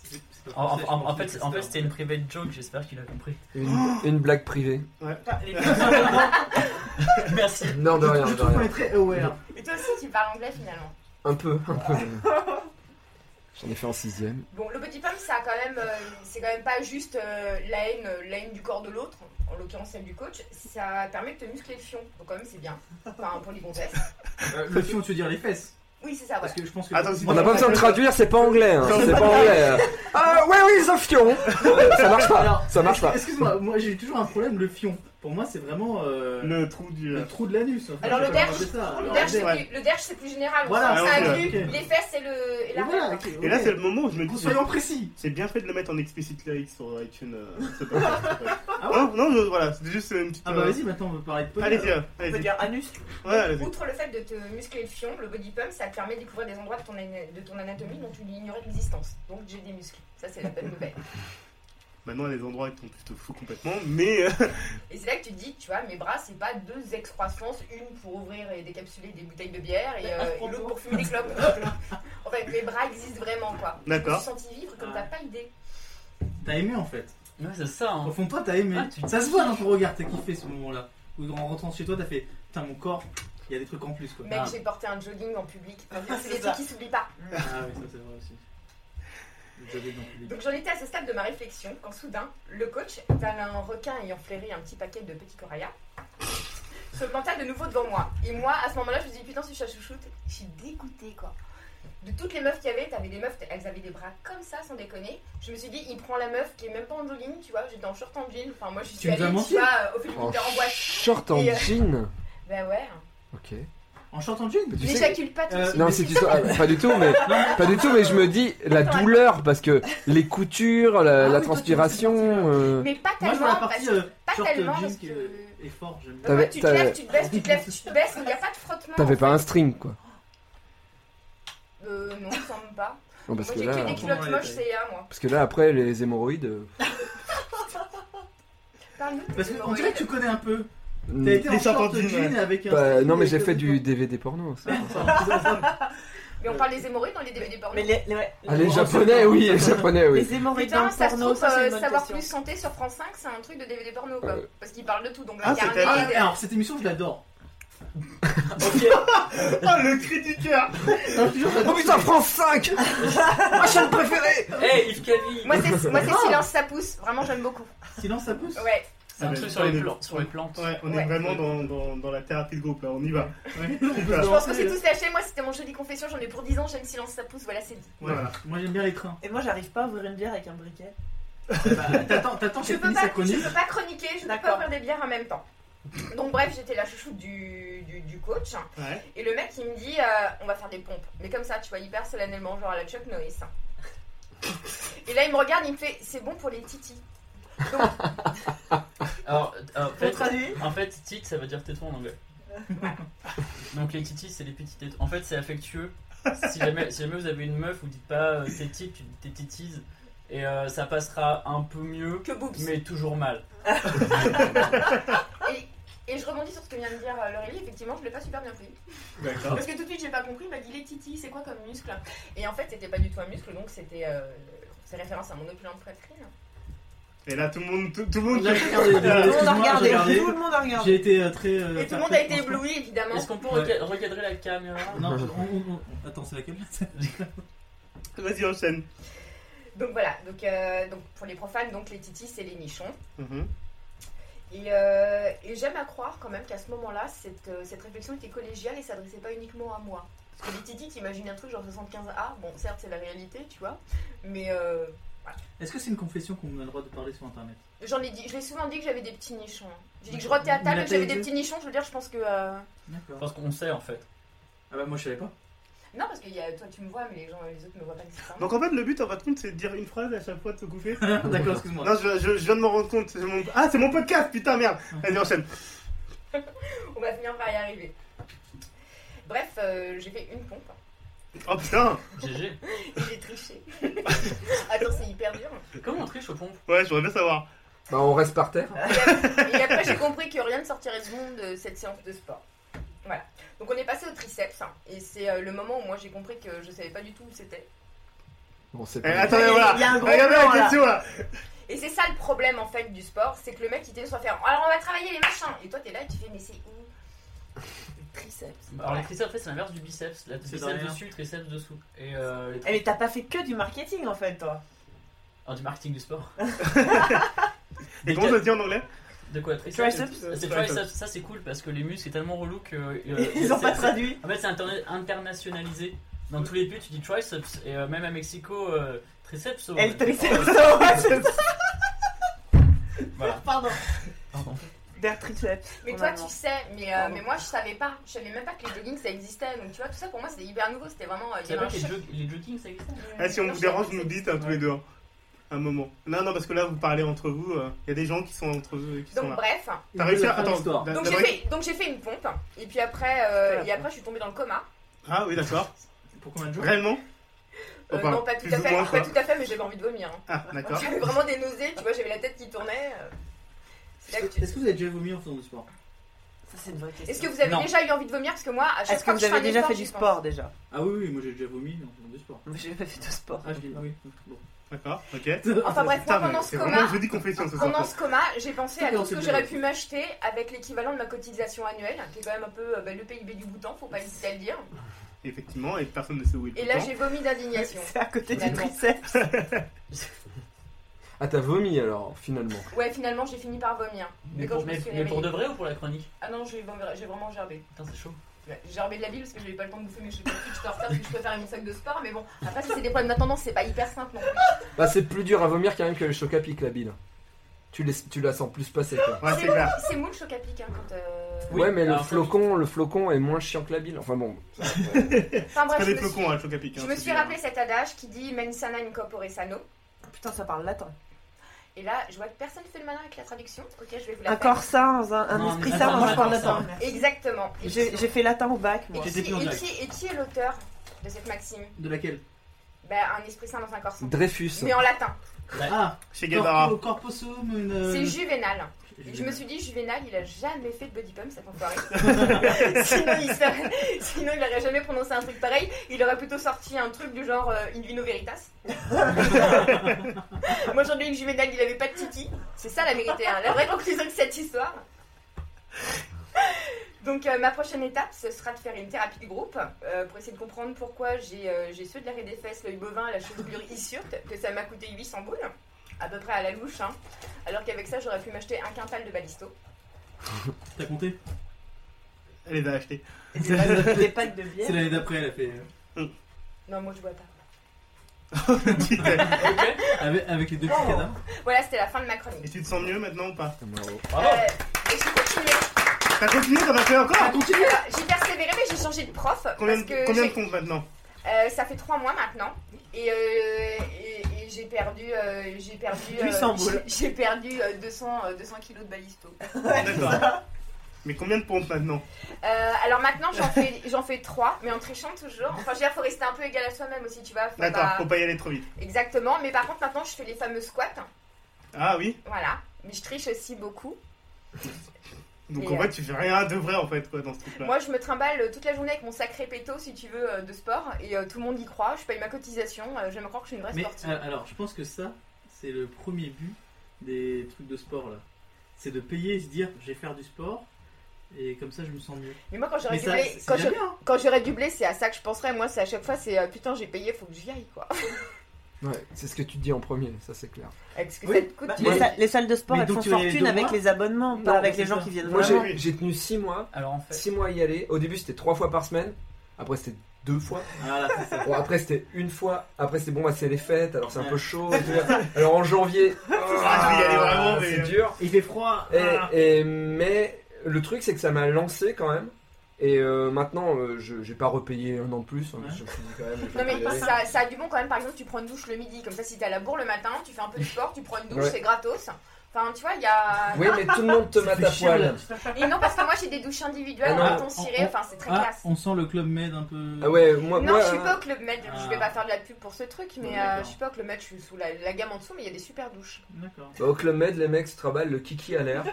C'est- c'est pas En, en- français, en- je en pense, fait, c'est en fait, ça. c'était une private joke, j'espère qu'il a compris. Une, une blague privée. Merci. Non, de rien, Je de trouve qu'on rien. est très aware. Mais toi aussi, tu parles anglais finalement. Un peu, un peu. J'en ai fait en sixième. Bon, le petit pomme, ça a quand même, euh, c'est quand même pas juste euh, la haine, euh, la haine du corps de l'autre, en l'occurrence celle du coach. Ça permet de te muscler le fion, donc quand même c'est bien. Enfin, pour les gonzesses. Euh, Le fion, tu veux dire les fesses Oui, c'est ça. Ouais. Parce que je pense que. Attends, si On n'a pas besoin de traduire, c'est pas anglais. hein, Non, C'est pas anglais. Ah ouais, oui, the fion. Ça marche pas. Alors, Ça marche pas. Excuse-moi, moi j'ai toujours un problème, le fion. Pour moi, c'est vraiment euh, le... le trou du. trou de l'anus. enfin, Alors, je le sais pas derge, comment on appelle ça, Le alors, derche, le c'est ouais. plus, le derche, c'est plus général. On Voilà, sent que ouais, ça ouais, inclut ok. les fesses et, le, Ah, et la derge. Voilà, règle. ok, Et là, ok. c'est le moment où je me dis. Soyons précis. C'est bien fait de le mettre en explicit lyrics sur iTunes. euh, ce podcast, en fait. Non, non, je- voilà, c'était juste une petite. Ah bah euh, vas-y, maintenant on va parler de Paul. Allez-y, euh, On peut allez-y. dire anus. Ouais, allez-y. Outre le fait de te muscler le fion, le body pump, ça te permet de découvrir des endroits de ton, ana- de ton anatomie dont tu ignorais l'existence. Donc j'ai des muscles. Ça, c'est la bonne nouvelle. Maintenant, il y a des endroits qui sont plutôt fous complètement, mais. euh, Et c'est là que tu te dis, tu vois, mes bras, c'est pas deux excroissances, une pour ouvrir et décapsuler des bouteilles de bière et, euh, et l'autre pour fumer des clopes. en fait, mes bras existent vraiment, quoi. Je me D'accord. suis sentie vivre comme t'as pas idée. T'as aimé en fait. Ouais, c'est ça. Au hein. fond de toi, t'as aimé. Ah, tu- Ça se voit dans ton regard, t'as kiffé ce moment-là. Ou en rentrant chez toi, t'as fait Putain, mon corps, il y a des trucs en plus quoi. Mec, Ah. j'ai porté un jogging en public. Ah, C'est c'est des ça. trucs qui s'oublient pas. Ah oui, ça c'est vrai aussi. J'avais dans le public. Donc j'en étais à ce stade de ma réflexion quand soudain, le coach, tel un requin ayant flairé un petit paquet de petits corallas, se planta de nouveau devant moi. Et moi, à ce moment-là, je me suis dit, putain, si je suis à chouchoute, je suis dégoûtée, quoi. De toutes les meufs qu'il y avait, t'avais des meufs, elles avaient des bras comme ça, sans déconner. Je me suis dit, il prend la meuf qui est même pas en jogging, tu vois, j'étais en short en jean. Enfin, moi, je suis nous as allée, menti. tu vois, au Philippe En Peter en boîte. short en Et, euh, jean. Bah ouais. Ok. En chantant de jean Tu sais- J'éjacule pas tout de euh, suite. Non, c'est du ah, pas du tout, mais pas du tout, mais je me dis la douleur parce que les coutures, la, la Ah oui, toi, tu transpiration. fais partie, euh, Mais pas Moi tellement, je vois la parce partie que. euh, pas short tellement, jean parce qui que- euh, est fort, j'aime bien. T'avais- Ouais, tu te lèves, t'avais- tu te baisses, tu te lèves, tu te baisses, il n'y a pas de frottement. T'avais en pas fait. un string quoi. Euh, non, ça me pas. Non, parce moi, que j'ai là, que des Comment culottes elle moches, est c'est moi. parce que là après les hémorroïdes. euh, Parle-nous de Parce tes qu'on dirait que tu connais un peu. T'as n- Les été en short shorts en de jean, jean avec un. bah, string non, mais et j'ai tout, fait tout, du tout. DVD porno. ça. Mais on parle des hémorroïdes dans les DVD porno. Mais les, les, ouais, Ah, les- les japonais, oui, les japonais, oui. les hémorroïdes dans Putain, le ça se porno, trouve, ça, c'est euh, une bonne savoir question. plus santé sur France 5, c'est un truc de DVD porno, quoi. Ouais. Parce qu'ils parlent de tout, donc Ah, la c'est carnet, Ah, tellement- des- alors cette émission, je l'adore. Oh, le cri du cœur Oh putain, France 5 Ma chaîne préférée Eh, Yves Cavi Moi, c'est moi, c'est Silence, ça pousse. Vraiment, j'aime beaucoup. Silence, ça pousse Ouais. C'est un Ouais, truc sur les, ouais. plantes, sur les plantes. Ouais, on est Ouais. vraiment dans, dans, dans la thérapie de groupe là, on y va. Ouais, on peut se Je Je pense que lancer, c'est là. tous lâché. Moi, c'était mon jeudi confession, j'en ai pour 10 ans, j'aime Silence, ça pousse, voilà, c'est dit. Ouais, voilà. Moi j'aime bien les trains. Et moi, j'arrive pas à ouvrir une bière avec un briquet. Bah, T'attends, t'attends, Je j'ai peux fini pas, sa je chronique. peux pas chroniquer, je peux pas D'accord. ouvrir des bières en même temps. Donc, bref, j'étais la chouchoute du, du, du coach. Ouais. Et le mec, il me dit, euh, on va faire des pompes. Mais comme ça, tu vois, hyper solennellement, genre à la Chuck Norris. hein. Et là, il me regarde, il me fait, c'est bon pour les titis. Donc, Alors, euh, en On fait, traduit en fait, tit, ça veut dire téton en anglais. Donc les titis, c'est les petits tétons. En fait, c'est affectueux. Si jamais, si jamais vous avez une meuf, vous dites pas euh, t'es tit, tu dis t'es titise. Et euh, ça passera un peu mieux, que boobs. mais toujours mal. Et, et je rebondis sur ce que vient de dire euh, Laurélie, effectivement, je l'ai pas super bien pris. D'accord. Parce que tout de suite, j'ai pas compris, il m'a dit les titis, c'est quoi comme muscle hein. Et en fait, c'était pas du tout un muscle, donc c'était. euh, c'est référence à mon opulente poitrine. hein. Et là, tout le monde. Tout, tout le monde. Là, j'ai regardé. Tout Tout le monde a Excuse-moi, j'ai regardé. regardé. Tout le monde a regardé. J'ai été euh, très. euh, Et tout très le monde a été franchement. ébloui, évidemment. Est-ce qu'on peut Ouais. reca- recadrer la caméra Non, on, on- on- attends, c'est laquelle Vas-y, enchaîne. Donc voilà, donc, euh, donc pour les profanes, donc les titis, c'est les nichons. Mhm. Et, euh, et j'aime à croire quand même qu'à ce moment-là, cette, euh, cette réflexion était collégiale et s'adressait pas uniquement à moi. Parce que les Titi, t'imagines un truc genre 75A, bon certes c'est la réalité, tu vois, mais euh, Est-ce que c'est une confession qu'on a le droit de parler sur internet J'en ai dit, je l'ai souvent dit que j'avais des petits nichons. hein. J'ai dit que je rotais à table, Mais que j'avais t'as des dit- petits nichons. Je veux dire, je pense que. euh, D'accord. Parce qu'on sait en fait. Ah bah moi je savais pas. Non, parce que y a- toi tu me vois, mais les gens, les autres me voient pas nécessairement. Donc en fait, le but en fin de compte, c'est de dire une phrase à chaque fois de se couper. D'accord, excuse-moi. Non, je, je- je viens de m'en rendre compte. c'est mon- Ah, c'est mon podcast, putain, merde. Allez, enchaîne. On va finir par y arriver. Bref, euh, j'ai fait une pompe. Oh putain. GG. J'ai triché. Attends, c'est hyper dur. Comment on triche au pompe Ouais, j'aimerais bien savoir. Bah, on reste par terre. Et après, j'ai compris que rien ne sortirait de bon de cette séance de sport. Voilà. Donc, on est passé au triceps. hein, et c'est euh, le moment où moi j'ai compris que je savais pas du tout où c'était. Bon, c'est Eh, pas. attendez, Il y a- voilà. il y a un gros Regardez plan, la là. question là. Et c'est ça le problème en fait du sport, c'est que le mec il te soit faire alors on va travailler les machins. Et toi t'es là et tu fais mais c'est où Le Triceps. Alors le triceps en fait c'est l'inverse du biceps. La C'est biceps derrière. dessus, triceps dessous. Et euh, les Eh, mais t'as pas fait que du marketing en fait, toi. Ah, du marketing du sport. Et comment ça se dit en anglais De quoi Triceps Triceps euh, C'est triceps. Ça c'est cool parce que les muscles c'est tellement relou que. euh, Ils ont c'est- pas c'est- traduit. En fait, c'est interna- internationalisé. Dans tous les pays, tu dis triceps, et euh, même à Mexico, euh, triceps. euh, Elle triceps. Voilà. Pardon. Pardon. Der triceps. Mais en toi allemand. tu sais, mais, euh, Pardon. mais moi je savais pas, je savais même pas que les joggings ça existait. Donc tu vois, tout ça pour moi c'était hyper nouveau, c'était vraiment. euh, il Tu y savais avait un que les, choc. jog- les jogging ça hein. existait Ah, si on Non, vous je savais dérange, pas vous nous que dites hein, tous les deux. hein. Un moment. Non, non, parce que là, vous parlez entre vous. euh, Il y a des gens qui sont entre eux. Qui c'était- sont Donc bah, là. bref, T'as réussi à. Fin de Attends, l'histoire. la- donc la j'ai vraie- fait, donc j'ai fait une pompe, et puis après, euh, et après je suis tombée dans le coma. Ah oui, d'accord. Pour combien de jours Réellement Euh, Enfin, non, pas tout plus à ou fait, moins, pas quoi. tout à fait, mais j'avais envie de vomir. hein. Ah, d'accord. J'avais vraiment des nausées, tu vois, j'avais la tête qui tournait. euh. C'est là que tu- Est-ce que vous avez déjà vomi en faisant du sport Ça, c'est une vraie question. Est-ce que vous avez Non. déjà eu envie de vomir Parce que moi, à chaque Est-ce que fois vous je fais avez un déjà effort, fait j'y du pense. sport déjà Ah oui, oui, moi j'ai déjà vomi en faisant du sport. Moi, J'ai pas fait de sport. Ah, je dis, ah oui. Bon. D'accord, ok. Enfin bref, moi Putain, mais pendant ce c'est coma, vraiment jeudi confession ce soir. pendant quoi. ce coma, j'ai pensé Tout à est tout dans ce que cette j'aurais vidéo. pu m'acheter avec l'équivalent de ma cotisation annuelle, qui est quand même un peu euh, bah, le PIB du Bhoutan, faut pas hésiter à le dire. Effectivement, et personne ne sait où il est. Et là, pourtant. j'ai vomi d'indignation. C'est à côté du Finalement. triceps. Ah, t'as vomi alors, finalement. Ouais, finalement, j'ai fini par vomir. Mais, quand pour, je me mais- suis mais pour réveillée- de vrai ou pour la chronique Ah non, j'ai vomi- j'ai vraiment gerbé. Putain, c'est chaud. Ouais, J'ai gerbé de la ville parce que j'avais pas le temps de bouffer mes chocolats. Je suis en retard parce que je préférais mon sac de sport, mais bon, après, si c'est des problèmes d'attendance, c'est pas hyper simple non plus. Bah, c'est plus dur à vomir quand même que le chocapic, la bile. Tu, les- tu la sens plus passer, quoi. Ouais, C'est Ah, c'est bon. clair. C'est mou le choc à pic, hein, quand. euh, Oui, ouais, mais le alors ça- flocon, le flocon est moins chiant que la bile. Enfin bon, Enfin C'est bref, pas je des me suis- flocons, hein, le choc à pic. je hein, me c'est suis bien. rappelé cet adage qui dit Mensana incorpore sano. Putain, ça parle latin. Et là, je vois que personne fait le malin avec la traduction. Ok, je vais vous la Un faire. corps sain, un, un Non, esprit mais sain, attends, moi je parle attends, latin. Exactement. Et J'ai qui- j'ai fait latin au bac, et moi. qui, J'étais plus en et direct. qui- et qui est l'auteur de cette maxime De laquelle Bah, un esprit saint dans un corps sain. Dreyfus. Mais en latin. Ah, Chez Guevara. corpo, corposum, une. euh, C'est Juvenal. je- Et je me suis dit, Juvenal, il a jamais fait de body pump, cet enfoiré. sinon, il serait- sinon, il aurait jamais prononcé un truc pareil. Il aurait plutôt sorti un truc du genre euh, in vino veritas. Moi, j'en ai eu que Juvenal, il avait pas de titi. C'est ça la vérité, hein, la vraie conclusion de cette histoire. Donc, euh, ma prochaine étape, ce sera de faire une thérapie de groupe euh, pour essayer de comprendre pourquoi j'ai euh, j'ai ceux de l'arrêt des fesses, l'œil bovin, la chevelure issurte, que ça m'a coûté 800 boules, à peu près à la louche. hein. Alors qu'avec ça, j'aurais pu m'acheter un quintal de balisto. T'as compté Elle les a achetés. Des pâtes- Des pâtes de bière. C'est l'année d'après, elle a fait. euh, Non, moi, je vois pas. et Avec, avec les deux petits cadavres. Voilà, c'était la fin de ma chronique. tu te sens mieux maintenant ou pas Bravo. Bravo Euh, et j'ai continué. T'as continué, t'en as fait encore continue Alors, j'ai persévéré, mais j'ai changé de prof. Combien, parce que combien de j'ai- pompes maintenant euh, ça fait trois mois maintenant. Et, euh, et, et j'ai perdu. euh, j'ai perdu. euh, 800 boules. j'ai j'ai perdu euh, 200, euh, 200 kilos de balisto. D'accord. Mais combien de pompes maintenant Euh, alors maintenant, j'en fais, j'en fais trois, mais en trichant toujours. Enfin, je veux dire, faut rester un peu égal à soi-même aussi, tu vois. faut D'accord, pas- faut pas y aller trop vite. Exactement. Mais par contre, maintenant, je fais les fameux squats. Ah oui Voilà. Mais je triche aussi beaucoup. Donc Et en euh, fait, tu fais rien de vrai en fait quoi dans ce truc là. Moi, je me trimballe euh, toute la journée avec mon sacré péto, si tu veux, euh, de sport. Et euh, tout le monde y croit. Je paye ma cotisation. euh, J'aime croire que je suis une vraie Mais sportive. euh, alors, je pense que ça, c'est le premier but des trucs de sport là. C'est de payer et se dire, je vais faire du sport et comme ça je me sens mieux. Mais moi, quand j'aurai euh, Mais du ça, blé, c'est hein. quand déjà je- bien. quand j'aurai du blé, c'est à ça que je penserai. Moi, c'est à chaque fois, c'est euh, putain, j'ai payé, faut que j'y aille, quoi. Ouais, c'est ce que tu dis en premier, ça c'est clair. Est-ce que Oui, ça te coûte Bah, Ouais. les, sa- les salles de sport, Mais elles donc font tu vas y aller fortune deux avec mois les abonnements, Non, pas avec c'est les gens ça. qui viennent Moi vraiment. j'ai j'ai tenu 6 mois, Alors en fait. 6 mois à y aller. Au début c'était 3 fois par semaine, après c'était deux fois. Voilà, c'est ça. Bon, après, c'était une fois. Après, c'est bon, bah, c'est les fêtes, alors c'est un peu chaud. tu vois. Alors en janvier, Ah, je vais y aller vraiment, mais- c'est dur. Il fait froid. Et- ah. et- mais le truc, c'est que ça m'a lancé quand même. Et euh, maintenant, euh, je j'ai pas repayé un an de plus. hein, Ouais. parce que je me suis dit quand même, je Non vais y mais aller. ça, ça a du bon quand même, par exemple tu prends une douche le midi, comme ça si t'es à la bourre le matin, tu fais un peu de sport, tu prends une douche, Ouais. c'est gratos. Enfin tu vois, il y a... Oui, mais tout le monde te Ça mate fait à chier, là. poil. Et non parce que moi j'ai des douches individuelles Ah en non. ton On- ciré, on- enfin c'est très Ah, classe. on sent le club med un peu. Ah ouais, moi, Non, moi, je suis euh, pas au Club Med, je vais Ah. pas faire de la pub pour ce truc, mais Ouais, euh, d'accord. je suis pas au Club Med, je suis sous la, la gamme en dessous, mais il y a des super douches. D'accord. Bah, Au Club Med, les mecs se travaillent le kiki à l'air.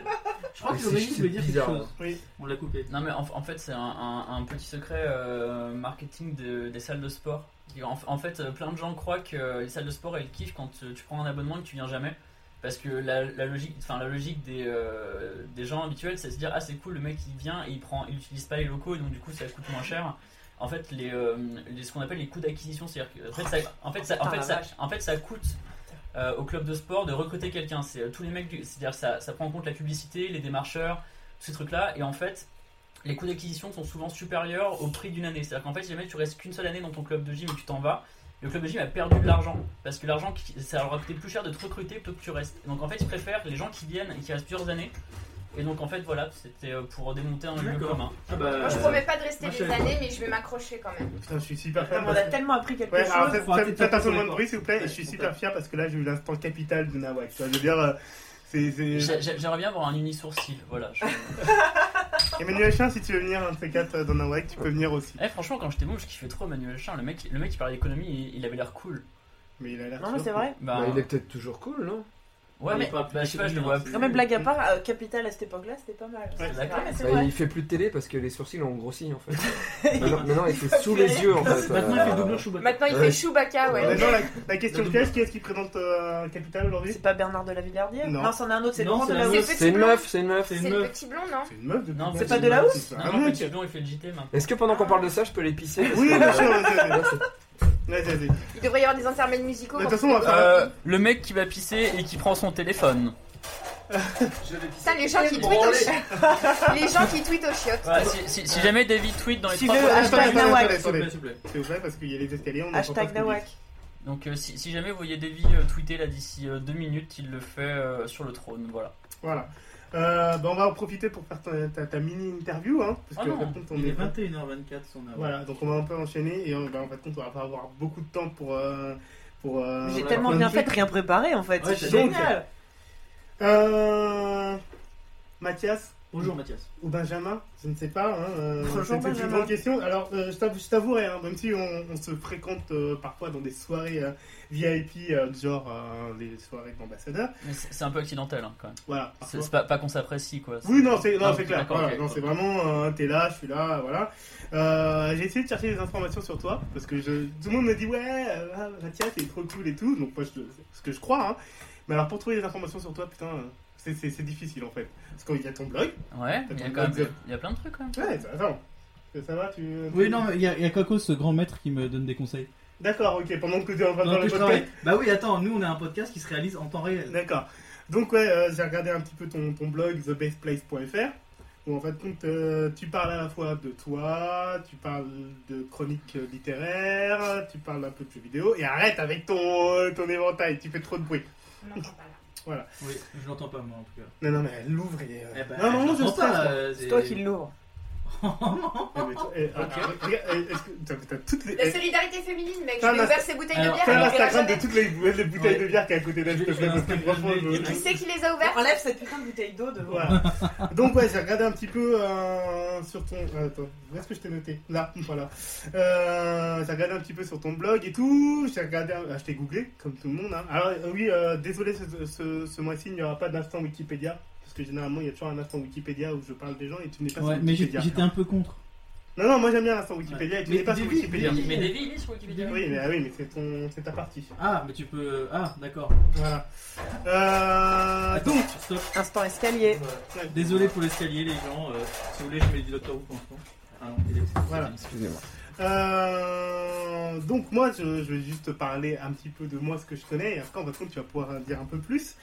Je crois Mais que c'est- Lorenz c'est voulait dire quelque bizarre, chose. Oui. On l'a coupé. Non mais en, en fait c'est un, un- un petit secret euh, marketing de- des salles de sport. En, en fait euh, plein de gens croient que euh, les salles de sport elles kiffent quand euh, tu prends un abonnement et que tu viens jamais. Parce que la, la logique, enfin, la logique des, euh, des gens habituels c'est de se dire ah c'est cool le mec il vient et il prend il utilise pas les locaux et donc du coup ça coûte moins cher. En fait les, euh, les- ce qu'on appelle les coûts d'acquisition c'est-à-dire que en fait ça, en fait, ça- en fait, ça- en fait, ça coûte euh, au club de sport de recruter quelqu'un. C'est euh, tous les mecs du- c'est-à-dire ça ça prend en compte la publicité, les démarcheurs, tous ces trucs là et en fait les coûts d'acquisition sont souvent supérieurs au prix d'une année. C'est-à-dire qu'en fait, si jamais tu restes qu'une seule année dans ton club de gym et tu t'en vas, le club de gym a perdu de l'argent. Parce que l'argent, qui- ça leur a coûté plus cher de te recruter plutôt que tu restes. Donc en fait, ils préfèrent les gens qui viennent et qui restent plusieurs années. Et donc en fait, voilà, c'était euh, pour démonter un lieu D'accord. commun. Ah bah, Moi je promets pas de rester moi, je des savais pas. années, mais je vais m'accrocher quand même. Putain, je suis super Comme fan. on a tellement appris quelque Ouais, chose. alors faites, faut arrêter faites- de taper faites attention au sur les moins de portes. bruit s'il vous plaît, et je suis Ouais, super fier parce que là j'ai eu l'instant capital de Nawak. Tu vois, je veux dire, euh, c'est. c'est- J'ai- j'ai- J'aimerais bien avoir un uni sourcil. Voilà. Je- Emmanuel Chin, si tu veux venir un de ces quatre euh, dans Nawak, tu peux venir aussi. Eh, franchement, quand j'étais bon, je kiffais trop Manuel Chin. Le mec, le mec il parlait d'économie, il, il avait l'air cool. Mais il a l'air. Non, mais sûr. c'est vrai. Bah, Bah, il est peut-être toujours cool, non Ouais, Il mais parle plus bah, je sais pas, je le vois d'économie, plus. Non, mais blague à part, euh, Capital à cette époque-là, c'était pas mal. Ouais, c'est d'accord. vrai, mais c'est Bah, vrai. Il fait plus de télé parce que les sourcils ont grossi en fait. maintenant, maintenant, il fait sous les yeux en fait. Maintenant, il fait Euh, doublure Chewbacca. Maintenant il Ouais. fait Chewbacca, ouais. Maintenant, la, la question piège, qui est-ce qui présente euh, Capital aujourd'hui C'est pas Bernard de la Villardière Non. Non, c'en est un autre, c'est le Non, grand de c'est la un Housse. autre. C'est une meuf, c'est une meuf. C'est C'est une le meuf. petit blond, non C'est une meuf de Non, Petit c'est pas Blond. de la C'est Non, Ah, un non, mec. petit blond, il fait le JT maintenant. Est-ce que pendant qu'on parle de ça, je peux les pisser parce Oui, que, bien euh, sûr, vas-y, vas-y. là, c'est- Vas-y, vas-y. Il devrait y avoir des intermèdes musicaux. De toute quand façon, tu on va fais faire- Ah, Euh, le mec qui va pisser et qui prend son téléphone. Ça, les gens qui tweetent aux chiottes. les gens qui tweetent aux chiottes. Voilà, si, si- si jamais David tweet dans les Suivez trois le prochaines- Attendez, hashtag attendez, Nawak. attendez, S'il vous plaît, attendez. s'il vous plaît. C'est vrai parce qu'il y a les escaliers, on n'entend pas Hashtag ce que vous Nawak. dites. Donc euh, si, si jamais vous voyez Davy euh, tweeter là d'ici euh, deux minutes, il le fait euh, sur le trône, voilà. Voilà. Euh, bah, on va en profiter pour faire ta, ta- ta mini interview, hein, parce Ah que non, par contre, on Il est est 21h24, son heure. Voilà, donc on va un peu enchaîner et on, bah, en fait, on va pas avoir beaucoup de temps pour. euh, pour euh, J'ai pour tellement plein de bien fait trucs. de rien préparer en fait. Ouais, c'est j'adore. génial. Euh, Mathias Bonjour Mathias. ou Benjamin, je ne sais pas. Hein, euh, Bonjour, c'est- c'est une Benjamin. bonne question. Alors, euh, je t'avou- je t'avouerai, hein, même si on, on se fréquente euh, parfois dans des soirées euh, VIP, euh, genre euh, les soirées d'ambassadeurs, Mais c'est c'est un peu accidentel hein, quand même. voilà. C'est parfois. c'est pas, pas qu'on s'apprécie quoi. Ah, Oui, non, c'est non, Ah, c'est clair. d'accord, Voilà, ok. non, c'est vraiment, euh, t'es là, je suis là, voilà. Euh, j'ai essayé de chercher des informations sur toi parce que je, tout le monde me dit ouais, euh, ah, Mathias, t'es trop cool et tout. Donc moi, je, ce que je crois. Hein. Mais alors pour trouver des informations sur toi, putain, euh, c'est- c'est c'est difficile en fait. Parce qu'il y a ton blog. Ouais, mais il y a quand même il y a plein de trucs quand même. Ouais, ça, attends. Ça va, tu. Oui, non, mais il y a, il y a Coco, ce grand maître, qui me donne des conseils. D'accord, ok. Pendant que tu es en train de Pendant faire que le je podcast. travaille. Bah oui, attends, nous on a un podcast qui se réalise en temps réel. D'accord. Donc ouais, euh, j'ai regardé un petit peu ton, ton blog thebestplace.fr où en fait compte, euh, tu parles à la fois de toi, tu parles de chroniques euh, littéraires, tu parles un peu de jeux vidéo et arrête avec ton, euh, ton éventail, tu fais trop de bruit. On n'entend pas là. Oui, je l'entends pas moi en tout cas. Non non mais elle l'ouvre et euh, Eh ben, non non non je l'entends stresse. pas, moi. euh, C'est toi qui l'ouvre. Eh, mais tu- eh, ah, ah, regarde, eh, est-ce que t'as- t'as toutes les La eh, solidarité féminine, mec. Je Ah, vais non, ouvert ces bouteilles de alors, bière. t'as elle ouvrira l'Instagram jamais. de toutes les, les bouteilles Ouais. de bière qui est à côté d'elle, Je s'il vais- te plaît, je vais parce que franchement, Instagrammer. je- Et qui c'est qui les a ouvertes Enlève cette putain de bouteille d'eau de Voilà. Donc ouais, j'ai regardé un petit peu euh, sur ton. euh, Attends, où est-ce que je t'ai noté Là, voilà. Euh, j'ai regardé un petit peu sur ton blog et tout. J'ai regardé, un- ah, je t'ai googlé comme tout le monde. hein. Alors euh, oui, euh, désolé, ce, ce- ce mois-ci il n'y aura pas d'instant Wikipédia parce que généralement il y a toujours un instant Wikipédia où je parle des gens et tu n'es pas Ouais, sur mais j'ai- Wikipédia. j'étais un peu contre. Non non, moi j'aime bien l'instant Wikipédia et tu Mais n'es pas sur David, Wikipédia. David. Mais Davy il est sur Wikipédia. Oui, mais ah oui, mais c'est ton, c'est ta partie. Ah, mais tu peux. Ah, d'accord. Voilà. Euh, Attends, donc. stop. Instant escalier. ouais. Désolé pour l'escalier, les gens. euh, si vous voulez, je mets du Doctor Who en fond. Ah non, il est- Voilà. Excusez-moi. Euh, donc moi, je, je vais juste te parler un petit peu de moi, ce que je connais, et après, en fin de compte, tu vas pouvoir en dire un peu plus.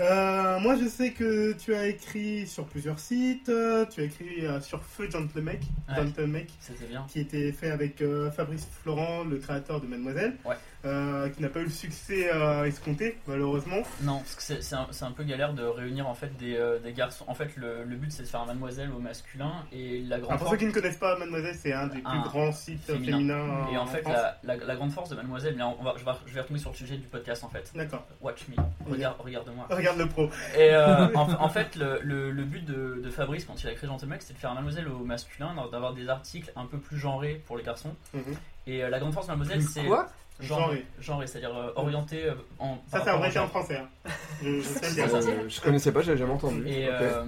Euh, moi, je sais que tu as écrit sur plusieurs sites. euh, Tu as écrit euh, sur Feu Gentlemec, Ouais. Gentlemec, C'était bien. qui était fait avec euh, Fabrice Florent, le créateur de Mademoiselle, Ouais. euh, qui n'a pas eu le succès euh, escompté, malheureusement. Non, parce que c'est c'est un, c'est un peu galère de réunir en fait des, euh, des garçons. En fait, le, le but c'est de faire un mademoiselle au masculin et la Ah, grande pour ceux force. qui ne connaissent pas Mademoiselle, c'est un des Un plus grands sites Ah, féminin. féminins. Et en fait, Ah, France. la, la- la grande force de mademoiselle, mais on va, je, vais, je vais retomber sur le sujet du podcast en fait. D'accord. Watch me, Regarde- regarde-moi. Regarde le pro. Et euh, en, en fait, le, le- le but de, de Fabrice quand il a créé Gentleman, c'est de faire un mademoiselle au masculin, d'a- d'avoir des articles un peu plus genrés pour les garçons. Mhm. Et euh, la grande force de mademoiselle, c'est. Quoi Genré. Genré. Genré, c'est-à-dire euh, orienté euh, en. Ça, par c'est un rapport au vrai terme genre. français. hein. Je, je sais le dire. Euh, Je connaissais pas, j'avais jamais entendu. Et, Ok. euh,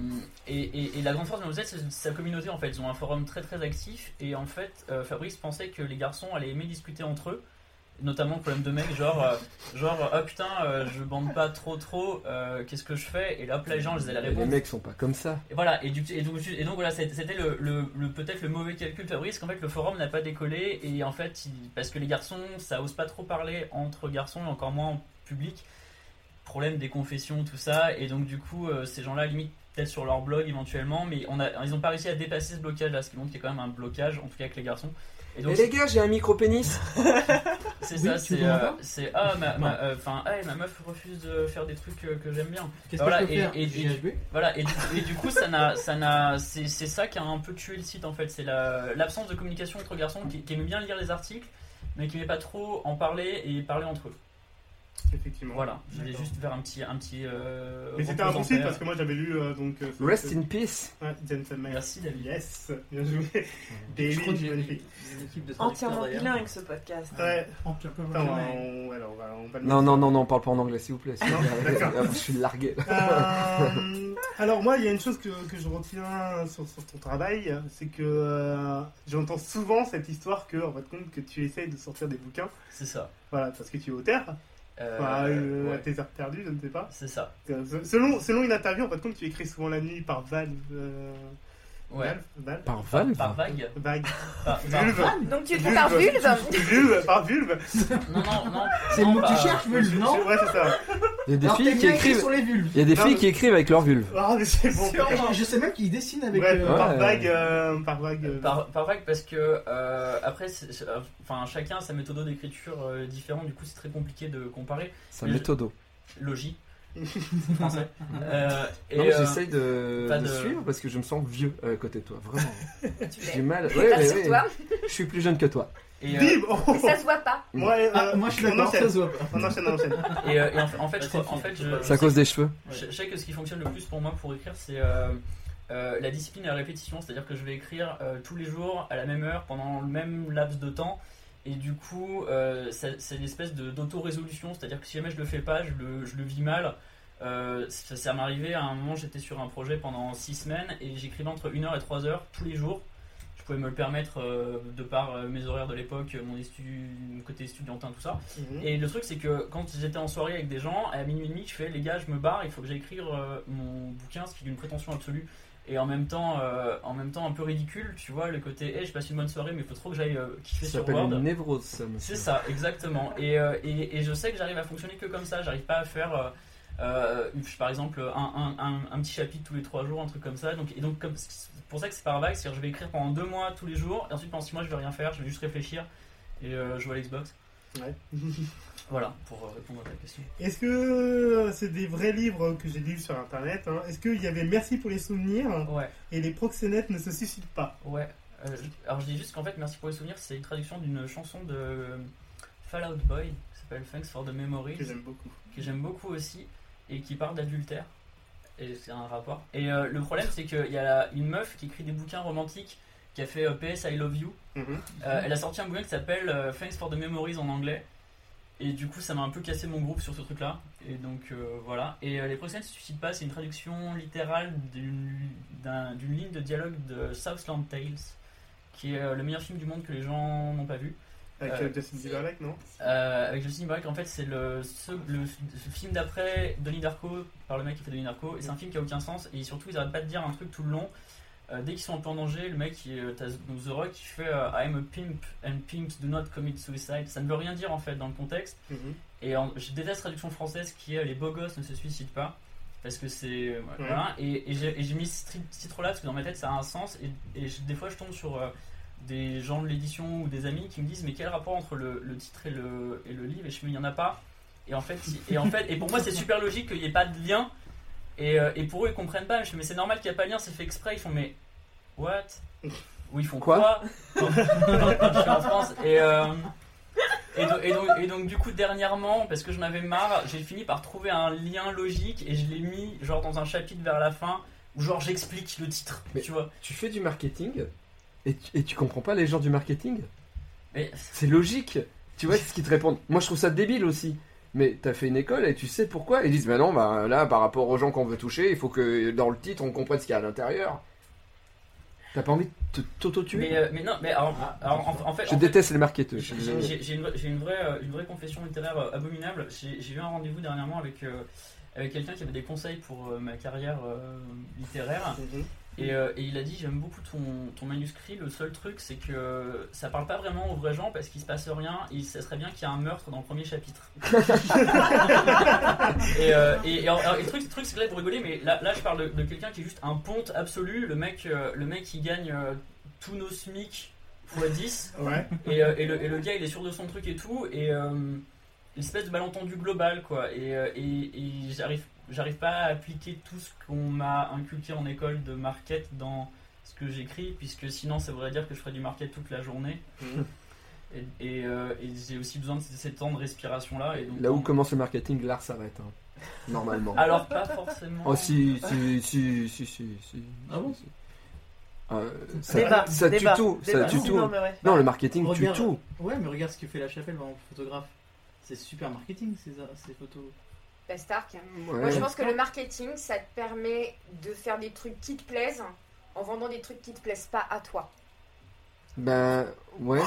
et, et- et la grande force de Mademoiselle, c'est sa communauté en fait. Ils ont un forum très très actif et en fait, euh, Fabrice pensait que les garçons allaient aimer discuter entre eux, notamment le problème de mecs, genre, euh, genre ah putain, euh, je bande pas trop trop, euh, qu'est-ce que je fais Et là, plein de gens, ils allaient Et les répondre. mecs sont pas comme ça. Et voilà, et, du, et, donc, et donc voilà, c'était c'était le, le- le- peut-être le mauvais calcul de Fabrice, qu'en fait le forum n'a pas décollé, et en fait, il- parce que les garçons, ça ose pas trop parler entre garçons, et encore moins en public, problème des confessions, tout ça, et donc du coup, euh, ces gens-là, limite, peut-être sur leur blog éventuellement, mais on a, ils ont pas réussi à dépasser ce blocage-là, ce qui montre qu'il y a quand même un blocage, en tout cas avec les garçons. Et donc, Et Eh, les gars, j'ai un micro pénis. c'est Oui, ça, tu c'est, comprends euh, pas c'est, ah, ma, ma- euh, 'fin, ah, ma meuf refuse de faire des trucs euh, que j'aime bien. Qu'est-ce Voilà, que je peux et- faire et- et- JHB Voilà, et du, et du coup, ça n'a, ça n'a, c'est, c'est ça qui a un peu tué le site en fait. C'est la, l'absence de communication entre garçons qui, qui aimaient bien lire les articles, mais qui n'aimaient pas trop en parler et parler entre eux. Effectivement. Voilà, je voulais D'accord. juste faire un petit. Un petit euh, Mais c'était un bon site parce que moi, j'avais lu. euh, donc, euh, Rest in peace. Ouais, Gentleman. Merci, David. Yes, bien joué. Des Je crois que lignes j'ai magnifiques. une équipe de traducteurs, Entièrement d'ailleurs. bilingue ce podcast. Ouais, Enfin, tu peux attends, avoir jamais. on, alors, on va, on va le Non, non, non, non, parle pas en anglais, s'il vous plaît. Non, d'accord. Je suis largué. là. Euh, alors moi, il y a une chose que, que je retiens sur, sur ton travail, c'est que euh, j'entends souvent cette histoire que, en fait, compte, que tu essayes de sortir des bouquins, C'est ça. voilà, parce que tu es auteur, Euh, enfin, euh, ouais, à tes heures perdues, je ne sais pas. C'est ça. Euh, se- Selon, selon une interview, en fait, compte, tu écris souvent la nuit par Valve, euh, Ouais. Valve, Valve, Par Valve Par vague Vague, Par- par- Vulve, Ah, Donc tu écris par Vulve. vulve Vulve, par Vulve. Non, non, non. C'est le non, ah, mot que tu par- cherches, vulve, non Ouais, c'est ça. Il y a des Alors, t'es filles qui bien écrit écrivent. sur les vulves. Il y a des Non, filles mais- qui écrivent avec leur vulve. Ah, mais c'est bon. Et Je sais même qu'ils dessinent avec. Bref, euh, par Ouais. vague, euh, par vague. euh, Par, par vague parce que euh, après, c'est- c'est- euh, enfin chacun a sa méthode d'écriture euh, différente, du coup c'est très compliqué de comparer. Ça Mais je- méthodo. Logis, français. Euh, et, Non, mais euh, j'essaye de, pas de de- suivre parce que je me sens vieux euh, à côté de toi, vraiment. Tu J'ai l'es. du mal. Ouais, Là, ouais, sur ouais. toi, Je suis plus jeune que toi. et, euh, Bim mais ça se voit pas. oh, Ouais, Ah, euh, moi je suis on d'accord, ça enchaîne. se voit pas. On enchaîne, on enchaîne. Et, euh, et en, en fait, je, Bah, crois- en c'est fait, fini, je, c'est C'est à cause des cheveux. je- je sais que euh, ce qui fonctionne le plus pour moi pour écrire, c'est euh, euh, la discipline et la répétition. C'est-à-dire que je vais écrire euh, tous les jours, à la même heure, pendant le même laps de temps. Et du coup, euh, c'est c'est une espèce de- d'auto-résolution. C'est-à-dire que si jamais je le fais pas, je le, je le vis mal. Euh, ça ça m'est arrivé à un moment, j'étais sur un projet pendant 6 semaines et j'écrivais entre 1h et 3h tous les jours. Je pouvais me le permettre euh, de par euh, mes horaires de l'époque, mon, estu- mon côté étudiantin, tout ça. Mhm. Et le truc, c'est que quand j'étais en soirée avec des gens, à minuit et demi, je fais les gars, je me barre, il faut que j'aille écrire euh, mon bouquin, ce qui est d'une prétention absolue. Et en même temps, euh, en même temps, un peu ridicule, tu vois, le côté, eh, je passe une bonne soirée, mais il faut trop que j'aille euh, kiffer Ça sur s'appelle Word. une névrose, ça, monsieur. C'est ça, exactement. Et, euh, et, et je sais que j'arrive à fonctionner que comme ça. J'arrive pas à faire, euh, euh, par exemple, un, un, un- un petit chapitre tous les trois jours, un truc comme ça. Donc, et donc, comme, c'est pour ça que c'est par vague, c'est-à-dire que je vais écrire pendant deux mois tous les jours, et ensuite pendant six mois, je vais rien faire, je vais juste réfléchir et euh, jouer à l'Xbox. Ouais. Voilà, pour euh, répondre à ta question. Est-ce que euh, c'est des vrais livres que j'ai lus sur internet hein Est-ce qu'il y avait Merci pour les souvenirs Ouais, et les proxénètes ne se suicident pas ouais. Euh, je- alors je dis juste qu'en fait, Merci pour les souvenirs, c'est une traduction d'une chanson de euh, Fall Out Boy qui s'appelle Thanks for the Memories, Que j'aime beaucoup. que j'aime beaucoup aussi, et qui parle d'adultère. Et c'est un rapport. Et euh, le problème, c'est qu'il y a la- une meuf qui écrit des bouquins romantiques qui a fait euh, PS I Love You. Mhm. Euh, elle a sorti un bouquin qui s'appelle euh, Thanks for the Memories en anglais. Et du coup, ça m'a un peu cassé mon groupe sur ce truc-là. Et donc euh, voilà. Et euh, Les Procès ne se suicident pas, c'est une traduction littérale d'une d'un- d'une ligne de dialogue de Southland Tales, qui est euh, le meilleur film du monde que les gens n'ont pas vu. Avec Euh, euh, Justin Timberlake, non Euh, avec Justin Timberlake, en fait, c'est le, ce- le fi- ce film d'après Donnie Darko, par le mec qui fait Donnie Darko, et c'est un film qui a aucun sens, et surtout, ils arrêtent pas de dire un truc tout le long. Euh, dès qu'ils sont un peu en danger, le mec, il, euh, t'as donc The Rock, qui fait euh, I'm a pimp and pimps do not commit suicide. Ça ne veut rien dire en fait dans le contexte. Mhm. euh, Et en- je déteste la traduction française qui est Les beaux gosses ne se suicident pas. parce que c'est euh, voilà et, et j'ai et j'ai mis ce tri- ce titre là parce que dans ma tête ça a un sens et, et je- des fois je tombe sur euh, des gens de l'édition ou des amis qui me disent mais quel rapport entre le, le titre et le, et le livre et je me dis il n'y en a pas et en fait si- et en fait et pour moi c'est super logique qu'il n'y ait pas de lien et, euh, et pour eux ils comprennent pas je fais mais c'est normal qu'il n'y a pas de lien c'est fait exprès ils font mais what ou ils font Quoi quoi, Quand je suis en France et euh, et, do- et donc, et donc, du coup dernièrement parce que j'en avais marre j'ai fini par trouver un lien logique et je l'ai mis genre dans un chapitre vers la fin où genre j'explique le titre Mais- tu vois Tu fais du marketing et tu, et tu comprends pas les gens du marketing mais C'est logique. Tu vois, c'est ce qu'ils te répondent. Moi, je trouve ça débile aussi. Mais t'as fait une école et tu sais pourquoi. Ils disent, bah non, bah là, par rapport aux gens qu'on veut toucher, il faut que dans le titre, on comprenne ce qu'il y a à l'intérière. T'as pas envie de te- mais, t'auto-tuer euh, mais non mais alors, alors, en, en fait Ah, Je en fait, déteste les marketeurs. J'ai- J'ai j'ai une, vraie- j'ai une vraie, euh, une vraie confession littéraire euh, abominable. J'ai j'ai eu un rendez-vous dernièrement avec, euh, avec quelqu'un qui avait des conseils pour euh, ma carrière euh, littéraire. mhm. Et, euh, et il a dit J'aime beaucoup ton, ton manuscrit. Le seul truc, c'est que euh, ça parle pas vraiment aux vrais gens parce qu'il se passe rien. Et ça serait bien qu'il y ait un meurtre dans le premier chapitre. et, euh, et- et en- alors, et le truc, le truc, c'est que là, vous rigolez, mais là, là je parle de, de quelqu'un qui est juste un ponte absolu. Le mec, euh, le mec qui gagne euh, tous nos SMIC x 10. Ouais. Et, euh, et le, et le gars, il est sûr de son truc et tout. Et euh, espèce de malentendu global, quoi. Et, euh, et, et j'arrive, j'arrive pas à appliquer tout ce qu'on m'a inculqué en école de market dans ce que j'écris, puisque sinon, ça voudrait dire que je ferais du market toute la journée. Mhm. Et, et, euh, et j'ai aussi besoin de cet temps de respiration là. Et donc, Là où commence le marketing, l'art s'arrête. hein. Normalement. Ah. Alors, pas forcément. Oh si, si, si, si, si, si. Ah bon Si. Euh, ça, Débat, ça tue débat, tout, ça débat. tue tout. Non, mais ouais. Non, le marketing tue Regarde. tout. Ouais, mais regarde ce que fait la chapelle, par exemple, photographe. C'est super marketing, ces, ces photos. Bah, Stark. Moi, Ouais. je pense que le marketing, ça te permet de faire des trucs qui te plaisent en vendant des trucs qui te plaisent pas à toi. Ben, ouais.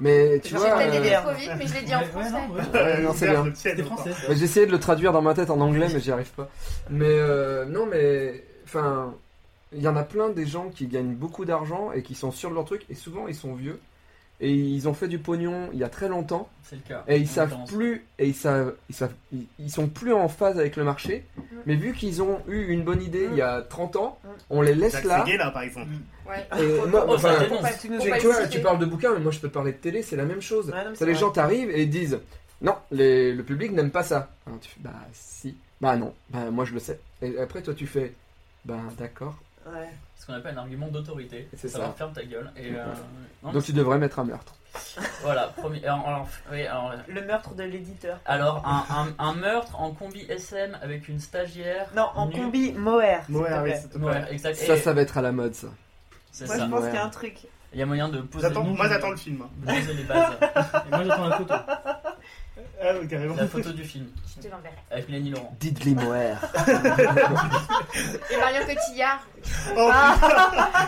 Mais tu J'ai vois, peut-être euh, des J'ai idées. dit trop vite, mais je l'ai dit en Ouais, ouais, français. non, ouais. Ouais, non, c'est bien. Je tienne T'es encore. française. Bah, J'ai essayé de le traduire dans ma tête en anglais, mais j'y arrive pas. Mais euh, non, mais enfin, il y en a plein des gens qui gagnent beaucoup d'argent et qui sont sûrs de leur truc, et souvent ils sont vieux et ils ont fait du pognon il y a très longtemps C'est le cas. et Eh, ils En savent l'occurrence. plus et ils savent ils savent ils, ils sont plus en phase avec le marché. Mais vu qu'ils ont eu une bonne idée il y a 30 ans, Mm. on les laisse Jacques là. Ségué, là, par exemple. Ouais. Et Faut- moi, faut- enfin, faut pas- tu- faut Tu, pas tu le vois, citer. tu parles de bouquins, mais moi je peux te parler de télé, c'est la même chose. Ouais, non, mais Ça, c'est les vrai. gens t'arrivent et ils disent non, les- le public n'aime pas ça. Alors, tu fais bah si, bah non, bah moi je le sais. Et après toi tu fais bah d'accord. Ouais. Ce qu'on appelle un argument d'autorité. C'est Ça ça. va ferme ta gueule. Et, euh, non, Donc tu devrais mettre un meurtre. Voilà, premier. Alors, alors, oui, alors, Le meurtre de l'éditeur. Alors, un, un- un meurtre en combi SM avec une stagiaire. Non, en nue. combi Moher. s'il Moher, te oui, plaît. s'il te plaît. Ouais, exact. Ça, Et- ça va être à la mode ça. c'est Moi, je ça. pense Moher. qu'il y a un truc. Il y a moyen de poser, J'attends- non, Moi, j'attends le film. poser les bases. Et moi, j'attends la photo. Ah, oui, carrément. La photo du film Je te l'enverrai. avec Mélanie Laurent. Diddly Moher. Et Marion Cotillard, Oh,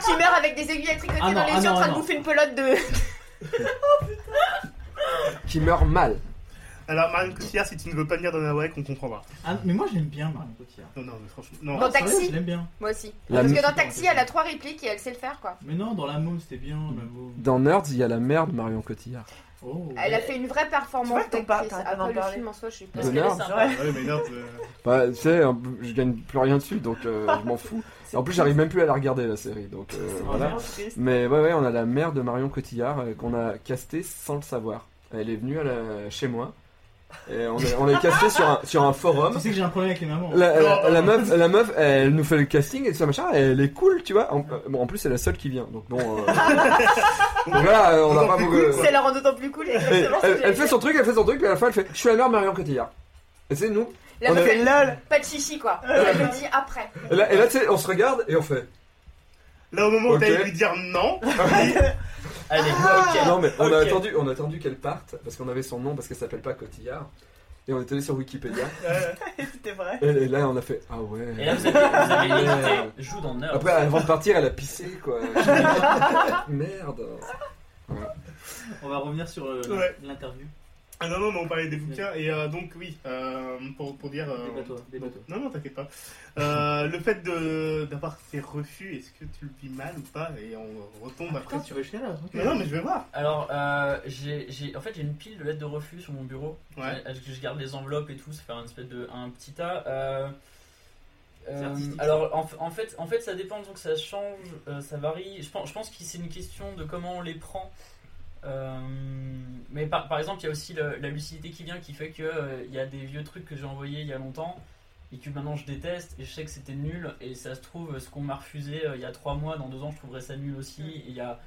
qui meurt avec des aiguilles à tricoter Ah non, dans les ah yeux non, en train ah de non. bouffer une pelote de. qui meurt mal. Alors, Marion Cotillard, si tu ne veux pas venir dans la WEC, on comprendra. Ah, mais moi, j'aime bien Marion Cotillard. Non, non, mais franchement. Non. Dans Ah, sérieux, Taxi Je l'aime bien. Moi aussi. La Parce que meuf- dans Taxi, elle a trois répliques et elle sait le faire, quoi. Mais non, dans La Môme, c'était bien. La Môme. Dans Nerds, il y a la merde Marion Cotillard. Oh. Elle a fait une vraie performance. Tu vois, t'en parles, d'actrice. t'arrêtes pas d'en Après, le parler. film en soi, je suis pas. Parce De qu'elle est merde. sympa. Ouais, mais non, euh, Bah tu sais, un- je gagne plus rien dessus donc euh, je m'en fous. En plus j'arrive même plus à la regarder la série donc euh, voilà. Vraiment triste. Mais ouais, ouais, on a la mère de Marion Cotillard euh, qu'on a castée sans le savoir. Elle est venue à la- chez moi. Et on est, on est casté sur un, sur un forum. Tu sais que j'ai un problème avec les mamans. La, la- la meuf, la meuf, elle nous fait le casting et tout ça machin. Elle est cool, tu vois. En, euh, bon, en plus, c'est la seule qui vient. Donc bon. euh, donc là, euh, on n'a pas beaucoup. C'est leur rend d'autant plus cool, Elle, exactement. ce que elle- elle j'allais fait dire. son truc, elle fait son truc, puis à la fin, elle fait Je suis la mère de Marion Cotillard. Et c'est nous. La On meuf, est- elle- Lol. Pas de chichi, quoi. Elle le dit après. Et là, et là, tu sais, on se regarde et on fait. Là, au moment où Ok. t'allais lui dire non, Allez, ok. Non mais on a Ok. attendu, on a attendu qu'elle parte parce qu'on avait son nom parce qu'elle s'appelle pas Cotillard et on est allé sur Wikipédia C'était vrai. et, et là on a fait ah Et là, ouais. vous avez, vous avez Ouais. hésité. Joue dans Nerd. Après avant de partir elle a pissé quoi. Merde. On va revenir sur euh, Ouais. l'interview. Ah non, non, mais on parlait des bouquins. Et euh, donc, oui, euh, pour, pour dire. euh, Débat-toi, débat-toi. Non, non, t'inquiète pas. Euh, le fait de- d'avoir ces refus, est-ce que tu le vis mal ou pas Et on retombe après Putain, tu sur. vas jusqu'à là. ok. Non, non, mais je vais voir. Alors, euh, j'ai, j'ai- en fait, j'ai une pile de lettres de refus sur mon bureau. Ouais. Euh, Je, je garde les enveloppes et tout, ça fait un espèce de un petit tas. Euh, euh, C'est artistique, alors, en, f- en fait, en fait, ça dépend, donc ça change, euh, ça varie. Je pense, je pense que c'est une question de comment on les prend. Euh, mais par, par exemple, il y a aussi le- la lucidité qui vient, qui fait que euh, il y a des vieux trucs que j'ai envoyés il y a longtemps et que maintenant je déteste et je sais que c'était nul et ça se trouve ce qu'on m'a refusé euh, il y a trois mois dans deux ans je trouverais ça nul aussi et il y a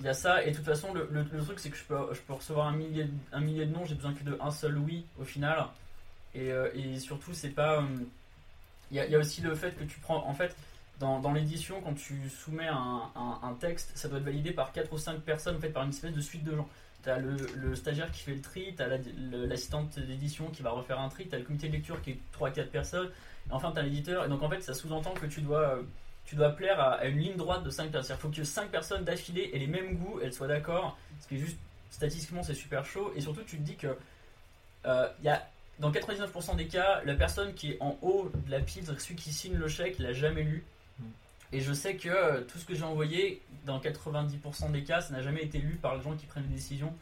il y a ça et de toute façon le, le- le truc c'est que je peux, je peux recevoir un millier, de- un millier de noms j'ai besoin que de un seul oui au final et, euh, et surtout c'est pas euh, il y, a- il y a aussi le fait que tu prends en fait dans, dans l'édition quand tu soumets un, un- un texte ça doit être validé par quatre ou cinq personnes en fait par une espèce de suite de gens T'as le, le stagiaire qui fait le tri, t'as la- le- l'assistante d'édition qui va refaire un tri, t'as le comité de lecture qui est 3-4 personnes, et enfin t'as l'éditeur. Et donc en fait, ça sous-entend que tu dois, euh, tu dois plaire à, à une ligne droite de 5 personnes. Il faut que 5 personnes d'affilée aient les mêmes goûts, elles soient d'accord, ce qui est juste statistiquement c'est super chaud. Et surtout, tu te dis que euh, il y a, dans 99% des cas, la personne qui est en haut de la pile, c'est-à-dire celui qui signe le chèque, il l'a jamais lu. Et je sais que euh, tout ce que j'ai envoyé, dans 90% des cas, ça n'a jamais été lu par les gens qui prennent les décisions.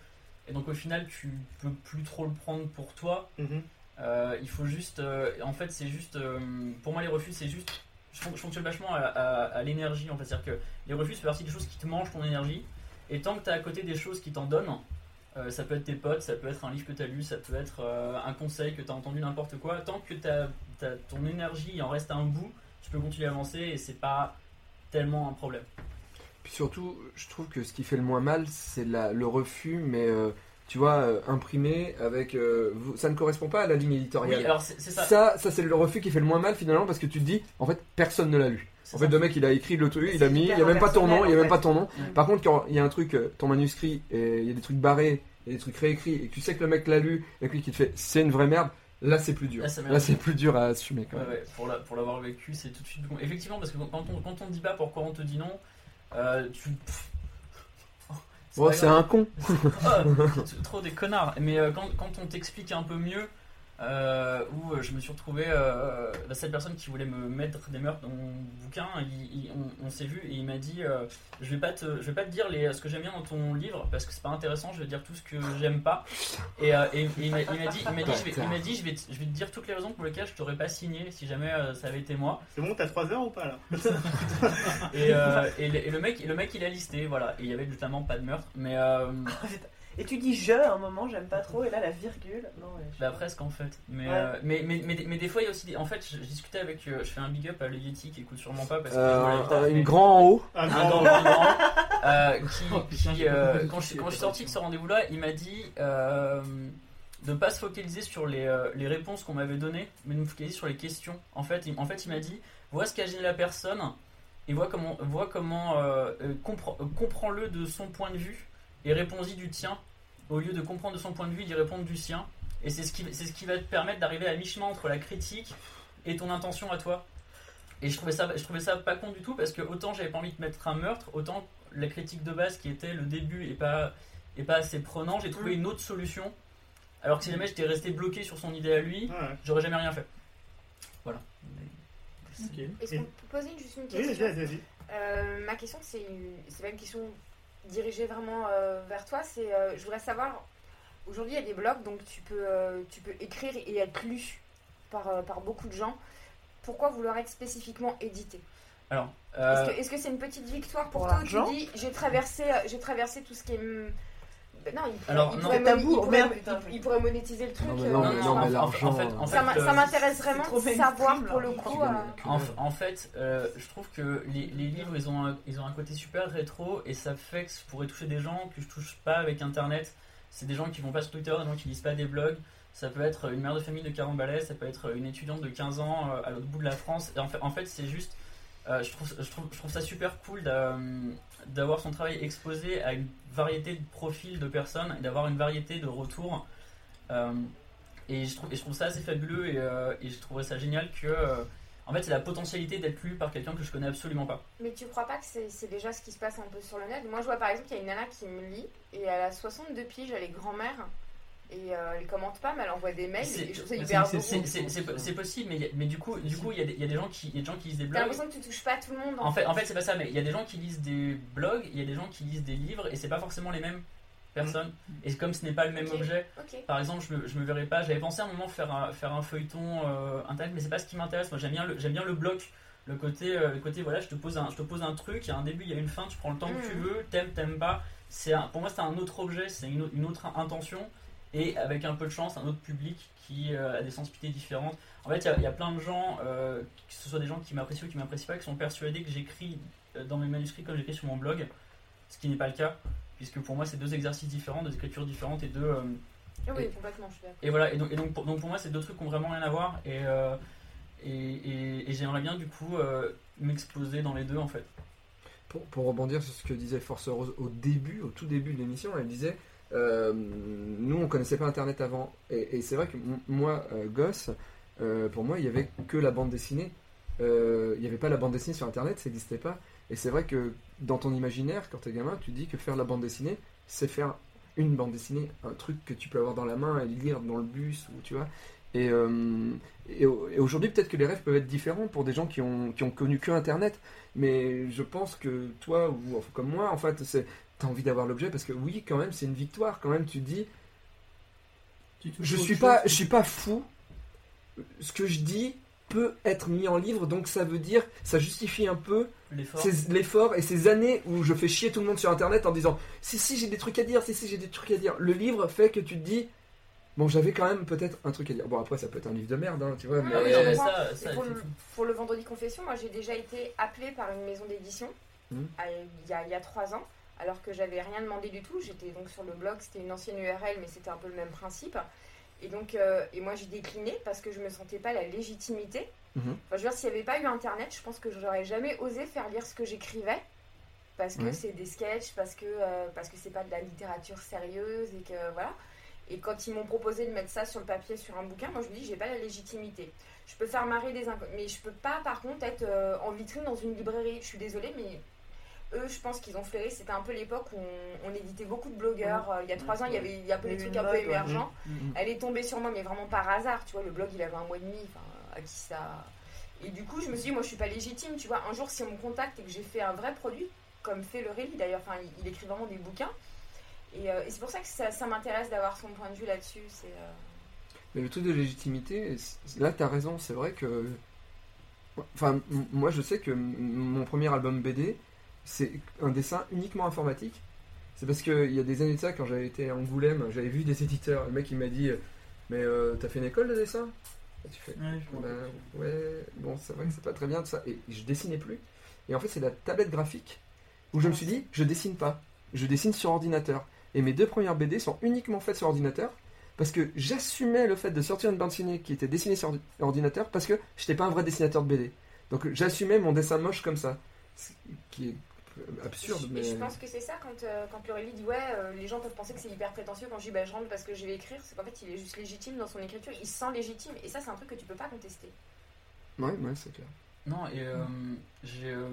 Et donc au final, tu peux plus trop le prendre pour toi. Mhm. Euh, il faut juste. euh, en fait, c'est juste. euh, pour moi, les refus, c'est juste. Je, fon- je fonctionne vachement à, à- à l'énergie. En fait, c'est-à-dire que les refus, c'est partie des choses qui te mangent ton énergie. Et tant que tu as à côté des choses qui t'en donnent, euh, ça peut être tes potes, ça peut être un livre que tu as lu, ça peut être euh, un conseil que tu as entendu, n'importe quoi. Tant que t'as as ton énergie il en reste à un bout, tu peux continuer à avancer et c'est pas tellement un problème. Puis surtout, je trouve que ce qui fait le moins mal, c'est la- le refus, mais euh, tu vois, euh, imprimé avec. euh, vous- ça ne correspond pas à la ligne Oui, éditoriale. alors c'est c'est ça. ça, ça, c'est le refus qui fait le moins mal finalement parce que tu te dis, en fait, personne ne l'a lu. c'est En fait, ça. le mec, il a écrit le truc, il a C'est mis, il hyper y a même pas ton nom, il y a impersonnel, même en pas ton nom. Mm. Par contre, quand il y a un truc, euh, ton manuscrit, et il y a des trucs barrés, il y a des trucs réécrits, et que tu sais que le mec l'a lu, et que lui qui te fait, c'est une vraie merde, là c'est plus dur. Là, c'est merde. Là c'est plus dur à assumer quand Ouais, même. ouais, pour la- pour l'avoir vécu, c'est tout de suite. bon. Effectivement, parce que quand on, quand on te dit pas pourquoi on te dit non, euh, tu. pff. Oh, c'est Bon, pas c'est grave. un con. Oh, t- trop des connards. Mais euh, quand, quand on t'explique un peu mieux, euh, où euh, je me suis retrouvé, euh, bah, cette personne qui voulait me mettre des meurtres dans mon bouquin, il- il- on, on s'est vu et il m'a dit euh, je, vais pas te, je vais pas te dire les, ce que j'aime bien dans ton livre parce que c'est pas intéressant, je vais te dire tout ce que j'aime pas. Et, euh, et- et il m'a il m'a dit, il m'a dit, je vais, il m'a dit je, vais te, je vais te dire toutes les raisons pour lesquelles je t'aurais pas signé si jamais euh, ça avait été moi. C'est bon, t'as 3 heures ou pas là Et, euh, et le, et le mec, et le mec, il a listé, voilà. Et il y avait notamment pas de meurtre, mais. euh, Et tu dis je à un moment, j'aime pas trop, et là la virgule. Non, ouais, je- Bah presque en fait. Mais, Ouais. euh, mais, mais, mais, mais des fois il y a aussi des... En fait je, je discutais avec... euh, je fais un big up à le Yeti qui écoute sûrement pas parce que... Euh, je me la un- tape, mais- une grand en haut. Ah, Un non, grand, grand, grand, euh, qui, Oh, putain, qui, j'ai euh, pas compris quand, je, qui quand je suis était sorti de ce rendez-vous-là, il m'a dit euh, de ne pas se focaliser sur les, euh, les réponses qu'on m'avait données, mais de me focaliser sur les questions. En fait, il, en fait, il m'a dit vois ce qu'a gêné la personne et vois comment, vois comment euh, euh, compre- euh, comprends-le de son point de vue et réponds-y du tien. Au lieu de comprendre de son point de vue, d'y répondre du sien. Et c'est ce qui, c'est ce qui va te permettre d'arriver à mi-chemin entre la critique et ton intention à toi. Et je trouvais ça, je trouvais ça pas con du tout parce que autant j'avais pas envie de mettre un meurtre, autant la critique de base qui était le début et pas, et pas assez prenant, j'ai Mm. trouvé une autre solution. Alors que si jamais j'étais resté bloqué sur son idée à lui, Ah, Ouais. j'aurais jamais rien fait. Voilà. Ok. Est-ce qu'on peut poser juste une Oui, question vas-y, vas-y. Euh, Ma question, c'est une- c'est pas une question dirigée vraiment euh, vers toi. C'est, euh, je voudrais savoir. Aujourd'hui, il y a des blogs, donc tu peux, euh, tu peux écrire et être lu par, euh, par beaucoup de gens. Pourquoi vouloir être spécifiquement édité Alors, Est-ce euh, que- est-ce que c'est une petite victoire pour, Pour toi où l'argent Tu dis, j'ai traversé, euh, j'ai traversé tout ce qui est. hum, ben non, il, pourrait- Alors, il non. pourrait, C'est moni- tabou, il pourrait- merde, putain. il- il pourrait monétiser le truc. Non, mais euh, non, non, mais, non, non, en- mais en- l'argent. en fait- en ça m'in- fait, ça euh, m'intéresse vraiment trop de savoir mainstream, pour le là. tu coup. gagnes euh, que En, dalle. en fait, euh, je trouve que les, les livres, ils ont, un, ils ont un côté super rétro et ça fait que je pourrais toucher des gens que je touche pas avec Internet. C'est des gens qui vont pas sur Twitter, des gens qui lisent pas des blogs. Ça peut être une mère de famille de Carambalais, ça peut être une étudiante de 15 ans euh, à l'autre bout de la France. Et en fait, en fait c'est juste, euh, je, trouve, je, trouve, je trouve ça super cool d'a- d'avoir son travail exposé à une variété de profils de personnes et d'avoir une variété de retours. Euh, et, je trouve, et je trouve ça assez fabuleux et, euh, et je trouverais ça génial que... euh, en fait, c'est la potentialité d'être lu par quelqu'un que je connais absolument pas. Mais tu crois pas que c'est c'est déjà ce qui se passe un peu sur le net Moi, je vois par exemple qu'il y a une nana qui me lit et elle a 62 piges, elle est grand-mère. Et euh, elle commente pas, mais elle envoie des mails. C'est- Et je trouve c'est- ça hyper c'est- beau. C'est- C'est c'est- c'est possible, mais, il y a- mais du coup, du coup, il y a des- il y a des gens qui, il y a des gens qui lisent des T'as blogs. l'impression que tu touches pas tout le monde. En fait, en fait, c'est pas ça, mais il y a des gens qui lisent des blogs, il y a des gens qui lisent des livres, et c'est pas forcément les mêmes personnes. Et comme ce n'est pas le même Mm. Ok. objet, Ok. par exemple, je me, je me verrais pas. J'avais pensé à un moment faire un, faire un feuilleton euh, internet, mais c'est pas ce qui m'intéresse. Moi, j'aime bien le, j'aime bien le bloc. Le côté, euh, le côté, voilà, je te pose un, je te pose un truc, il y a un début, il y a une fin, tu prends le temps que tu Mhm. veux, t'aimes, t'aimes pas. C'est un- pour moi, c'est un autre objet, c'est une, au- une autre intention, et avec un peu de chance, un autre public qui euh, a des sensibilités différentes. En fait, il y a- il y, a plein de gens, euh, que ce soit des gens qui m'apprécient ou qui m'apprécient pas, qui sont persuadés que j'écris euh, dans mes manuscrits comme j'écris sur mon blog, ce qui n'est pas le cas, puisque pour moi, c'est deux exercices différents, deux écritures différentes et deux. euh, Ah Et- oui, complètement, je suis d'accord. et voilà, et donc, et donc, pour, donc pour moi, c'est deux trucs qui ont vraiment rien à voir. Et, euh, et, et- et j'aimerais bien, du coup, euh, m'exploser dans les deux, en fait. Pour, pour rebondir sur ce que disait Force Rose au début, au tout début de l'émission, elle disait euh, Nous, on connaissait pas Internet avant. Et, et c'est vrai que m- moi, euh, gosse, euh, pour moi, il y avait que la bande dessinée. Euh, Il n'y avait pas la bande dessinée sur Internet, ça n'existait pas. Et c'est vrai que dans ton imaginaire, quand t'es gamin, tu dis que faire la bande dessinée, c'est faire une bande dessinée, un truc que tu peux avoir dans la main et lire dans le bus, ou tu vois. Et, euh, et au- et aujourd'hui, peut-être que les rêves peuvent être différents pour des gens qui ont, qui ont connu que Internet. Mais je pense que toi, ou enfin, comme moi, en fait, c'est t'as envie d'avoir l'objet parce que oui, quand même, c'est une victoire. Quand même, tu te dis, Tu touches je autre suis chose pas, que- je suis pas fou. Ce que je dis peut être mis en livre, donc ça veut dire, ça justifie un peu L'effort. ces- l'effort et ces années où je fais chier tout le monde sur Internet en disant, si si, j'ai des trucs à dire, si si, j'ai des trucs à dire. Le livre fait que tu te dis. Bon, j'avais quand même peut-être un truc à dire. Bon, après, ça peut être un livre de merde, hein, tu vois. Ah Ah oui, Mais, non, mais moi, ça, ça, Et pour, le, effectivement. pour le vendredi confession, moi j'ai déjà été appelée par une maison d'édition Hmm. Mhm. à- il y, a- il y a trois ans, alors que j'avais rien demandé du tout. J'étais donc sur le blog, c'était une ancienne URL, mais c'était un peu le même principe. Et donc, euh, et moi j'ai décliné parce que je me sentais pas la légitimité. Hmm. Mhm. Enfin, je veux dire, s'il n'y avait pas eu internet, je pense que j'aurais jamais osé faire lire ce que j'écrivais. Parce que Ouais. c'est des sketchs, parce que euh, parce que c'est pas de la littérature sérieuse et que voilà. Et quand ils m'ont proposé de mettre ça sur le papier sur un bouquin, moi je me dis j'ai pas la légitimité. Je peux faire marrer des inconnus, mais je peux pas par contre être euh, en vitrine dans une librairie. Je suis désolée, mais eux, je pense qu'ils ont flairé. C'était un peu l'époque où on, on éditait beaucoup de blogueurs. Euh, Il y a trois ans, il y avait il y a un peu Il y des a eu trucs une un peu mode, ouais. émergents. Mhm. Elle est tombée sur moi, mais vraiment par hasard. Tu vois, le blog, il avait un mois et demi. Enfin, à qui ça Et du coup, je me suis dit, moi, je suis pas légitime. Tu vois, un jour, si on me contacte et que j'ai fait un vrai produit, comme fait le Réli d'ailleurs, enfin, il, il écrit vraiment des bouquins. Et, euh, et c'est pour ça que ça, ça m'intéresse d'avoir son point de vue là-dessus. C'est euh, Mais le truc de légitimité, c'est- là, t'as raison, c'est vrai que. Enfin, m- moi, je sais que m- mon premier album BD, c'est un dessin uniquement informatique. C'est parce qu'il y a des années de ça, quand j'avais été à Angoulême, j'avais vu des éditeurs. Le mec, il m'a dit Mais euh, t'as fait une école de dessin Et tu fais Ouais, je m'en bah, rappelle. ouais, bon, c'est vrai que c'est pas très bien tout ça. Et je dessinais plus. Et en fait, c'est la tablette graphique où je me suis dit, je dessine pas. Je dessine sur ordinateur. Et mes deux premières BD sont uniquement faites sur ordinateur parce que j'assumais le fait de sortir une bande dessinée qui était dessinée sur ordi- ordinateur parce que j'étais pas un vrai dessinateur de BD. Donc j'assumais mon dessin moche comme ça. Ce qui est absurde, Et mais. je pense que c'est ça quand, euh, quand Laurélie dit ouais, euh, les gens peuvent penser que c'est hyper prétentieux quand je dis bah, je rentre parce que je vais écrire, c'est qu'en fait il est juste légitime dans son écriture, il se sent légitime et ça c'est un truc que tu peux pas contester. Ouais, ouais, c'est clair. Non, et euh, j'ai, euh,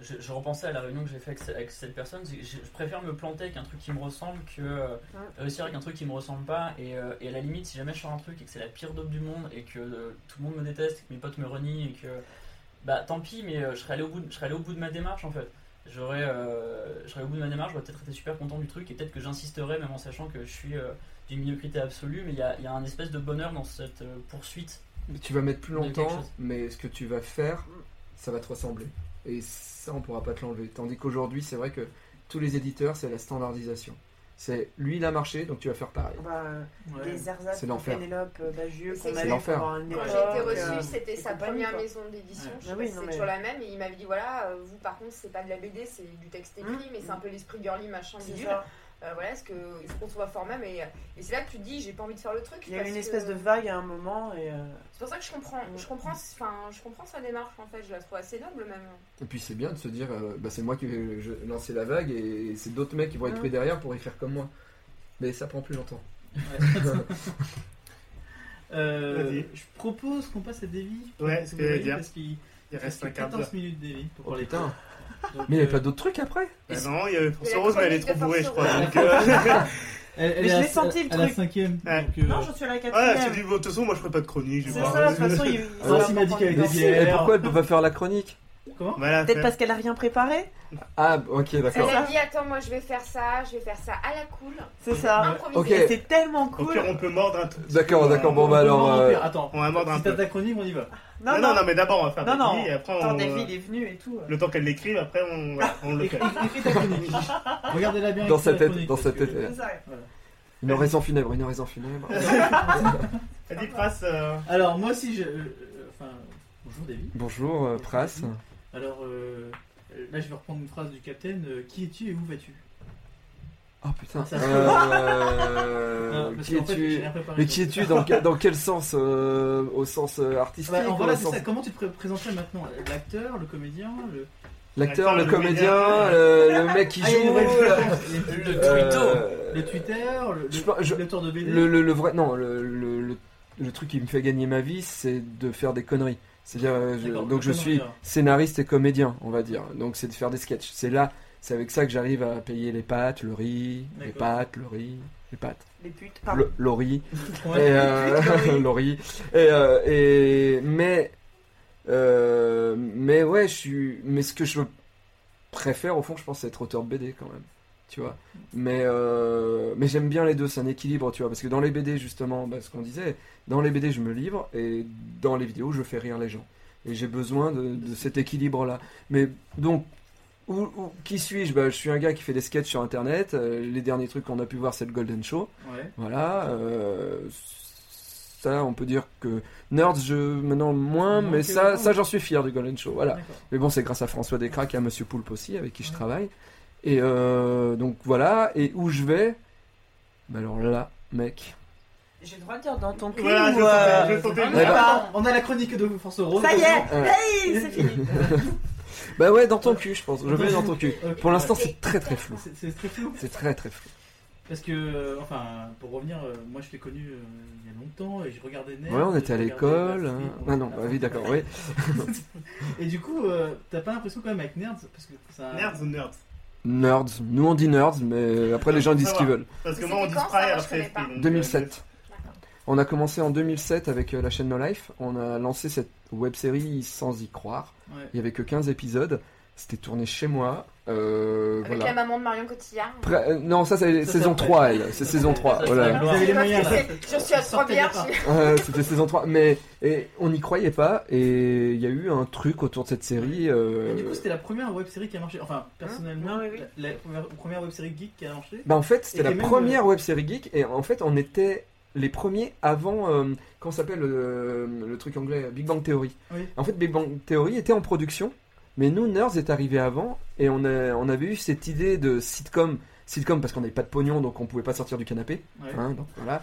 je, je repensais à la réunion que j'ai faite avec, ce- avec cette personne. c'est que Je, je préfère me planter avec un truc qui me ressemble que euh, réussir avec un truc qui me ressemble pas. Et, euh, et à la limite, si jamais je sors un truc et que c'est la pire dope du monde et que euh, tout le monde me déteste, et que mes potes me renient et que. Bah tant pis, mais euh, je, serais allé au bout de, je serais allé au bout de ma démarche en fait. J'aurais, euh, je serais au bout de ma démarche, j'aurais peut-être été super content du truc et peut-être que j'insisterais même en sachant que je suis euh, d'une médiocrité absolue. Mais il y a, il y a un espèce de bonheur dans cette euh, poursuite Mais tu vas mettre plus Il y a quelque longtemps, chose. mais ce que tu vas faire, ça va te ressembler. Et ça, on pourra pas te l'enlever. Tandis qu'aujourd'hui, c'est vrai que tous les éditeurs, c'est la standardisation. C'est lui, il a marché, donc tu vas faire pareil. Bah, euh, Ouais. Les ersatz C'est de l'enfer. Pénélope euh, Bagieux C'est qu'on allait l'enfer. avoir une Quand époque, j'ai été euh, reçue, c'était et sa compagnie, première quoi. maison d'édition, Ouais. je sais Ah pas oui, si non, c'est mais- toujours la même, et il m'avait dit voilà, euh, vous par contre c'est pas de la BD, c'est du texte écrit, Mmh. mais c'est un peu l'esprit girly machin C'est bidule. ça. Euh, voilà, ce que il faut qu'on soit format, mais et c'est là que tu te dis j'ai pas envie de faire le truc. Il y a eu parce une que- espèce de Mm. vague à un moment et. euh, C'est pour ça que je comprends, je comprends, enfin, je comprends sa démarche en fait, je la trouve assez noble même. Et puis c'est bien de se dire, euh, bah, c'est moi qui vais je- lancer la vague et c'est d'autres mecs qui vont être pris derrière pour écrire comme moi. Mais ça prend plus longtemps. Euh, Vas-y. je propose qu'on passe à Davy. Ouais, ce que j'allais dire. Parce qu'il Il reste un reste quart d'heure. 14 minutes Davy pour Oh parler. putain Donc, Mais il n'y euh, a pas d'autres trucs après Bah non, il Ah, y avait Force Rose, mais elle est trop chronique de bourrée, je Force crois. Rose. Donc, euh, Elle, elle Mais est je à- l'ai senti, le à la truc. cinquième. Ouais. donc, euh, Non, je suis à la Ouais, c'est quatrième. dit, bon, de toute façon, moi je ferai pas de chronique. je c'est vais ça, voir. de toute façon, il. il Alors, va s'il m'a dit pas qu'il y avait prendre des une bières. Et pourquoi elle peut pas faire la chronique Comment Voilà, Peut-être c'est- parce qu'elle a rien préparé Ah, b- ok, Elle d'accord. a dit attends moi je vais faire ça, je vais faire ça à la cool. C'est ça. Improvisé. Ok. Et c'est tellement Au cool. pire, on peut mordre un tout. hein. D'accord, d'accord, bon On bah peut alors. mordre un euh, peu. Attends, On va mordre un si t'as peu. ta chronique, on y va. Non, non, non, mais d'abord, on va faire Non, des non. billes, et après, Attends, on, David est venu et tout. le temps qu'elle l'écrive, après, on, voilà, on le fait. Écris écris ta chronique. Regardez-la bien. Dans écris sa la tête, chronique, dans sa parce que- tête. C'est ça. Une oraison funèbre, une oraison funèbre. Vas-y, Pras, euh, Alors, moi aussi, je. euh, euh, Enfin, bonjour David. Bonjour, euh, Pras. Alors, euh, là, je vais reprendre une phrase du capitaine. euh, Qui es-tu et où vas-tu Oh putain. Ça- Euh, Non, parce qui qu'en fait, j'ai es-tu rien préparé. Mais qui es-tu dans, quel- dans quel sens euh, Au sens euh, artistique Bah, en ou voilà, au c'est sens- ça. Comment tu te pré- présenterais maintenant L'acteur, le comédien, le. L'acteur, le L'acteur, le comédien, comédien. euh, le mec qui Ah, il y a une joue. nouvelle euh, fréquence. Les- Le tweeto. euh, Le Twitter, le, Je pense- je- le, l'auteur de BD. Le, le- le vrai. Non, le, le- le- le truc qui me fait gagner ma vie, c'est de faire des conneries. C'est-à-dire, euh, je- D'accord, donc je comment suis dire scénariste et comédien, on va dire. Donc c'est de faire des sketchs. C'est là, c'est avec ça que j'arrive à payer les pâtes, le riz, les D'accord. pâtes, le riz, les pâtes, Les putes, le, pardon. le riz. Ouais. Et, euh, Laurie. Et, euh, et- mais euh, mais ouais, je suis. Mais ce que je préfère au fond, je pense, c'est être auteur de BD quand même. Tu vois. Mais euh, mais j'aime bien les deux, c'est un équilibre, tu vois, parce que dans les BD justement, bah, ce qu'on disait, dans les BD je me livre et dans les vidéos je fais rire les gens. Et j'ai besoin de, de cet équilibre là. Mais donc. Où, où- qui suis-je bah, Je suis un gars qui fait des sketchs sur internet. Euh, les derniers trucs qu'on a pu voir, c'est le Golden Show. Ouais. Voilà, euh, ça on peut dire que Nerds, je maintenant moins, Moins mais que ça, avant. ça j'en suis fier du Golden Show. Voilà. D'accord. Mais bon, c'est grâce à François Descraques et à Monsieur Poulpe aussi, avec qui je Ouais. travaille. Et euh, donc voilà, et où je vais Bah alors là, mec. J'ai le droit de dire dans ton cul Voilà, je ou, Bah, euh, sentais- je sentais on le- y va On a la chronique de Force Rose. Ça y est Euh, Hey, c'est fini. bah ouais, dans ton cul, je pense. Je vais dans ton cul. Ok. Pour l'instant, c'est très très flou. C'est- C'est très flou. C'est très très flou. Parce que, euh, enfin, pour revenir, euh, moi je l'ai connu euh, il y a longtemps et je regardais Nerd. Ouais, on je était à regardais l'école. Buffy, hein. bon, Ah non, bah voilà. oui, d'accord, oui. Et du coup, euh, t'as pas l'impression quand même avec Nerds Parce que ça. Nerds ou nerds Nerds. Nous on dit nerds, mais après les gens disent ce qu'ils veulent. Parce que Mais moi, on c'était dit quand, ça, Spry, moi, je après. connais pas. donc, euh, 2007. D'accord. On a commencé en 2007 avec euh, la chaîne No Life. On a lancé cette web série sans y croire. Ouais. Il y avait que 15 épisodes. C'était tourné chez moi. Euh, Avec la voilà. maman de Marion Cotillard. Après, euh, non, ça c'est Ça, saison c'est 3, après. elle. C'est saison 3. Ça, voilà. c'est Vous avez les moyens là. Je suis à trois Sortez bières. pas. je- Euh, C'était saison 3. Mais et on n'y croyait pas. Et il y a eu un truc autour de cette série. euh, Et Du coup, c'était la première web série qui a marché. Enfin, personnellement, Non, mais oui. la, la première, première web série geek qui a marché. Bah en fait, c'était Et euh, la même, première web série geek et en fait, on était les premiers avant euh, comment s'appelle euh, le truc anglais Big Bang Theory. Oui. En fait, Big Bang Theory était en production, mais nous Nerds est arrivé avant et on a- on avait eu cette idée de sitcom sitcom parce qu'on n'avait pas de pognon donc on pouvait pas sortir du canapé Ouais. hein, donc voilà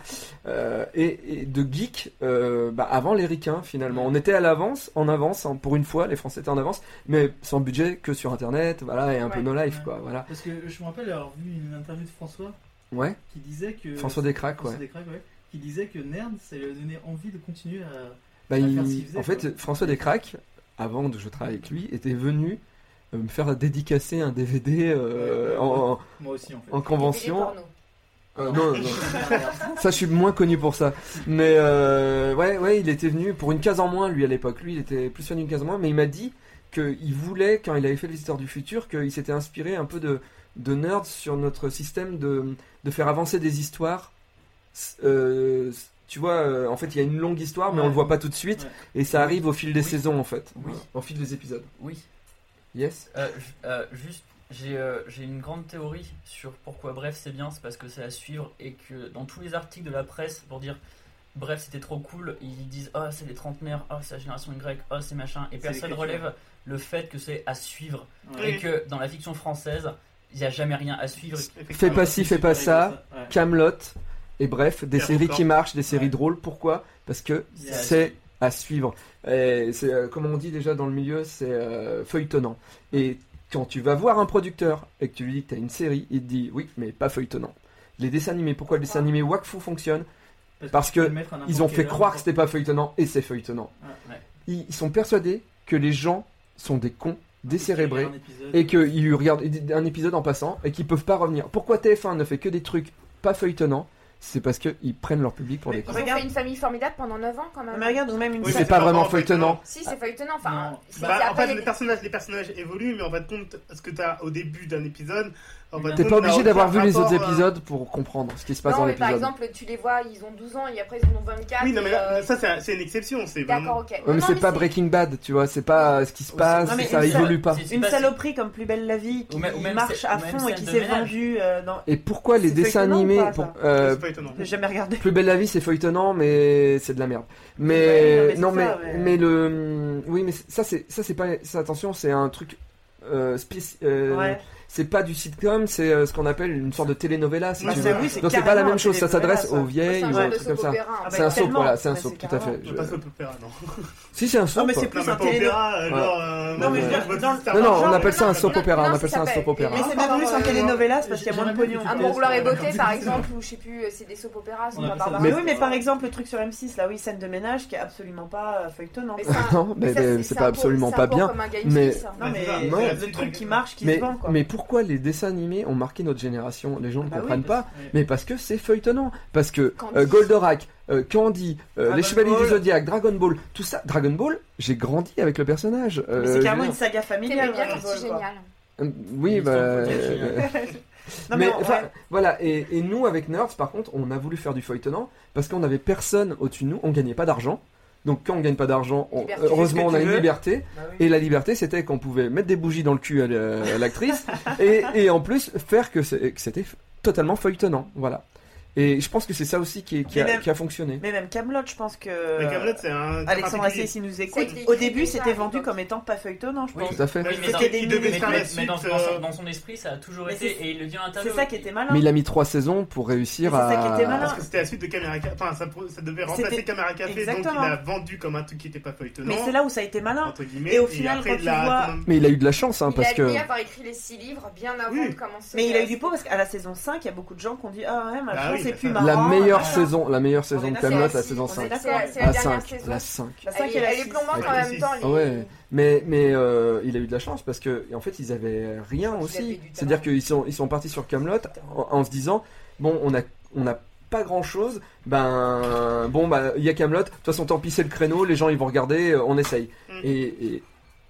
Euh, et, et de geek euh, bah, avant les ricains finalement on était à l'avance en avance hein, pour une fois les français étaient en avance mais sans budget que sur internet voilà et un peu Ouais. no life Ouais. quoi voilà Parce que je me rappelle avoir vu une interview de François ouais qui disait que. François Descraques ouais François Descraques, ouais, Qui disait que Nerd, ça lui a donné envie de continuer à. Bah, à il- faire ce qu'il faisait, en fait, quoi. François Descraques, avant que je travaille avec lui, était venu euh, me faire dédicacer un DVD euh, Ouais. en, en- Moi aussi, en fait. en Des convention. pornos. Euh, non, non, ça, je suis moins connu pour ça. Mais euh, ouais, ouais, il était venu pour une case en moins, lui, à l'époque. Lui, il était plus fan d'une case en moins, mais il m'a dit qu'il voulait, quand il avait fait le Visiteur du Futur, qu'il s'était inspiré un peu de, de nerd sur notre système de, de faire avancer des histoires. S- euh, s- tu vois, euh, en fait, il y a une longue histoire, mais on Ouais. le voit pas tout de suite, et ça arrive au fil des Oui. saisons, en fait. Oui. Voilà, Au fil des épisodes. Oui. Yes. Euh, j- euh, juste, j'ai euh, j'ai une grande théorie sur pourquoi Bref c'est bien, c'est parce que c'est à suivre et que dans tous les articles de la presse pour dire Bref c'était trop cool, ils disent ah c'est les trentenaires, ah c'est la génération Y, ah c'est machin, et C'est personne l'écriture. relève le fait que c'est à suivre Ouais. et que dans la fiction française il n'y a jamais rien à suivre. Fais pas ci, fais pas ça. Ouais. Camelot et bref, des Et séries encore. qui marchent, des séries Ouais. drôles. Pourquoi Parce que Yeah. c'est à suivre. Et c'est euh, comme on dit déjà dans le milieu, c'est euh, feuilletonnant. Et quand tu vas voir un producteur et que tu lui dis que t'as une série, il te dit oui, mais pas feuilletonnant. Les dessins animés, pourquoi les dessins animés Wakfu fonctionnent parce tu que peux Ah, le mettre à Ils ont n'importe fait quelle heure, croire que c'était pas feuilletonnant et c'est feuilletonnant. Ouais. Ouais. Ils, ils sont persuadés que les gens sont des cons, décérébrés Un épisode. et qu'ils regardent un épisode en passant et qu'ils peuvent pas revenir. Pourquoi TF1 ne fait que des trucs pas feuilletonnants, c'est parce qu'ils prennent leur public pour des cons. Ils ont Regarde. fait une famille formidable pendant 9 ans quand Non, même. mais regarde, ou même une Oui, mais c'est pas vraiment feuilletonnant. Si, c'est feuilletonnant. Enfin, Non. si, Bah, en fait, après, il y les a- personnages, les personnages évoluent, mais en fin de compte, ce que t'as au début d'un épisode, en fin de T'es compte, pas n'a obligé aucun d'avoir vu les rapport, autres euh, épisodes pour comprendre ce qui se passe non, dans mais par l'épisode. exemple, tu les vois, ils ont 12 ans et après ils en ont 24. Oui, non, mais et, là, euh, ça, c'est un- c'est une exception. C'est D'accord, vraiment. ok. Ouais, mais Non, c'est mais pas Breaking Bad, tu vois, c'est pas euh, ce qui se passe, Non, mais ça une seule- évolue pas. C'est- c'est Une pas- saloperie comme Plus belle la vie qui Ou même- ou même marche celle- à ou même fond et celle qui de s'est ménage. vendue euh, dans. Et pourquoi les C'est dessins feuilletonnant animés ou pas, pour- ça euh, C'est pas étonnant. J'ai jamais regardé. Plus belle la vie, c'est feuilletonnant, mais c'est de la merde. Ouais, Mais non, bah, non, mais mais c'est ça, ouais. mais le oui, mais ça c'est ça c'est pas ça attention, c'est un truc euh, spéci- euh, Ouais. c'est pas du sitcom, c'est euh, ce qu'on appelle une sorte de telenovela. Si Bah, tu c'est- veux. oui, c'est Donc c'est pas la carrément même chose, ça un s'adresse telenovela, aux ça. vieilles C'est un ou un genre de truc comme soap ça. opéra. Ah en bah, C'est un soap, tellement. voilà, c'est un Ouais, soap, tout à carrément. fait. Je Je- veux pas soap opéra, non. Si c'est un Non, soap. mais c'est Non, plus mais un pas télé. opéra, euh, Ouais. genre. euh, Non, mais je veux dire, Baptiste dans- Star Non, non, Wars, on genre, appelle ça un non, soap non, opéra, non, on appelle ça ça un soap s'appelle- opéra. Mais c'est Ah, devenu pardon, un euh, télénovelas parce qu'il y a moins de j'ai jamais pognon. vu Un Ah, bon vouloir et Intéressant. beauté, par exemple, ou je sais plus, euh, c'est des soap opéras, c'est On pas appelle ça barbare. Ah, Mais Mais- oui, mais par exemple, le truc sur M6, là, oui, scène de ménage qui est absolument pas euh, feuilletonnant. Mais ça- Non, mais, ça, mais c'est pas un absolument pas peu- c'est un peu bien. Comme un Guy mais- Fawkes, hein. Non, mais Ouais, ouais. le truc qui marche, qui se Mais, vend, quoi. mais pourquoi les dessins animés ont marqué notre génération Les gens ne Ah bah oui, comprennent parce- pas. ouais. Mais parce que c'est feuilletonnant. Parce que Candy. euh, Goldorak, euh, Candy, euh, Dragon les Chevaliers Ball. du Zodiac, Dragon Ball, tout ça. Dragon Ball, j'ai grandi avec le personnage. Mais Euh, c'est carrément je une veux saga familiale. T'aimais bien Dragon quand c'est Ball, quoi. génial. dire, euh, Oui, Ils bah. sont protégés, euh, mais Non, mais on- enfin, ouais. voilà. Et, et nous, avec Nerds, par contre, on a voulu faire du feuilletonnant parce qu'on n'avait personne au-dessus de nous. On gagnait pas d'argent. Donc quand on gagne pas d'argent, on- Liberté, heureusement qu'est-ce on que a tu une veux Bah liberté. Et la liberté, c'était qu'on pouvait mettre des bougies dans le cul à le- à l'actrice et, et en plus faire que c'est- que c'était f- totalement feuilletonnant. Voilà. Et je pense que c'est ça aussi qui, est- qui Mais a, même- qui a fonctionné. Mais même Camelot, je pense que. Mais Camelot, c'est un. Euh, Alexandre particulier. Assier, s'il nous écoute, C'est écrit au début déjà, c'était à vendu l'époque. comme étant pas feuilletonnant, je Oui. pense. Tout à fait. Oui, mais C'était dans- des il devait mimiques. Mais, faire la mais- mais suite. dans, dans euh, son, dans son esprit, ça a toujours Mais été, c'est- et il le dit en C'est interview. ça qui était malin. Mais il a mis trois saisons pour réussir Mais c'est ça à. qui était malin. Parce que c'était la suite de Caméra Café. Enfin, ça, pro- ça devait remplacer Ah. C'était- Caméra Café, Exactement. donc il a vendu comme un truc qui n'était pas feuilletonnant. Mais c'est là où ça a été malin. Entre guillemets. Et au final, quand il tu l'a- vois- quand même- Mais il a eu de la chance, hein, il parce a admis que. avoir écrit les 6 livres bien avant Oui. de commencer. Mais il a eu du euh, pot parce qu'à la saison 5, il y a beaucoup de gens qui ont dit Ah ouais, Bah machin, oui, c'est bah plus ça- marrant. La meilleure machin. saison, la meilleure On est saison de d'accord, Camelot, si, la saison on est 5. d'accord. C'est- c'est- La La dernière 5, saison. la 5. La 5 Elle, et est, la elle est 6. plombante Ouais, en six. même temps. les- Ah ouais. Mais, mais euh, il a eu de la chance parce que en fait ils avaient rien aussi. C'est-à-dire qu'ils sont, ils sont partis sur Camelot en, en se disant bon on a on a pas grand chose ben bon bah il y a Camelot de toute façon tant pis c'est le créneau les gens ils vont regarder euh, on essaye Mm. et, et,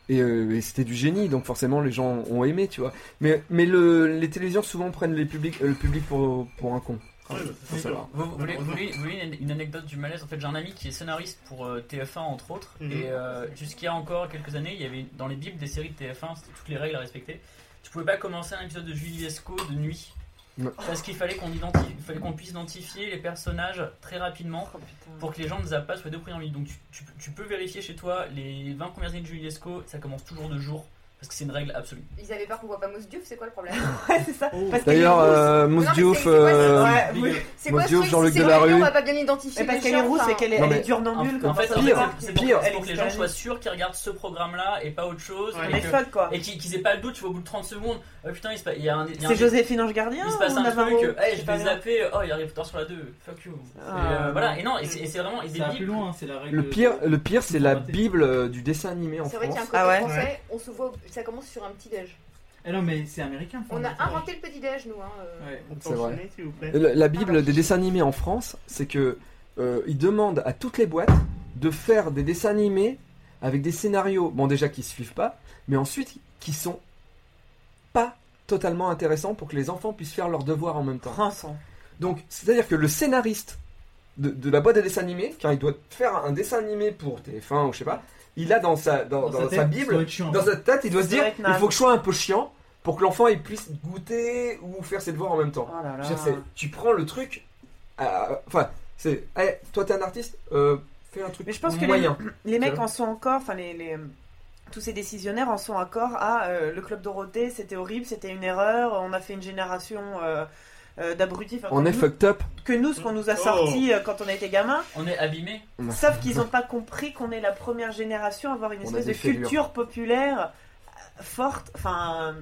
et, euh, et c'était du génie donc forcément les gens ont aimé tu vois mais mais le, les télévisions souvent prennent les publics euh, le public pour pour un con Ouais, bah, Faut savoir. Vous, vous voulez, vous voulez- vous voulez une, une anecdote du malaise En fait, j'ai un ami qui est scénariste pour euh, TF1 entre autres, Mhm. et euh, jusqu'à encore quelques années, il y avait dans les bibles des séries de TF1, c'était toutes les règles à respecter. Tu pouvais pas commencer un épisode de Juliesco de nuit. Non. Parce qu'il fallait qu'on identifie, fallait qu'on puisse identifier les personnages très rapidement Oh, putain. pour que les gens ne zappent pas sur les deux premières minutes. Donc tu, tu- tu peux vérifier chez toi les 20 premières années de Juliesco, ça commence toujours de jour parce que c'est une règle absolue. Ils avaient peur qu'on voit pas Mousse Diouf, c'est quoi le problème Ouais, c'est ça. Oh. Parce que d'ailleurs les rousses- euh, Mousse Non, mais Diouf c'est- c'est quoi, euh, Ouais, oui. C'est hein. Mousse quoi ce Diouf, truc Jean-Luc C'est Delarue. horrible, On va pas bien identifier. Mais parce les qu'elle est gens, rousse enfin. et qu'elle est, Non, elle est mais- dure En, nandule. en Ah, comme fait, ça, en fait, c'est pire. pas- c'est pour, Pire. c'est pour que les gens soient sûrs qu'ils regardent ce programme-là et pas autre chose. Ouais. et Elle est que- folle quoi. Et qui, qui aient pas le doute, tu vois, au bout de 30 secondes, oh putain, il se passe. Il y a un. il y a un- C'est Joséphine Ange Gardien Il se passe ou un Navarro truc, hey, C'est je pas vais grave. zapper, oh, il arrive tard sur la 2, fuck you. Et, Ah. euh, voilà, et non, et c'est et c'est vraiment. Et des Ça va bibles. plus loin, hein, c'est la règle. le pire euh, de- le pire c'est la Raté. bible euh, du dessin animé en C'est vrai qu'il y a un France côté Ah ouais. français, on se voit, ça commence sur un petit déj. Ah non, mais c'est américain. enfin, On a c'est- inventé le petit déj, nous. Hein. euh. Ouais. On peut C'est vrai. enchaîner, s'il vous plaît. La, la Bible des dessins animés en France, c'est que euh, ils demandent à toutes les boîtes de faire des dessins animés avec des scénarios, bon déjà qui se suivent pas, mais ensuite qui sont pas totalement intéressants pour que les enfants puissent faire leurs devoirs en même temps. Prends son. Donc c'est-à-dire que le scénariste de, de la boîte des dessins animés, quand il doit faire un dessin animé pour TF1 ou je sais pas, il a dans sa Oh, dans, dans sa, tête, ça doit Bible, être chiant, dans hein. sa tête, il doit se Ça dire, doit être il naze. faut que je sois un peu chiant pour que l'enfant il puisse goûter ou faire ses devoirs en même temps. Oh là là. Je veux dire, c'est- tu prends le truc. à- Enfin, c'est. eh, toi, t'es un artiste, euh, fais un truc Mais je pense que les- moyen. Les mecs vois. en sont encore, enfin les, les- tous ces décisionnaires en sont encore à euh, le club Dorothée, c'était horrible, c'était une erreur, on a fait une génération euh, euh, d'abrutis. Enfin, On que est nous- fucked up. Que nous, ce qu'on nous a Oh. sorti euh, quand on a été gamin, On est abîmé. Ouais. sauf qu'ils n'ont pas compris qu'on est la première génération à avoir une On a espèce des de fêlures. culture populaire euh, forte. Enfin,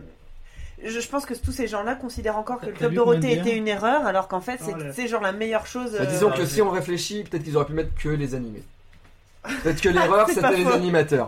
je, je pense que tous ces gens-là considèrent encore que le T'as club vu combien de Dorothée bières était une erreur, alors qu'en fait, c'est Oh là. c'est genre la meilleure chose. Bah, euh, disons Ah, que ouais. si on réfléchit, peut-être qu'ils auraient pu mettre que les animés. Peut-être que l'erreur, C'est pas c'était les faux. animateurs.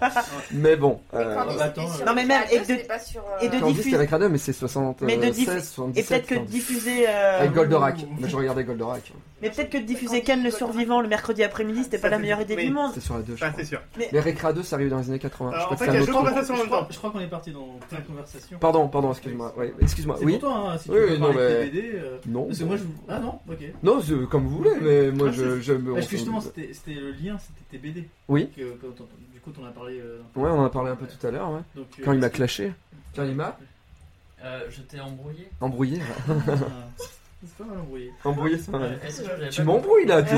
mais bon. Mais euh, quand bah, c'était attends, sur Non, mais même, Radio, et de- c'était pas sur, euh, et de- Candice, diffu- c'était avec Radio, mais c'est 76, Mais de diffu- 77. Et peut-être que enfin, diffuser. euh, Avec Goldorak. Moi, je regardais Goldorak. Mais peut-être que de diffuser Ken le survivant le mercredi après-midi, c'était pas Ça, la c'est- meilleure idée oui. du monde. C'est sur la 2, je Ah, Enfin, crois. c'est sûr. Mais Recra 2, ça arrive dans les années 80. Alors, je en crois que c'est fait, il y un a autre deux truc. conversations en Je même crois, temps. je crois qu'on est parti dans plein de conversations. Pardon, pardon, excuse-moi. Oui, excuse-moi. C'est Oui. pour toi, hein, si tu Oui, veux oui, parler non, mais- de BD. euh, Non. Parce que moi, je. Ah non, ok. Non, c'est comme vous voulez, mais moi, Ah, je. si. je me- Parce on- que justement, c'était c'était le lien, c'était tes BD. Oui. Que, quand on- du coup, on en a parlé. euh, Ouais, on en a parlé un peu tout à l'heure, ouais. donc, Quand euh, il m'a est-ce que- clashé. Quand il m'a Euh, je t'ai embrouillé. embrouillé. Ah, C'est pas mal embrouillé. Embrouillé, c'est Euh, Est-ce que j'avais Tu pas- m'embrouilles là, tu-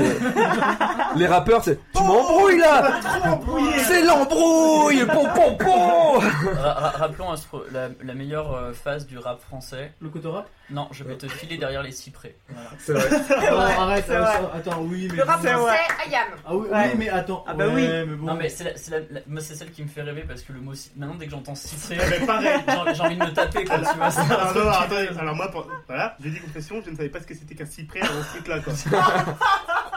les rappeurs c'est tu m'embrouilles là, Trop embrouillé c'est l'embrouille, pom pom pom. Ra- ra- Rappelons à ce pro- la, la meilleure euh, phase du rap français. Le cotorap Non, je vais te filer derrière les cyprès. Voilà. C'est vrai. C'est vrai, Arrête, c'est euh, attends, oui, mais. Le rap, C'est c'est ouais. Ayam. Ah oui, Ouais. oui, mais attends. Ah bah oui. ouais, Mais bon. Non mais c'est la- c'est la- la- moi, c'est celle qui me fait rêver parce que le mot ci- maintenant dès que j'entends cyprès, Mais pareil. j'ai j'ai envie de me taper quoi, tu vois. c'est un Alors, truc non, qui- attendez, alors moi, pour- voilà, j'ai dit compression, je ne savais pas ce que c'était qu'un cyprès avant ce truc-là, quoi.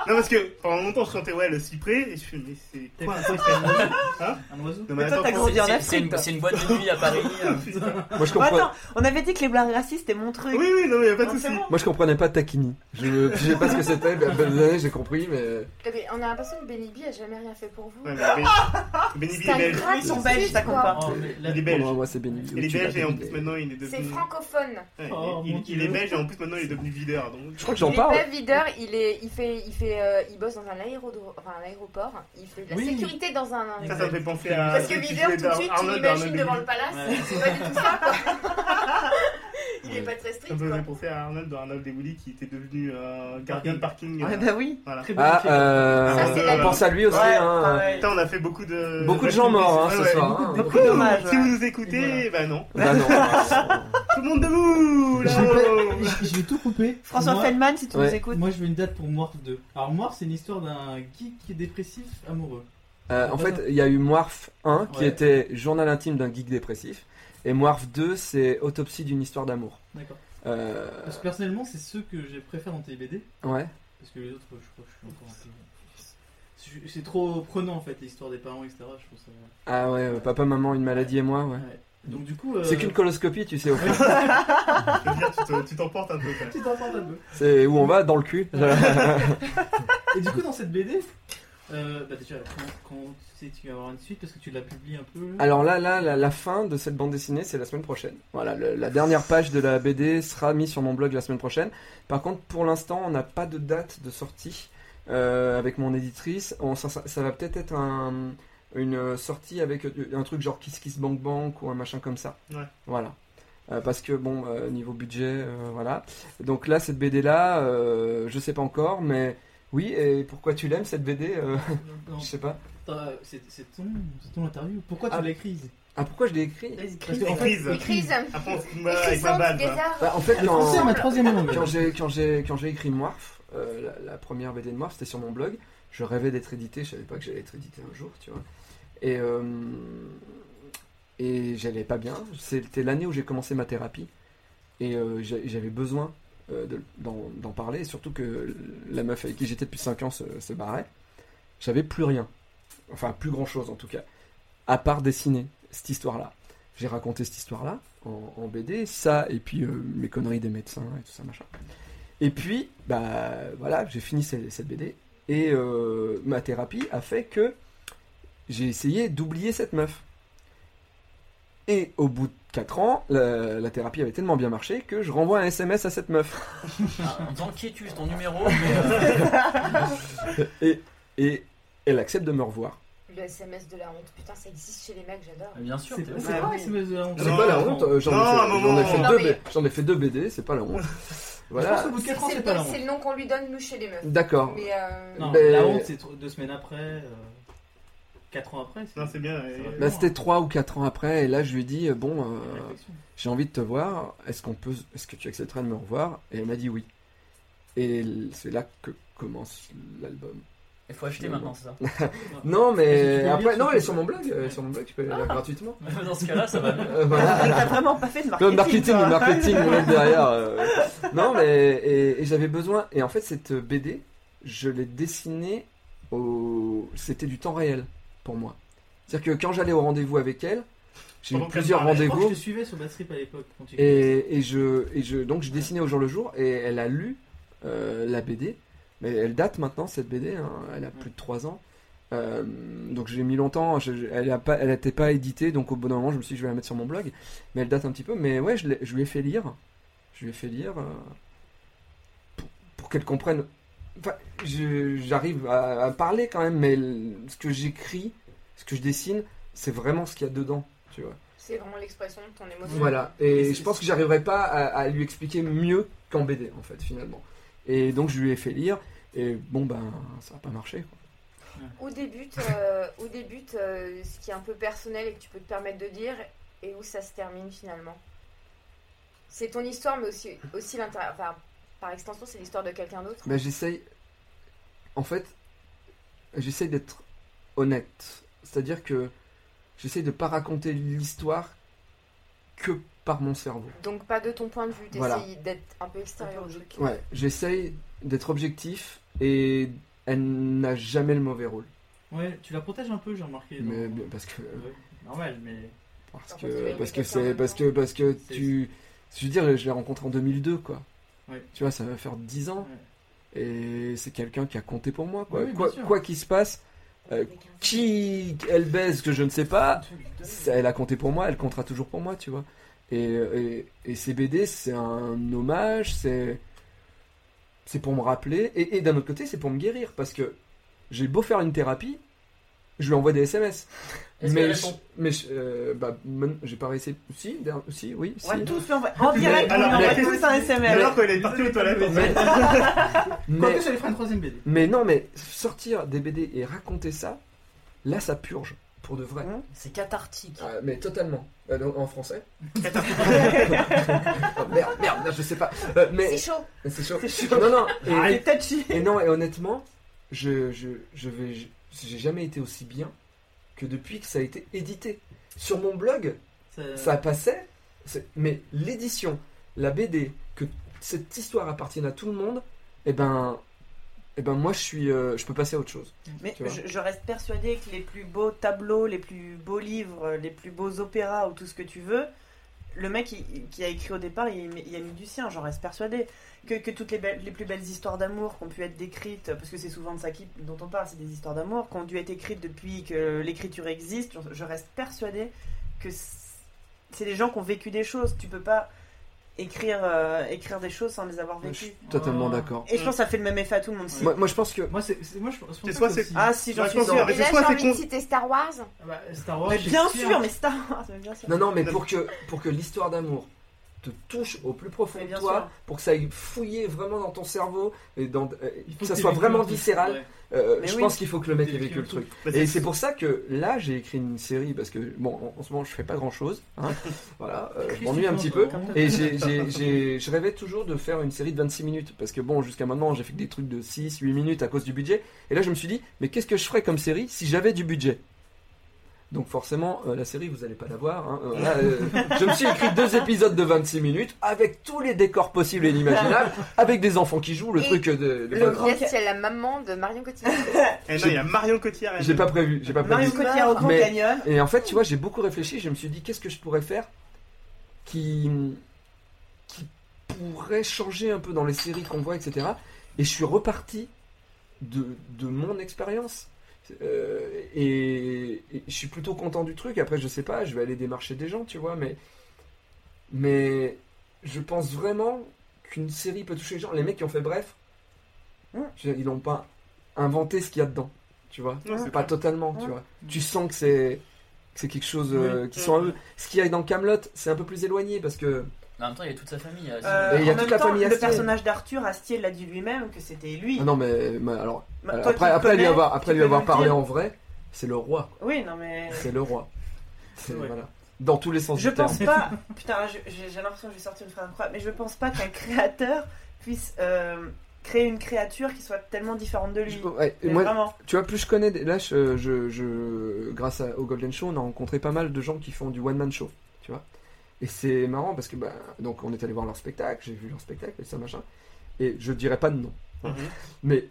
non, parce que pendant longtemps, je chantais, ouais, le cyprès, et je suis, mais c'est T'as quoi cru que c'était un oiseau Hein Un oiseau Non, mais Mais toi, attends, t'as pour- grandi en c'est- c'est une, Afrique. c'est une boîte de nuit à Paris. euh, Putain. Moi je Bon, comprenais, attends, on avait dit que les blagues racistes c'était mon truc. Oui, oui, non, mais y a pas de Non, soucis. c'est bon. moi je comprenais pas Takini. Je, je sais pas ce que c'était, mais après des années j'ai compris, mais Eh ben, On a l'impression que Benny B a jamais rien fait pour vous. Ouais, mais Ben- Benny B C'est un est belge. grand Ils sont succès, belges, ça quoi. compte pas. Oh, mais la- Il est pour belge. moi, moi c'est béni. Il est Tu belge l'as et en dit, plus mais- maintenant il est devenu. C'est francophone. Ouais, il, Oh, mon il- il est Dieu. belge et en plus maintenant il est devenu videur. Donc... Je crois que j'en il est pas parle. videur, il est, il fait, il fait, euh, il bosse dans un, aérodro- enfin, un aéroport, il fait de la Oui. sécurité dans un. Ça, ça me fait penser à. Parce que celui qui videur, jouait tout de dans suite, tu Arnold dans Arnold l'imagines devant le Béglé. palace. Ouais. C'est pas du tout ça. Quoi. il est pas très Ça strict. me Quoi. fait penser à Arnold dans Arnold et Woody qui était devenu euh, gardien de parking. Ouais, euh, bah oui. Voilà. Très bon Ah, film. euh, Ça, c'est Euh, on pense à lui aussi. Ouais, hein. pareil. Putain, on a fait beaucoup de. Beaucoup de gens morts hein, Ouais, ce ouais. soir. hein. Beaucoup dommage. Si ouais. vous nous écoutez, bah non. Bah non. Tout le monde debout oh. là-haut Je je vais tout couper. François Moi- Feldman, si tu Ouais. nous écoutes. Moi, je veux une date pour Morph 2. Alors, Morph, c'est une histoire d'un geek dépressif amoureux. Euh, en fait, il y a eu Moirf 1 qui Ah, Ouais. était journal intime d'un geek dépressif, et Moirf 2 c'est autopsie d'une histoire d'amour. D'accord. Euh, Parce que personnellement, c'est ceux que je préfère dans TBD. ouais. Parce que les autres, je crois que je suis encore un peu. C'est- C'est trop prenant en fait, l'histoire des parents, etc. Je trouve ça. Ah ouais, euh, papa, maman, une maladie et moi, ouais. Ouais. Donc, du coup. euh, C'est qu'une coloscopie, tu sais, au fond. Je veux dire, tu te- tu t'emportes un peu quand même. Tu t'entends un peu. C'est où on va, dans le cul. Et du coup, dans cette BD, euh, bah déjà, quand, quand tu sais tu vas avoir une suite, parce que tu la publies un peu. euh, Alors là, là, la, la fin de cette bande dessinée, c'est la semaine prochaine. Voilà, le- la dernière page de la BD sera mise sur mon blog la semaine prochaine. Par contre, pour l'instant, on n'a pas de date de sortie euh, avec mon éditrice. On, ça, ça- ça va peut-être être un- une sortie avec euh, un truc genre Kiss Kiss Bank Bank ou un machin comme ça. Ouais. Voilà. Euh, parce que bon, euh, niveau budget, euh, voilà. Donc là, cette BD là, euh, je sais pas encore, mais oui. Et pourquoi tu l'aimes cette BD euh, Dans- Je sais pas. dans- C'est c'est ton, c'est ton interview. Pourquoi tu Ah. l'as écrite Ah pourquoi je l'ai écrit Parce que, en fait, Crise. Crise. Après, on se combat avec ma Chrysanthe, balle. quoi. Guézard. Bah, en fait, Le français est quand, ma troisième langue. quand j'ai quand j'ai quand j'ai écrit Morph, euh, la, la première BD de Morph, c'était sur mon blog. Je rêvais d'être édité. Je savais pas que j'allais être édité un jour, tu vois. Et euh, et j'allais pas bien. C'était l'année où j'ai commencé ma thérapie et euh, j'a- j'avais besoin euh, de- d'en d'en parler. Et surtout que la meuf avec qui j'étais depuis 5 ans se, se barrait. J'avais plus rien. Enfin, plus grand chose en tout cas. À part dessiner cette histoire-là. J'ai raconté cette histoire-là en, en BD, ça, et puis euh, mes conneries des médecins et tout ça, machin. Et puis, bah voilà, j'ai fini cette, cette BD, et euh, ma thérapie a fait que j'ai essayé d'oublier cette meuf. Et au bout de 4 ans, la, la thérapie avait tellement bien marché que je renvoie un SMS à cette meuf. Ah, en disant qui es-tu, c'est ton numéro. mais, euh, Et, et elle accepte de me revoir. Le SMS de la honte, putain, ça existe chez les mecs, j'adore. bien sûr. C'est t'es- c'est pas SMS de la honte. C'est pas la honte, euh, j'en ai, Non, fait- à un moment, j'en ai fait non, deux mais- B- j'en ai fait deux BD, c'est pas la honte. Je pense Voilà. qu'au bout de 4 ans, C'est c'est le, pas la nom- c'est honte. le nom qu'on lui donne, nous, chez les meufs. D'accord. Mais euh, Non, Mais- la honte, c'est tr- deux semaines après, 4 ans après. Non, c'est bien. euh, vrai. Bah, c'était trois ou quatre ans après, et là je lui ai dit, euh, bon, euh, une réflexion. j'ai envie de te voir, est-ce qu'on peut, est-ce que tu accepterais de me revoir Et elle m'a dit oui. Et l- c'est là que commence l'album. Il faut acheter maintenant, c'est ça. Non, Parce que mais tu peux lire après, sur non, ton elle est sur blog. mon blog, elle est sur mon blog, tu peux la lire gratuitement. Dans ce cas-là, ça va mieux. Ah. Euh, voilà. T'as vraiment pas fait de Le marketing. marketing, toi. le marketing, le mec derrière. euh. Non, mais et, et j'avais besoin. Et en fait, cette BD, je l'ai dessinée au- c'était du temps réel pour moi. C'est-à-dire que quand j'allais au rendez-vous avec elle, j'ai eu Pendant qu'elle plusieurs parlait. Je crois que je te rendez-vous suivais sur Bastrip à l'époque. quand tu- et, et je, et je, donc je dessinais au jour le jour et elle a lu euh, la BD. Mais elle date maintenant cette BD, hein, elle a plus de 3 ans. Euh, donc j'ai mis longtemps, je- je- elle a pas, elle n'était pas éditée, donc au bout d'un moment je me suis dit je vais la mettre sur mon blog, mais elle date un petit peu. Mais ouais, je, l'ai- je lui ai fait lire, je lui ai fait lire euh, pour, pour qu'elle comprenne. Enfin, je- j'arrive à, à parler quand même, mais le- ce que j'écris, ce que je dessine, c'est vraiment ce qu'il y a dedans, tu vois. C'est vraiment l'expression de ton émotion. Voilà, Et et c'est- je pense que j'arriverai pas à, à lui expliquer mieux qu'en BD en fait finalement. Et donc je lui ai fait lire et bon ben ça a pas marché. quoi. Où débute, euh, où débute euh, ce qui est un peu personnel et que tu peux te permettre de dire et où ça se termine finalement C'est ton histoire, mais aussi, aussi l'intérieur. Enfin, par extension, c'est l'histoire de quelqu'un d'autre. Ben j'essaye, en fait, j'essaye d'être honnête, c'est-à-dire que j'essaye de pas raconter l'histoire que par mon cerveau. Donc, pas de ton point de vue. T'essayes Voilà. d'être un peu extérieur au truc. Ouais, j'essaye d'être objectif et elle n'a jamais le mauvais rôle, Ouais, tu la protèges un peu, j'ai remarqué. dans- mais bien- parce que euh, Ouais, normal, mais. Parce Parce que que- parce que c'est parce que parce que tu je veux dire je l'ai rencontré en 2002 quoi. Ouais. Tu vois ça va faire 10 ans et c'est quelqu'un qui a compté pour moi quoi. Oui, oui, quoi bien sûr. quoi qu'il se passe euh, qui elle baise que je ne sais pas ça, elle a compté pour moi elle comptera toujours pour moi tu vois. Et, et, et ces BD c'est un hommage c'est c'est pour me rappeler et, et d'un autre côté c'est pour me guérir parce que j'ai beau faire une thérapie je lui envoie des SMS Est-ce mais qu'elle je, répond mais je- euh, bah, mon- j'ai pas réussi. Si, der- si, oui, si. On va tous lui envoyer- en direct, on alors, lui envoie mais- tous un Mais SMS. alors qu'elle est partie aux toilettes. en fait. Mais, Quoique, mais, ça lui fera une troisième BD. mais non, mais sortir des BD et raconter ça, là, ça purge pour de vrai. Ouais. C'est cathartique. Ah, mais totalement. Euh, donc, en français. Oh, merde, merde, là, je sais pas. Euh, mais C'est chaud. c'est chaud. Ah, Non, non. et- Il est touchy. Et non, et honnêtement, je, je, je vais, je- j'ai jamais été aussi bien que depuis que ça a été édité. Sur mon blog, Ça- ça passait, c'est- mais l'édition, la BD, que cette histoire appartienne à tout le monde, eh ben, eh ben moi je suis, euh, je peux passer à autre chose. Mais Tu vois. je, je reste persuadée que les plus beaux tableaux, les plus beaux livres, les plus beaux opéras ou tout ce que tu veux, le mec il- il- qui a écrit au départ, il, il a mis du sien, j'en reste persuadée. Que, que toutes les, belles- les plus belles histoires d'amour qui ont pu être décrites, parce que c'est souvent de ça qui- dont on parle, c'est des histoires d'amour, qui ont dû être écrites depuis que l'écriture existe, je, je reste persuadée que c'est c'est des gens qui ont vécu des choses. Tu peux pas écrire, euh, écrire des choses sans les avoir Je suis vécues. totalement Oh. d'accord. Et je pense que ça fait le même effet à tout le monde. Si- Moi, moi, je pense que Moi, c'est. c'est- Moi, je pense je pense C'est pas soit que c'est- si- Ah si, j'en Bah, je suis pense sûre. que- Et c'est là, j'ai soit c'est envie de con- citer Star Wars. Bah, Star Wars. Mais bien Shakespeare. sûr, mais Star Wars, mais bien sûr. Oh, non, non, mais Non. pour que pour que l'histoire d'amour te touche au plus profond Mais de bien toi, sûr. pour que ça aille fouiller vraiment dans ton cerveau et dans, euh, Il faut que ça t'aies soit vécu vraiment un truc, viscéral. ouais. Euh, Mais je oui. pense qu'il faut que le mec ait Des vécu le films, truc. Bah, Et c'est pour ça que là, j'ai écrit une série parce que bon, en, en ce moment, je fais pas grand chose. voilà, euh, je m'ennuie un petit peu. Et j'ai- j'ai- j'ai- je rêvais toujours de faire une série de 26 minutes parce que bon, jusqu'à maintenant, j'ai fait que des trucs de 6, 8 minutes à cause du budget. Et là, je me suis dit, mais qu'est-ce que je ferais comme série si j'avais du budget donc forcément, euh, la série, vous allez pas la voir. hein. Euh, là, euh, je me suis écrit deux épisodes de 26 minutes avec tous les décors possibles et inimaginables, avec des enfants qui jouent, le Et truc de... de- Le grand- guest, c'est la maman de Marion Cotillard. Eh non, il y a Marion Cotillard. elle. J'ai pas prévu, j'ai pas prévu. Mario Cotillard au Grand Mais- Canyon. Et en fait, tu vois, j'ai beaucoup réfléchi. Je me suis dit, qu'est-ce que je pourrais faire qui, qui pourrait changer un peu dans les séries qu'on voit, etc. Et je suis reparti de, de mon expérience. Euh, et, et je suis plutôt content du truc. Après, je sais pas, je vais aller démarcher des gens, tu vois, mais, mais je pense vraiment qu'une série peut toucher les gens. Les mecs qui ont fait bref, Mm. je veux dire, ils n'ont pas inventé ce qu'il y a dedans, tu vois. Non, c'est Pas totalement, tu Ouais. vois. Tu sens que c'est que c'est quelque chose euh, Oui. qui sont à eux. Ce qu'il y a dans Camelot, c'est un peu plus éloigné parce que Mais en même temps, il y a toute sa famille. euh, Euh, Mais il y a en toute même la temps, famille le Astier. personnage d'arthur, Astier l'a dit lui-même que c'était lui. ah non mais, mais alors Ma- alors, toi après qui le après lui connais, avoir tu après lui peux avoir nous parlé dire. en vrai, c'est le roi, quoi. Oui, non mais. c'est le roi. C'est Ouais. voilà. Dans tous les sens Je du terme. pense pas. Putain, je- j'ai j'ai l'impression que j'ai sorti une phrase incroyable, mais je pense pas qu'un créateur puisse euh, créer une créature qui soit tellement différente de Je- lui. ouais, et Mais moi, vraiment. tu vois, plus je connais, des- là, je, je- je- grâce à- au Golden Show, on a rencontré pas mal de gens qui font du one man show, tu vois. Et c'est marrant parce que, bah, donc, on est allé voir leur spectacle, j'ai vu leur spectacle et ça machin. Et je dirais pas de nom. Mhm. Mais il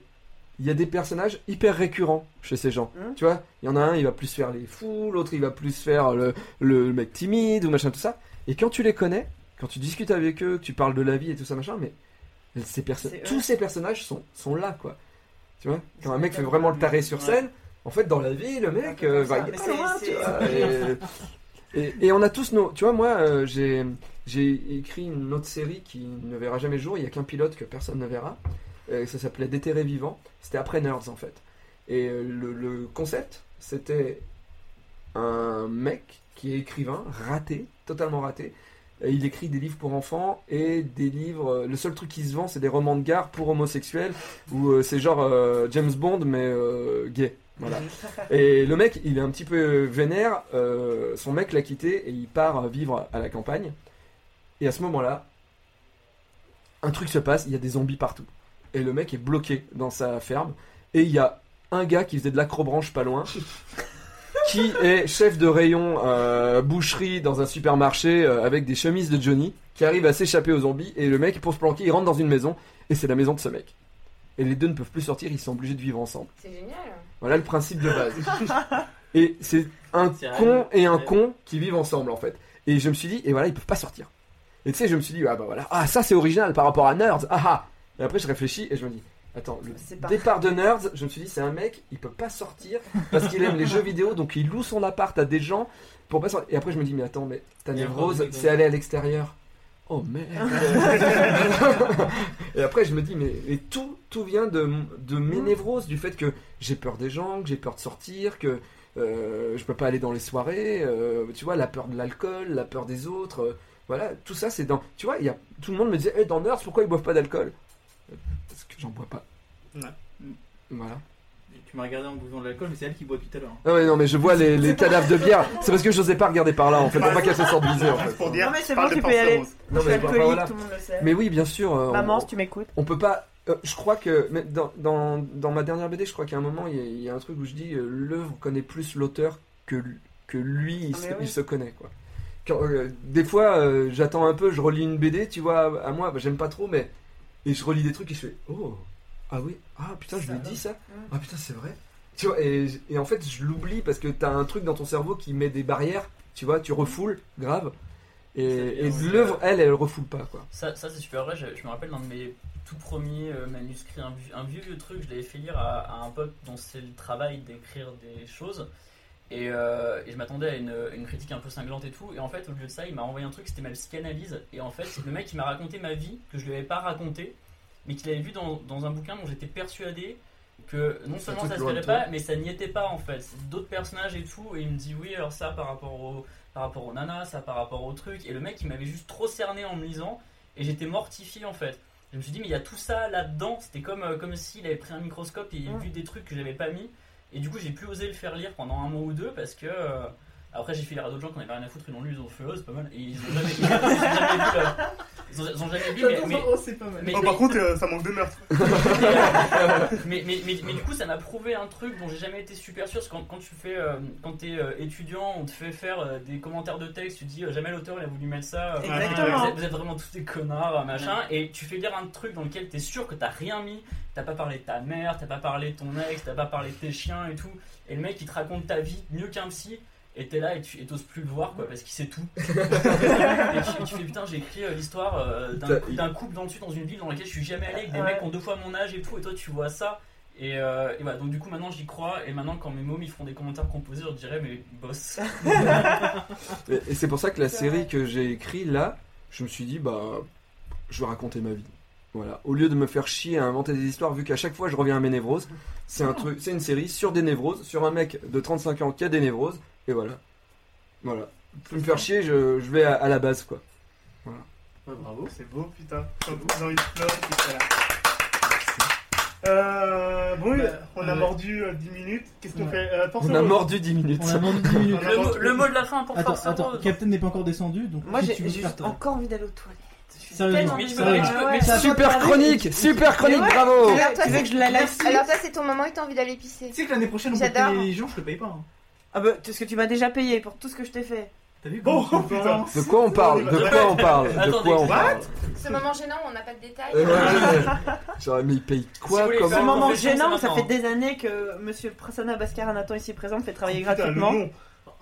il y a des personnages hyper récurrents chez ces gens. Mhm. Tu vois, il y en a un, il va plus faire les fous, l'autre, il va plus faire le, le mec timide ou machin, tout ça. Et quand tu les connais, quand tu discutes avec eux, que tu parles de la vie et tout ça, machin, mais ces perso- C'est eux. tous ces personnages sont, sont là, quoi. Tu vois, Ils quand un sont mec fait tellement vraiment le taré sur ouais. scène, en fait, dans la vie, le Un mec, peu euh, comme ça, bah, il est mais pas Ah, c'est- loin, c'est- tu vois. Et, et- et on a tous nos. Tu vois, moi, euh, j'ai j'ai écrit une autre série qui ne verra jamais le jour. Il n'y a qu'un pilote que personne ne verra. Euh, ça s'appelait Déterré vivant. C'était après Nerds, en fait. Et euh, le, le concept, c'était un mec qui est écrivain, raté, totalement raté. Et Il écrit des livres pour enfants et des livres. euh, Le seul truc qui se vend, c'est des romans de gare pour homosexuels, où euh, c'est genre euh, James Bond, mais euh, gay. Voilà. Et le mec, il est un petit peu vénère. euh, son mec l'a quitté et il part vivre à la campagne. Et à ce moment-là, un truc se passe, il y a des zombies partout. Et le mec est bloqué dans sa ferme. Et il y a un gars qui faisait de l'acrobranche pas loin, qui est chef de rayon euh, boucherie dans un supermarché euh, avec des chemises de Johnny, qui arrive à s'échapper aux zombies. Et le mec, pour se planquer, il rentre dans une maison. Et c'est la maison de ce mec. Et les deux ne peuvent plus sortir, ils sont obligés de vivre ensemble. C'est génial. Voilà le principe de base. et c'est un C'est con vrai. et un Ouais. con qui vivent ensemble en fait. Et je me suis dit, et voilà, ils peuvent pas sortir. Et tu sais, je me suis dit, ah bah voilà, ah ça c'est original par rapport à Nerds, ah ah. Et après je réfléchis et je me dis, attends, le C'est pas- départ de Nerds, je me suis dit, c'est un mec, il peut pas sortir parce qu'il aime les jeux vidéo, donc il loue son appart à des gens pour pas sortir. Et après je me dis, mais attends, mais ta Il y a un névrose, problème. c'est aller à l'extérieur. Oh merde. et après je me dis, mais, mais tout, tout vient de, de mes névroses, du fait que j'ai peur des gens, que j'ai peur de sortir, que euh, je peux pas aller dans les soirées, euh, tu vois, la peur de l'alcool, la peur des autres, euh, voilà, tout ça c'est dans. Tu vois, il y a, tout le monde me disait, Eh, dans Nerds, pourquoi ils boivent pas d'alcool Euh, Parce que j'en bois pas. Ouais. Voilà. Tu m'as regardé en buvant de l'alcool, mais c'est elle qui boit tout à l'heure. hein. Non mais, non, mais je vois les, les cadavres de bière, c'est parce que je n'osais pas regarder par là en fait, pour pas qu'elle se sorte visée en Juste fait. pour dire, Non, mais c'est je parle bon, de tu peux y Force aller. Rose. Non, Je suis mais bah, alcoolique, voilà. tout le monde le sait. Mais oui, bien sûr. euh, on- Maman, si tu m'écoutes. On peut pas. euh, je crois que mais dans, dans, dans ma dernière BD, je crois qu'il y a un moment, il y a, il y a un truc où je dis euh, l'œuvre connaît plus l'auteur que, l- que lui, il, Ah, se, mais oui. il se connaît quoi. Quand, euh, des fois, euh, j'attends un peu, je relis une BD, tu vois, à moi, bah, j'aime pas trop, mais et je relis des trucs et je fais oh ah oui ah putain je Ça lui va. dis ça Mm. ah putain c'est vrai tu vois et, j- et en fait je l'oublie parce que t'as un truc dans ton cerveau qui met des barrières, tu vois, tu refoules grave et, Ça devient, et ouais. l'œuvre elle elle refoule pas quoi. Ça, ça, c'est super vrai. Je, je me rappelle dans mes tout premiers euh, manuscrits, un, vieux- un vieux vieux truc, je l'avais fait lire à, à un pote dont c'est le travail d'écrire des choses. Et, euh, et je m'attendais à une, une critique un peu cinglante et tout. Et en fait, au lieu de ça, il m'a envoyé un truc, c'était ma psychanalyse. Et en fait, le mec, il m'a raconté ma vie que je lui avais pas raconté, mais qu'il avait vu dans, dans un bouquin dont j'étais persuadé que non C'est un seulement truc ça se loin de verrait toi. pas, mais ça n'y était pas en fait. C'est D'autres personnages et tout. Et il me dit, oui, alors ça par rapport au, par rapport au nana, ça par rapport au truc. Et le mec, il m'avait juste trop cerné en me lisant. Et j'étais mortifié en fait. Je me suis dit, mais il y a tout ça là-dedans. C'était comme, euh, comme s'il avait pris un microscope et il Mm. vu des trucs que j'avais pas mis. Et du coup, j'ai plus osé le faire lire pendant un mois ou deux parce que. euh, après, j'ai fait lire à d'autres gens qui n'avaient rien à foutre, ils l'ont lu, ils ont fait, oh, c'est pas mal. Et ils ont jamais, ils ont jamais vu. euh, ils ont- ils ont jamais vu, mais- mais, Oh, c'est pas mal. mais- Oh, par contre, euh, ça manque de meurtre. mais, mais, mais, mais du coup, ça m'a prouvé un truc dont j'ai jamais été super sûr. Parce que quand, quand tu fais, euh, quand t'es euh, étudiant, on te fait faire euh, des commentaires de texte, tu te dis euh, jamais l'auteur il a voulu mettre ça. euh, Exactement. vous, êtes, vous êtes vraiment tous des connards, euh, machin. Et tu fais lire un truc dans lequel t'es sûr que t'as rien mis. T'as pas parlé de ta mère, t'as pas parlé de ton ex, t'as pas parlé de tes chiens et tout. Et le mec il te raconte ta vie mieux qu'un psy. Et t'es là et tu et t'oses plus le voir quoi parce qu'il sait tout. et, tu, et tu fais putain j'ai écrit euh, l'histoire euh, d'un T'as- cou- d'un couple dans le sud dans une ville dans laquelle je suis jamais allé avec des Ouais. mecs qui ont deux fois mon âge et tout et toi tu vois ça et, euh, et voilà donc du coup maintenant j'y crois et maintenant quand mes mômes ils font des commentaires composés je dirais mais boss. Et, et c'est pour ça que la C'est série vrai. que j'ai écrite là, je me suis dit bah je vais raconter ma vie. Voilà, au lieu de me faire chier à inventer des histoires vu qu'à chaque fois je reviens à mes névroses, c'est Ah. un truc, c'est une série sur des névroses, sur un mec de 35 ans qui a des névroses et voilà. Voilà. Plus me faire chier, je, je vais à, à la base quoi. Ouais, bravo. C'est beau, putain. J'ai envie de pleurer, c'est là. Euh, bon, Bah, on a ouais. mordu euh, 10 minutes. Qu'est-ce qu'on Ouais. fait euh, Force On a Rose. mordu 10 minutes. On a moins de 10 minutes. Le, mot- le mot de la fin pour Attends, Force attends, Rose. Captain n'est pas encore descendu, donc Moi, si j'ai tu veux juste faire ta- encore envie d'aller aux toilettes. Je suis Sérieusement, tellement- sérieusement. Ah ouais. Mais tu peux- mais tu Super chronique, super chronique, Mais ouais. bravo. Alors, toi, Tu veux c'est- que je la laisse Merci. Alors, toi, c'est ton moment et t'as envie d'aller pisser. Tu sais que l'année prochaine, on peut J'adore. payer les gens, je te paye pas. hein. Ah bah, tout ce que tu m'as déjà payé pour tout ce que je t'ai fait. T'as vu Bon, Oh, comment tu me putain. balances De quoi on parle De quoi on parle De Attendez, quoi on what parle Ce moment gênant où on n'a pas de détails. Euh, ouais, ouais. Genre, mais il paye quoi Si vous voulez Ce faire comment un moment confession, gênant, c'est ça fait maintenant. des années que monsieur Prasanna Bascaranatan ici présent me fait travailler Putain, le gratuitement. nom.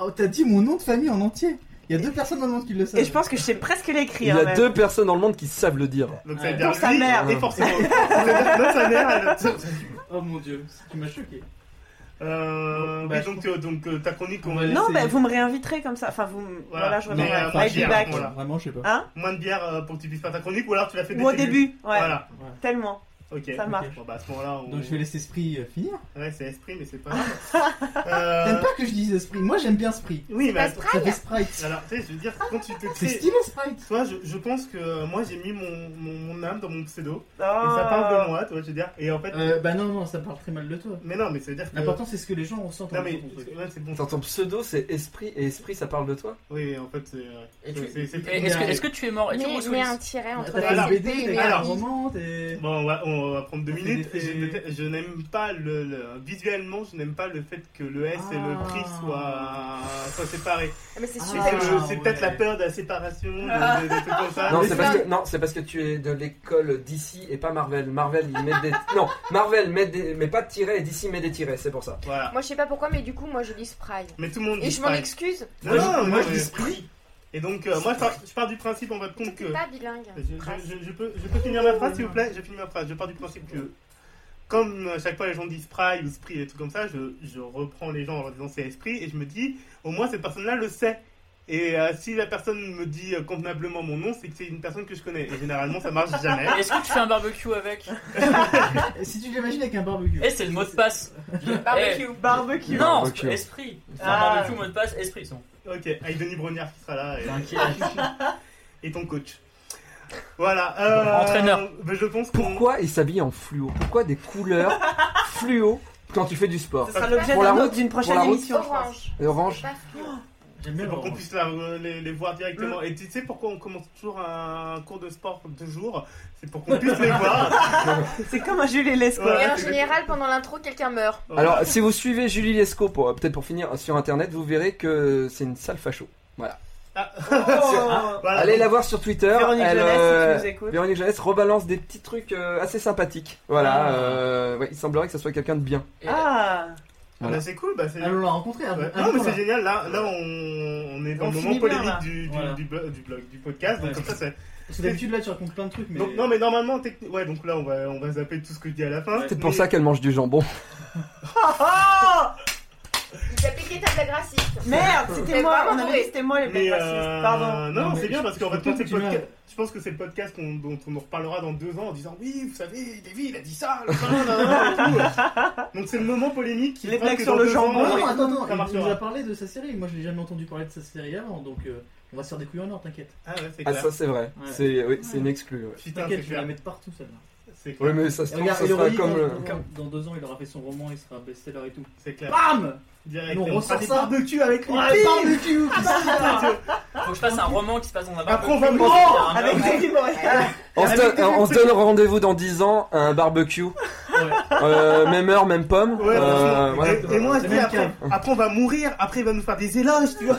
Oh, t'as dit mon nom de famille en entier. Il y a deux personnes dans le monde qui le savent. Et je pense que je sais presque Il l'écrire. hein, y a même. deux personnes dans le monde qui savent le dire. Donc ça veut Ouais. dire Pour sa lui mère. et forcément. Ça veut dire notre sa mère. elle- Oh mon dieu, tu m'as choqué. Euh, Bah, oui, donc, euh, donc euh, ta chronique, on va Ouais. Non, C'est- mais vous me réinviterez comme ça. Enfin, vous. me- Voilà. Voilà, je Mais, reviendrai. euh, I'll pas be hier, back. voilà. Vraiment, je sais pas. Hein moins de bière euh, pour que tu puisses faire ta chronique ou alors tu la fais dès Ou au le début, ouais. Voilà. Ouais. Tellement. Ok. Ça marche. Bon bah à ce moment-là, on... Donc je vais laisser Esprit euh, finir. ouais c'est esprit mais c'est pas grave. euh... T'aimes pas que je dise esprit Moi j'aime bien esprit. Oui mais Pas attends. Ça fait Sprite sprite. alors tu sais je veux dire quand tu te C'est crées, stylé sprite. toi je, je pense que euh, moi j'ai mis mon, mon, mon âme dans mon pseudo Oh. et Ah. ça parle de moi, tu vois je veux dire. Et en fait, Euh, bah non, non, ça parle très mal de toi. mais non mais ça veut dire que L'important c'est ce que les gens ressentent Euh. non en mais lisant ton truc. ouais, c'est bon. Attends, ton pseudo c'est esprit et esprit ça parle de toi Oui mais en fait c'est euh, ouais. Et tu- C'est- c'est- c'est- Et Est-ce que, est-ce que tu es mort Et tu Mais, reçois mais une- un tiret entre T'as la fait alors, le SCP BD, et t'as le fait le alors, RI. roman, t'es. Bon, on va, on va prendre deux On Ah, fait minutes. des Je, faits. je n'aime pas le, le- visuellement, je n'aime pas le fait que le S et le Ah. prix soient, soient séparés. Ah, Mais c'est Ah. Parce que super. je- c'est ouais. peut-être la peur de la séparation, de- de- des trucs comme Ah, ça. Non, Mais c'est ça- parce que non, c'est parce que tu es de l'école d'ici et pas Marvel. Marvel, il met des non, Marvel met des mais pas de tirets et d'ici met des tirets, c'est pour ça. Voilà. Moi je sais pas pourquoi, mais du coup, moi je lis Sprite. Mais tout le monde Et dit je m'en pareil. excuse, Non, non, non, moi je mais- dis esprit. Et donc, euh, moi, je pars, je pars du principe, en fait, compte que. t'es pas bilingue. Je, je- je- je peux, je peux finir ma phrase, s'il vous plaît Je finis ma phrase. Je pars du principe que, comme à chaque fois les gens disent Sprite ou Spree et des trucs comme ça, je, je reprends les gens en leur disant c'est Esprit et je me dis, au moins cette personne-là le sait. Et euh, si la personne me dit euh, convenablement mon nom, c'est que c'est une personne que je connais. Et généralement, ça marche jamais. Et Est-ce que tu fais un barbecue avec Ah, Si tu l'imagines avec un barbecue. Eh, c'est le mot de passe. Eh, Barbecue. Eh, Barbecue. Non, Barbecue. esprit. Enfin, Ah. barbecue, mot de passe, esprit. Sinon. Ok, avec Denis Brognard qui sera là. et- T'inquiète. et ton coach. Voilà. euh, Entraîneur. ben, je pense qu'on- Pourquoi il s'habille en fluo Pourquoi des couleurs fluo quand tu fais du sport Ce sera l'objet Pour la d'un- route, d'une pour prochaine la route. émission, je pense. Orange. Et Orange. Pas fluo. J'aime bien C'est le pour qu'on puisse la- les, les voir directement. Et tu sais pourquoi on commence toujours un cours de sport de jour C'est pour qu'on puisse les voir. C'est comme un Jules Lescaut. Voilà. Et en général, pendant l'intro, quelqu'un meurt. Alors, si vous suivez Julie Lescaut pour euh, peut-être pour finir sur internet, vous verrez que c'est une sale facho. Oh. Voilà. Allez la voir sur Twitter. Véronique elle, Jeunesse, euh, si tu nous écoutes. Véronique Jeunesse rebalance des petits trucs euh, assez sympathiques. Voilà, Ah. euh, ouais, il semblerait que ça soit quelqu'un de bien. Ah, Ah, bah, c'est cool. Bah, c'est... Allons la rencontrer. Ouais. un- un Non, mais jour, c'est là. génial. Là, là on, on est dans On le moment finit bien, polémique là. du, du, Voilà. du blog, du blog, du podcast. Donc, Ouais. comme ça, c'est... Parce que d'habitude là tu racontes plein de trucs, mais. Donc, non, mais normalement, techni- ouais, donc là, on va, on va zapper tout ce que je dis à la fin. C'est Mais- pour ça qu'elle mange du jambon. Il t'a piqué ta blague raciste. merde, c'était Mais moi, vraiment on avait mauvais. dit c'était moi les Mais, mecs racistes, euh, pardon. Non, non, mais c'est bien parce je- qu'en je fait, peux c'est continuer à- podcast. Je pense que c'est le podcast qu'on- dont on nous reparlera dans deux ans en disant Oui, vous savez, David a dit ça, le machin, nanana, et tout. Donc c'est le moment polémique qui Les fera blagues que sur dans le deux jambon. ans, Non, non, ça attends, attends, il nous marchera. a parlé de sa série. Moi, je n'ai jamais entendu parler de sa série avant, donc euh, on va se faire des couilles en or, t'inquiète. Ah ouais, c'est Ah clair. ça c'est vrai. Ouais. C'est oui, c'est une exclue. ouais. Putain, c'est T'inquiète, je vais la clair. mettre partout celle-là. C'est clair. Oui mais ça se Et trouve, regarde, ça il sera aurait dit comme euh, dans, le... dans- dans deux ans, il aura fait son roman, il sera best-seller et tout. C'est clair. Bam Direct. on on ressort fera des ça. barbecues avec les Ouais, filles. barbecue Faut que je fasse un roman qui se passe dans un Après, barbecue. on va Il y a manger. un Avec homme. David Boreal. On se, Avec donne, des on se trucs. donne rendez-vous dans 10 ans à un barbecue. Euh, même heure, même pomme. Ouais, Euh, franchement. voilà. Et- et, moi, je C'est dis, même après, après, on va mourir, après, il va nous faire des éloges, tu vois.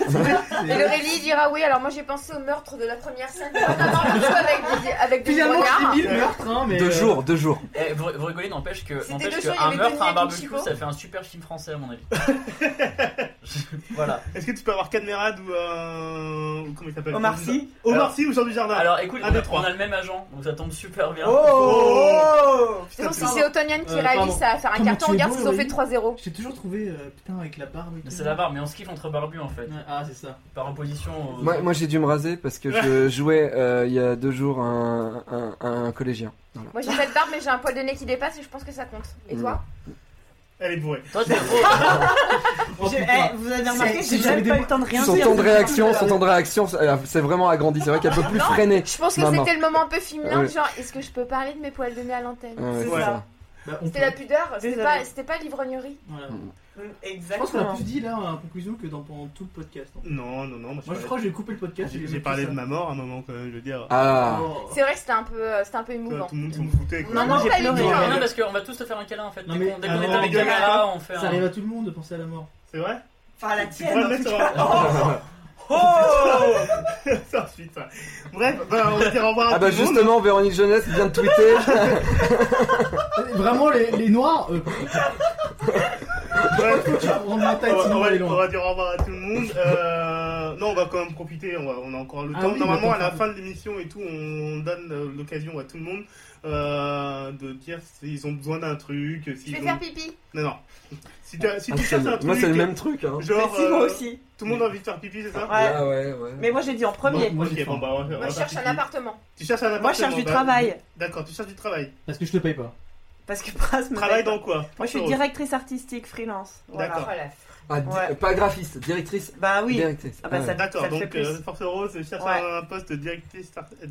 Et Laurélie dira oui, alors moi j'ai pensé au meurtre de la première scène. Non, non, non, plutôt avec des, avec des Finalement, poignards. c'est mis le meurtre, hein, mais. Deux euh, jours, deux jours. Eh, vous, vous rigolez, n'empêche que, C'était n'empêche deux que jours, il y un avait meurtre à un Denis avec barbecue, Chico. ça fait un super film français à mon avis. voilà. Est-ce que tu peux avoir Cadmerade ou euh, ou comment il s'appelle Omar Sy. Omar Sy ou Jean du Ah, Jardin. Alors écoute, Un, on deux, a, trois. on a le même agent, donc ça tombe super bien. Oh. Oh C'est bon, si Pardon. c'est Otonian qui Euh, réalise, pardon. ça va faire un Comment carton. tu es Regarde, beau, ils ont Laurélie. fait 3-0. Je t'ai toujours trouvé, euh, putain, avec la barbe et tout. C'est la barbe, mais on se kiffe entre barbus en fait, Ouais, Ah, c'est ça. par opposition au. Moi, moi, j'ai dû me raser parce que je jouais euh, il y a deux jours un, un, un collégien. Voilà. Moi j'ai pas de barbe, mais j'ai un poil de nez qui dépasse et je pense que ça compte. Et toi Elle est bourrée. Toi t'es gros. Oh, J'ai- putain. eh, Vous avez remarqué, Si j'ai j'avais même des- pas eu le temps de rien Son dire. temps de réaction, son temps de réaction, euh, c'est vraiment agrandi. C'est vrai qu'elle peut plus freiner. Je pense que Maman. c'était le moment un peu féminin, Ouais. Mm. genre est-ce que je peux parler de mes poils de nez à l'antenne Ouais, C'est c'est ça. ça. Bah, on C'était peut- la pudeur, c'était Désolé. pas, c'était pas l'ivrognerie. voilà. Je pense qu'on a Mm, Exactement. plus dit là en conclusion que dans pendant tout le podcast. hein. Non, non, non. Moi, je Moi, je parlais- crois que j'ai coupé le podcast. J'ai je vais j'ai mettre parlé tout de ça. ma mort à un moment quand même, je veux dire. Ah. Oh. C'est vrai que c'était un peu, euh, c'était un peu émouvant. Tout le monde s'en foutait. quoi. Non, non, j'ai pas pleuré. du Mais tout. Ouais. non, parce qu'on va tous te faire un câlin en fait. Non, Dès mais- qu'on dès qu'on Ah, est non, avec mais- caméra, on fait Ça un. arrive à tout le monde de penser à la mort. C'est vrai Enfin, la Tu Ah, pourrais tienne. le en mettre tout sur cas. un- Oh Ça, ensuite, ouais. Bref, bah, on va dire au revoir à Ah bah tout le monde. justement, Véronique Jeunesse vient de tweeter. Vraiment, les, les noirs, euh, Bref, faut que tu rendes la taille, on, va, sinon on va- elle est loin. on va dire au revoir à tout le monde. Euh, non, on va quand même profiter, on, va- on a encore le Ah temps. oui, Normalement, bah, à la t'en fin de l'émission et tout, on donne euh, l'occasion à tout le monde euh, de dire s'ils ont besoin d'un truc. Je s'ils vais ont- faire pipi. Non, non. Si, t'as- si Ah, tu c'est- cherches un truc, moi, c'est le même truc. Hein. genre, Mais si, moi euh, aussi. tout le monde a envie de faire pipi, c'est ça Ouais. Ah ouais, ouais. Mais moi j'ai dit en premier. Moi, Ok, j'ai bon, faim. bah, on va faire- on Moi, va je faire cherche un pipi. appartement. Tu cherches un appartement Moi je cherche du bah, travail. D'accord, tu cherches du travail. Parce que je te paye pas. Parce que Pras me. Travail paye pas. dans quoi Moi je suis direct directrice artistique freelance. Oh D'accord. Voilà. la Ah, di- Ouais. Pas graphiste, directrice. Bah oui. Directrice. Ah bah, ouais. ça- D'accord, te fait donc plus. euh, Force Rose cherche Ouais. un poste directrice. euh, André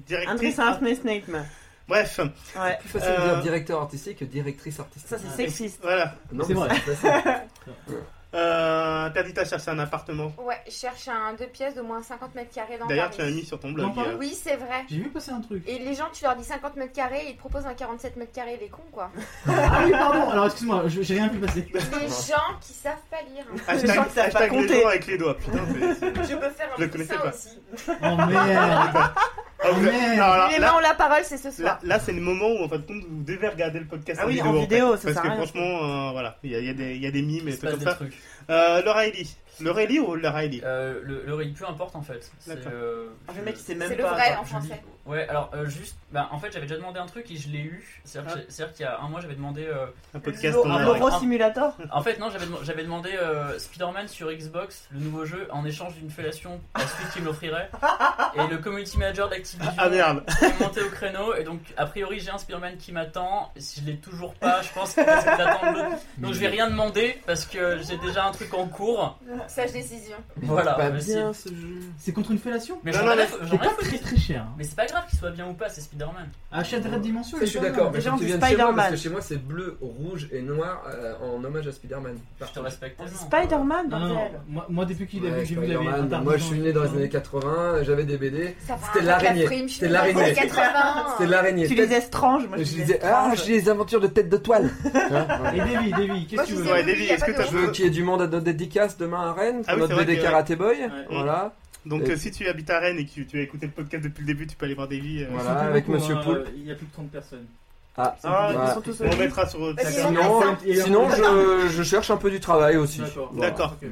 directrice Saint-Snake. Snape. Bref, Ouais. Ah plus facile de euh, dire directeur artistique que directrice artistique. Ah, Ça c'est sexiste. voilà. Non, C'est mais vrai. c'est facile. Euh, Perdita cherche un appartement. Ouais, je cherche un deux pièces d'au moins 50 mètres carrés dans D'ailleurs, Paris. tu l'as mis sur ton Non, blog. pardon. euh. Oui, c'est vrai. J'ai vu passer un truc. Et les gens, tu leur dis 50 mètres carrés, ils te proposent un 47 mètres carrés, les cons quoi. Ah oui, pardon, alors excuse-moi, je- j'ai rien vu passer. Les gens qui savent pas lire. hein. Les gens Hashtag, qui savent hashtag pas les compter. doigts avec les doigts. Putain, c'est- c'est- Je peux faire un Je le peu connaissais ça pas. aussi. Oh merde. Ah, vous- Merde. Non, alors, Les là, mains ont la parole, c'est ce soir. là- là, c'est le moment où en fin de compte, vous devez regarder le podcast Ah oui, vidéo, en fait. vidéo, ça Parce sert que à rien. franchement, euh, voilà, il y, a- il y a des- il y a des mimes et Il se tout passe comme des ça. trucs. Euh, Laura Ellie. Laura Ellie ou Laura Ellie Euh, le, le Ray, peu importe en fait. C'est, D'accord. euh, Le Ah, je- mec il sait C'est même le pas. vrai en je dis- français. Ouais, alors euh, juste, bah, en fait j'avais déjà demandé un truc et je l'ai eu. C'est-à-dire, que Ah. j'ai- c'est-à-dire qu'il y a un mois j'avais demandé. euh, Un podcast Un en Ah, direct. Euro ouais. Simulator. En fait, non, j'avais dem- j'avais demandé euh, Spider-Man sur Xbox, le nouveau jeu, en échange d'une fellation à celui qui me l'offrirait. Et le community manager d'Activision Ah merde. est monté au créneau. Et donc, a priori, j'ai un Spider-Man qui m'attend. Et Si je l'ai toujours pas, je pense que c'est d'attendre l'autre. Donc, je vais rien demander parce que j'ai déjà un truc en cours. Sage décision. Voilà. pas mais si- bien ce jeu. C'est contre une fellation Mais Non, j'en non, ai mais- rien- j'en C'est ai rien pas foutu. très très cher. hein. Mais c'est pas grave qu'il soit bien ou pas, c'est Spider-man. À Shattered Dimension, Ça, je il suis est pas d'accord, mal. mais Déjà, quand on tu dit viens de chez moi, parce Spider-Man. que chez moi c'est bleu, rouge et noir euh, en hommage à Spider-Man. Je te respecte tellement. Spider-Man, Non, non, bordel. non. Moi, moi, depuis qu'il Ouais, avait, j'ai vu qu'il avait Spider-Man, interdit moi je dans- suis né dans les années 80, j'avais des BD, Ça va, C'était un l'araignée. peu la prime, je C'était suis dans les l'araignée. années 80. c'était l'araignée. Ah, Tu Tête- les strange, moi je je les disais, ah, je strange. lis les aventures de tête de toile. Hein, voilà. Et Davy, Davy, qu'est-ce Moi, que tu je veux sais- Ouais, oui, Davy, y a est-ce que pas de t'as Je veux qu'il y ait du monde à notre dédicace demain à Rennes pour Ah oui, notre c'est vrai BD que- Karaté Boy. Ouais. Voilà, Donc Et- euh, si tu habites à Rennes et que tu as écouté le podcast depuis le début, tu peux aller voir Davy. euh, Ils sont Voilà, plus avec beaucoup, Monsieur hein, Poulpe. Il y a plus de 30 personnes. Ah, Ah, Voilà. ils sont tous On au lit. mettra sur ta Vas-y, carte. Sinon, Et leur- sinon je, je cherche un peu du travail aussi. D'accord. Voilà. D'accord. Ok.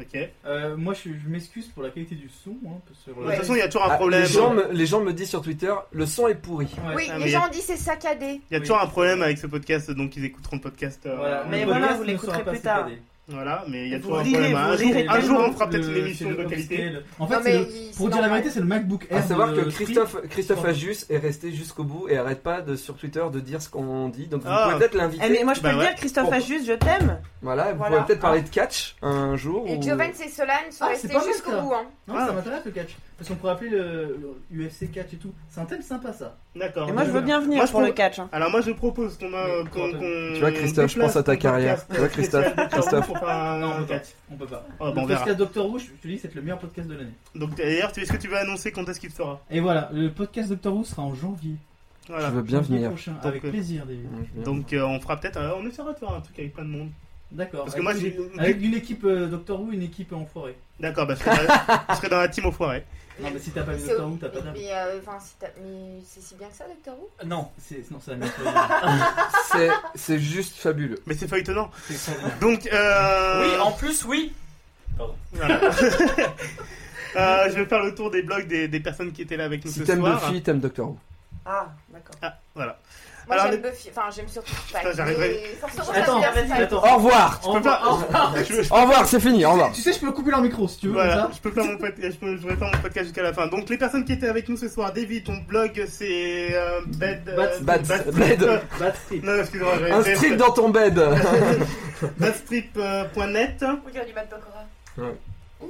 Ok. De Euh, moi, je, je m'excuse pour la qualité du son. Hein, sur toute façon, il y a toujours un Ah, problème. les, gens me, les gens me disent sur Twitter, le son est pourri. Oui, Ah, mais les y a- gens ont dit c'est saccadé. Il y a Oui. toujours un problème avec ce podcast, donc ils écouteront le podcast. euh, Voilà, Mais le voilà, podcast vous ne l'écouterez sera pas plus tard. saccadé. Voilà, mais il y a Vous toujours un rirez, problème. vous Un jour, rirez un jour, on tellement. fera peut-être Le- une émission c'est de le qualité. upscale. En Non, fait, mais c'est le- il- pour c'est dire la normal. vérité, c'est le MacBook Air. À savoir de que Free. Christophe, Christophe Pardon. Agius est resté jusqu'au bout et arrête pas de, sur Twitter de dire ce qu'on dit. Donc vous Ah. pouvez peut-être Eh, l'inviter. mais moi je peux Bah le ouais. dire, Christophe Bon. Ajus, je t'aime. Voilà, vous Voilà. Ah. pouvez peut-être parler de catch un jour. Et ou- Jovan et Solane sont Ah, c'est restés pas mal, jusqu'au ça. bout. Hein. Non, ça m'intéresse le catch. Parce qu'on pourrait appeler le, le UFC catch et tout. C'est un thème sympa ça. D'accord. Et moi je veux bien venir Moi, je pour le trouve- catch. hein. Alors moi, je propose qu'on a. Mais qu'on- attends. qu'on Tu vois, Christophe, je pense à ta déplace le carrière. podcast Tu vois, Christophe, spécial Doctor Who Christophe. pour faire un- Non, on peut pas. On peut pas. Oh, bah, on le verra. podcast Doctor Who, je je te dis, c'est le meilleur podcast de l'année. Donc d'ailleurs, tu- est-ce que tu veux annoncer quand est-ce qu'il sera Et voilà, le podcast Doctor Who sera en janvier. Je Voilà. veux bien Janvier venir. prochain, Donc, avec euh, plaisir, David. Donc euh, on fera peut-être. euh, On essaiera de faire un truc avec plein de monde. D'accord. Parce que moi, Avec- j'ai- Avec une équipe euh, Doctor Who, une équipe enfoirée. D'accord, bah, je, serai dans- je serai dans la team au foiré. Non, mais si t'as pas vu C'est- Doctor Who, t'as pas Mais, d'âme. mais, euh, enfin, si t'as- mais c'est si bien que ça, Doctor Who Non. C'est- Non, c'est la même chose. C'est- C'est juste fabuleux. Mais c'est feuilletonnant. C'est extraordinaire. Donc euh... Oui, en plus, oui. Voilà. Euh, je vais faire le tour des blogs des, des personnes qui étaient là avec nous Si ce t'aimes soir. hein. Buffy, t'aimes Doctor Who. Ah, d'accord. Ah, voilà. Moi Alors, j'aime les- Buffy. Enfin, j'aime surtout Putain, pas. j'arriverai. les- Force Rose, Attends, ça me dérange pas. attends. Au revoir Je peux pas. Oh, Je peux- je- Au revoir, c'est fini, au revoir. Tu sais, je peux couper leur micro si tu veux. Voilà, comme ça. je peux faire mon podcast, je, peux, je vais faire mon podcast jusqu'à la fin. Donc les personnes qui étaient avec nous ce soir, David, ton blog c'est euh, Bed euh, Bad- Bad- Badstrip. Bad. Bad trip. Non, excuse-moi, j'avais Un fait- strip dans ton bed Badstrip.net. Ou dire du mal de Pokora. euh,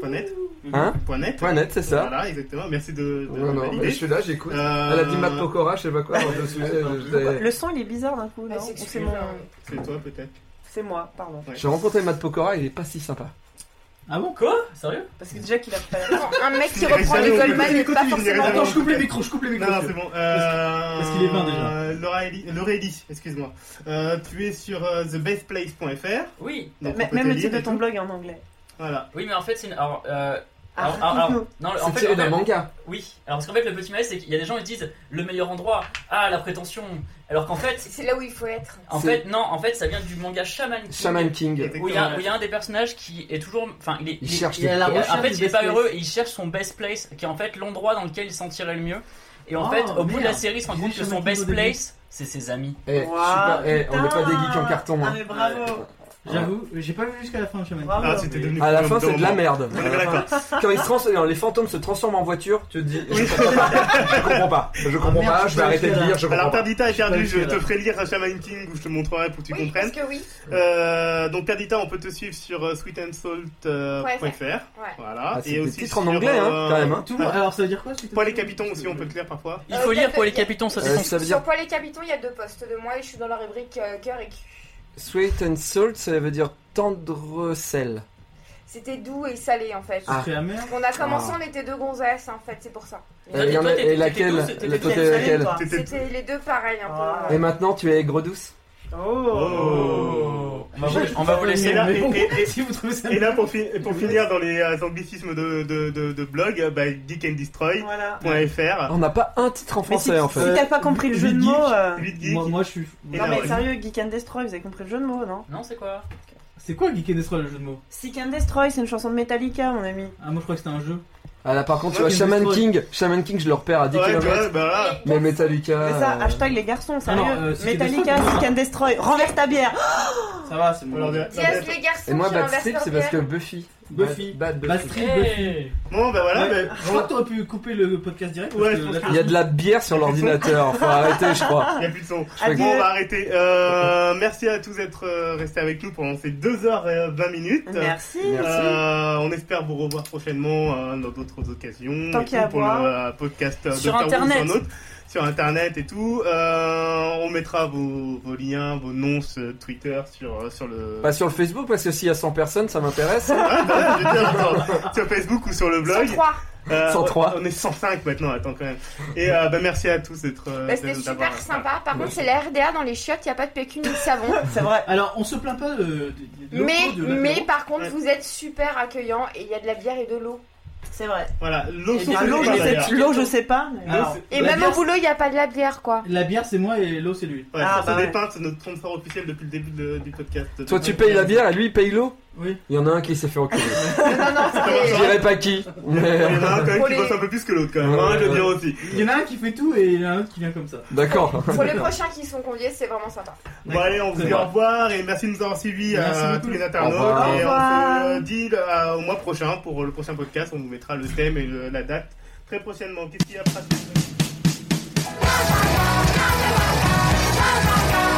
Point net. Hein Point net. Point net, c'est ça. Voilà, exactement. Merci de, de Non, non, mais valider. je suis là, j'écoute. Euh, Elle a dit Matt Pokora, je sais pas quoi. alors je suis- je- Le son il est bizarre d'un coup, non Ah, Ou c'est C'est excuse, mon- hein. C'est toi peut-être. c'est moi, pardon. J'ai rencontré Matt Pokora, il est pas si sympa. Ah bon Quoi Oh, Sérieux Parce que déjà qu'il a fait. Un mec Je qui dirais Ah, reprend jamais les au- Goldman n'est pas Écoute, je dirais forcément jamais Attends, au- bon. je coupe les micros, je coupe les Non, micros. non, c'est bon. Euh, Parce qu'il est 20 déjà. euh, Laura Ellie, Laura Ellie, excuse-moi. Euh, tu es sur euh, thebestplace.fr. Oui. donc on Mais- peut Même te le titre lire de et ton tout. blog est en anglais. Voilà. Oui, mais en fait, c'est une. Alors, euh, Alors- Ah, alors- raconte-nous. non, C'est en fait, tiré en fait, d'un manga. oui. Alors, parce qu'en fait, le petit malaise, c'est qu'il y a des gens qui disent le meilleur endroit, ah, la prétention. Alors qu'en fait, C'est là où il faut être. en C'est- fait, non, en fait, ça vient du manga Shaman King. Shaman King. Où il y, a- où il y a un des personnages qui est toujours. Enfin, il est. Il cherche il est à des la places. recherche- En fait, du il est pas best place. heureux et il cherche son best place, qui est en fait l'endroit dans lequel il se sentirait le mieux. Et en Oh, fait, au bout de la merde. série, il se rend J'ai compte dit que Shaman son King au best début. place, c'est ses amis. Eh, Waouh, super, eh, on n'est pas des putain. geeks en carton. Ah, hein. mais bravo. J'avoue, j'ai pas vu jusqu'à la fin de Shaman King. Bravo. Ah, c'était devenu À la fin, comme c'est de la dans- merde. On est À la bien fin, d'accord. Quand ils se trans- quand les fantômes se transforment en voiture, tu te dis, je comprends pas, je comprends pas, je comprends Ah, merde, pas, je je peux vais arrêter de aller lire, je comprends Alors, pas. Perdita et Perdu, pas je sûr, te là. ferai lire Shaman King ou je te montrerai pour que tu oui, comprennes. parce que oui. Euh, donc, Perdita, on peut te suivre sur euh, sweetandsalt.fr. Ouais, Ouais. Voilà. Ah, c'est et des aussi titres en sur, anglais, hein, euh, quand même. hein. Tout le monde- Alors ça veut dire quoi si Poil et Capitons aussi, on peut te lire parfois. Il Euh, faut lire peut-être pour les qu'il y a- capitons, ça c'est Euh, son- Ça veut dire Sur Poil et Capitons, il y a deux postes de moi et je suis dans la rubrique euh, cœur et cul. sweet and salt, ça veut dire tendre sel. C'était doux et salé en fait. Ah. C'est amer. On a commencé, Ah. on était deux gonzesses en fait, c'est pour ça. Ah, Euh, il y en a- mais toi, t'étais- Et laquelle t'étais douce, t'étais la- toi, douce. t'es laquelle C'était- C'était les deux pareils un Ah. peu. Et maintenant, tu es aigre douce Oh. Oh. On va vous- on va vous laisser. Et là, et- et- et- Si vous trouvez ça. et là, pour, fi- pour finir dans les euh, anglicismes de, de, de, de blog, euh, bah, Geek and Destroy. Voilà. .fr. On n'a pas un titre en français si- en Si fait. t'as pas compris le jeu de Geek. mots. euh, Huit geeks. Moi, moi, je suis. Et Non là, mais ouais. sérieux, Geek and Destroy, vous avez compris le jeu de mots, non Non, c'est quoi C'est quoi Geek and Destroy le jeu de mots Seek and Destroy, c'est une chanson de Metallica, mon ami. Ah, moi je crois que c'était un jeu. Ah là, par contre, tu vois, Ouais, Shaman Destroy. King, Shaman King, je le repère à 10 Ouais, tu km. vois, bah là. Mais C'est Metallica. ça, euh, hashtag les garçons, sérieux. non, euh, Seek and Metallica, Destroy. Seek and Destroy, renverse ta bière Ça va, c'est on leur bon. dira- Diaz, les garçons, Et moi, j'ai Bad inversé Strip, leur c'est parce que bière. Buffy. Buffy. Bad, Bad Buffy. Bastry, Buffy. Hey Bon, bah voilà. Ouais, bah, Je crois que t'aurais pu couper le podcast direct. parce Ouais, que je pense là, que- Il y a de la bière sur l'ordinateur, faut arrêter, je crois. Il n'y bah, a plus de son. crois Bon, on Adieu. va arrêter. Euh, merci à tous d'être euh, restés avec nous pendant ces 2h20 minutes. Merci Euh, on espère vous revoir prochainement euh, dans d'autres occasions. Tant et tout, qu'il y a à pour boire. le euh, podcast euh, Sur Dr. Who, Internet. un autre, sur internet et tout. Euh, on mettra vos, vos liens, vos noms sur Twitter, sur, euh, sur le. Pas sur le Facebook, parce que s'il y a 100 personnes, ça m'intéresse. Ah, bah, je veux dire, sur, sur Facebook ou sur le blog. 103. Euh, 103. On est 105 maintenant, attends quand même. Et euh, bah, merci à tous d'être. euh, Bah, C'était d'avoir- super sympa. Par contre, c'est la RDA dans les chiottes, il n'y a pas de PQ ni de savon. C'est vrai. Alors, on se plaint pas euh, des- des locaux Mais, de l'apéro. mais par contre, Ouais. vous êtes super accueillants et il y a de la bière et de l'eau. C'est vrai. Voilà, l'eau Et sur bien, Ah, le l'eau, je bar, d'ailleurs. sais, l'eau, je sais pas. mais- Alors, Et la même bière, au boulot, il n'y a pas de la bière, quoi. La bière, c'est moi et l'eau, c'est lui. Ouais, Ah, ah, bah ouais. c'est notre sponsor officiel depuis le début de- du podcast. Toi, tu payes la bière et lui, il paye l'eau Oui. Il y en a un qui s'est fait enculer. Non, non, non, Je c'était- dirais pas qui, Il y mais. euh, en a un quand même Pour qui les- bosse un peu plus que l'autre quand même, Ouais, hein, je veux ouais. dire aussi. Il y en a un qui fait tout et il y en a un autre qui vient comme ça. D'accord. pour les prochains qui sont conviés, c'est vraiment sympa. Bon allez, on vous C'est dit au vrai. revoir et merci de nous avoir suivis Merci à beaucoup. tous les internautes. Au revoir. Et Au on revoir. se euh, dit euh, au mois prochain pour le prochain podcast, on vous mettra le thème et le- la date très prochainement. Qu'est-ce qu'il y a après ce-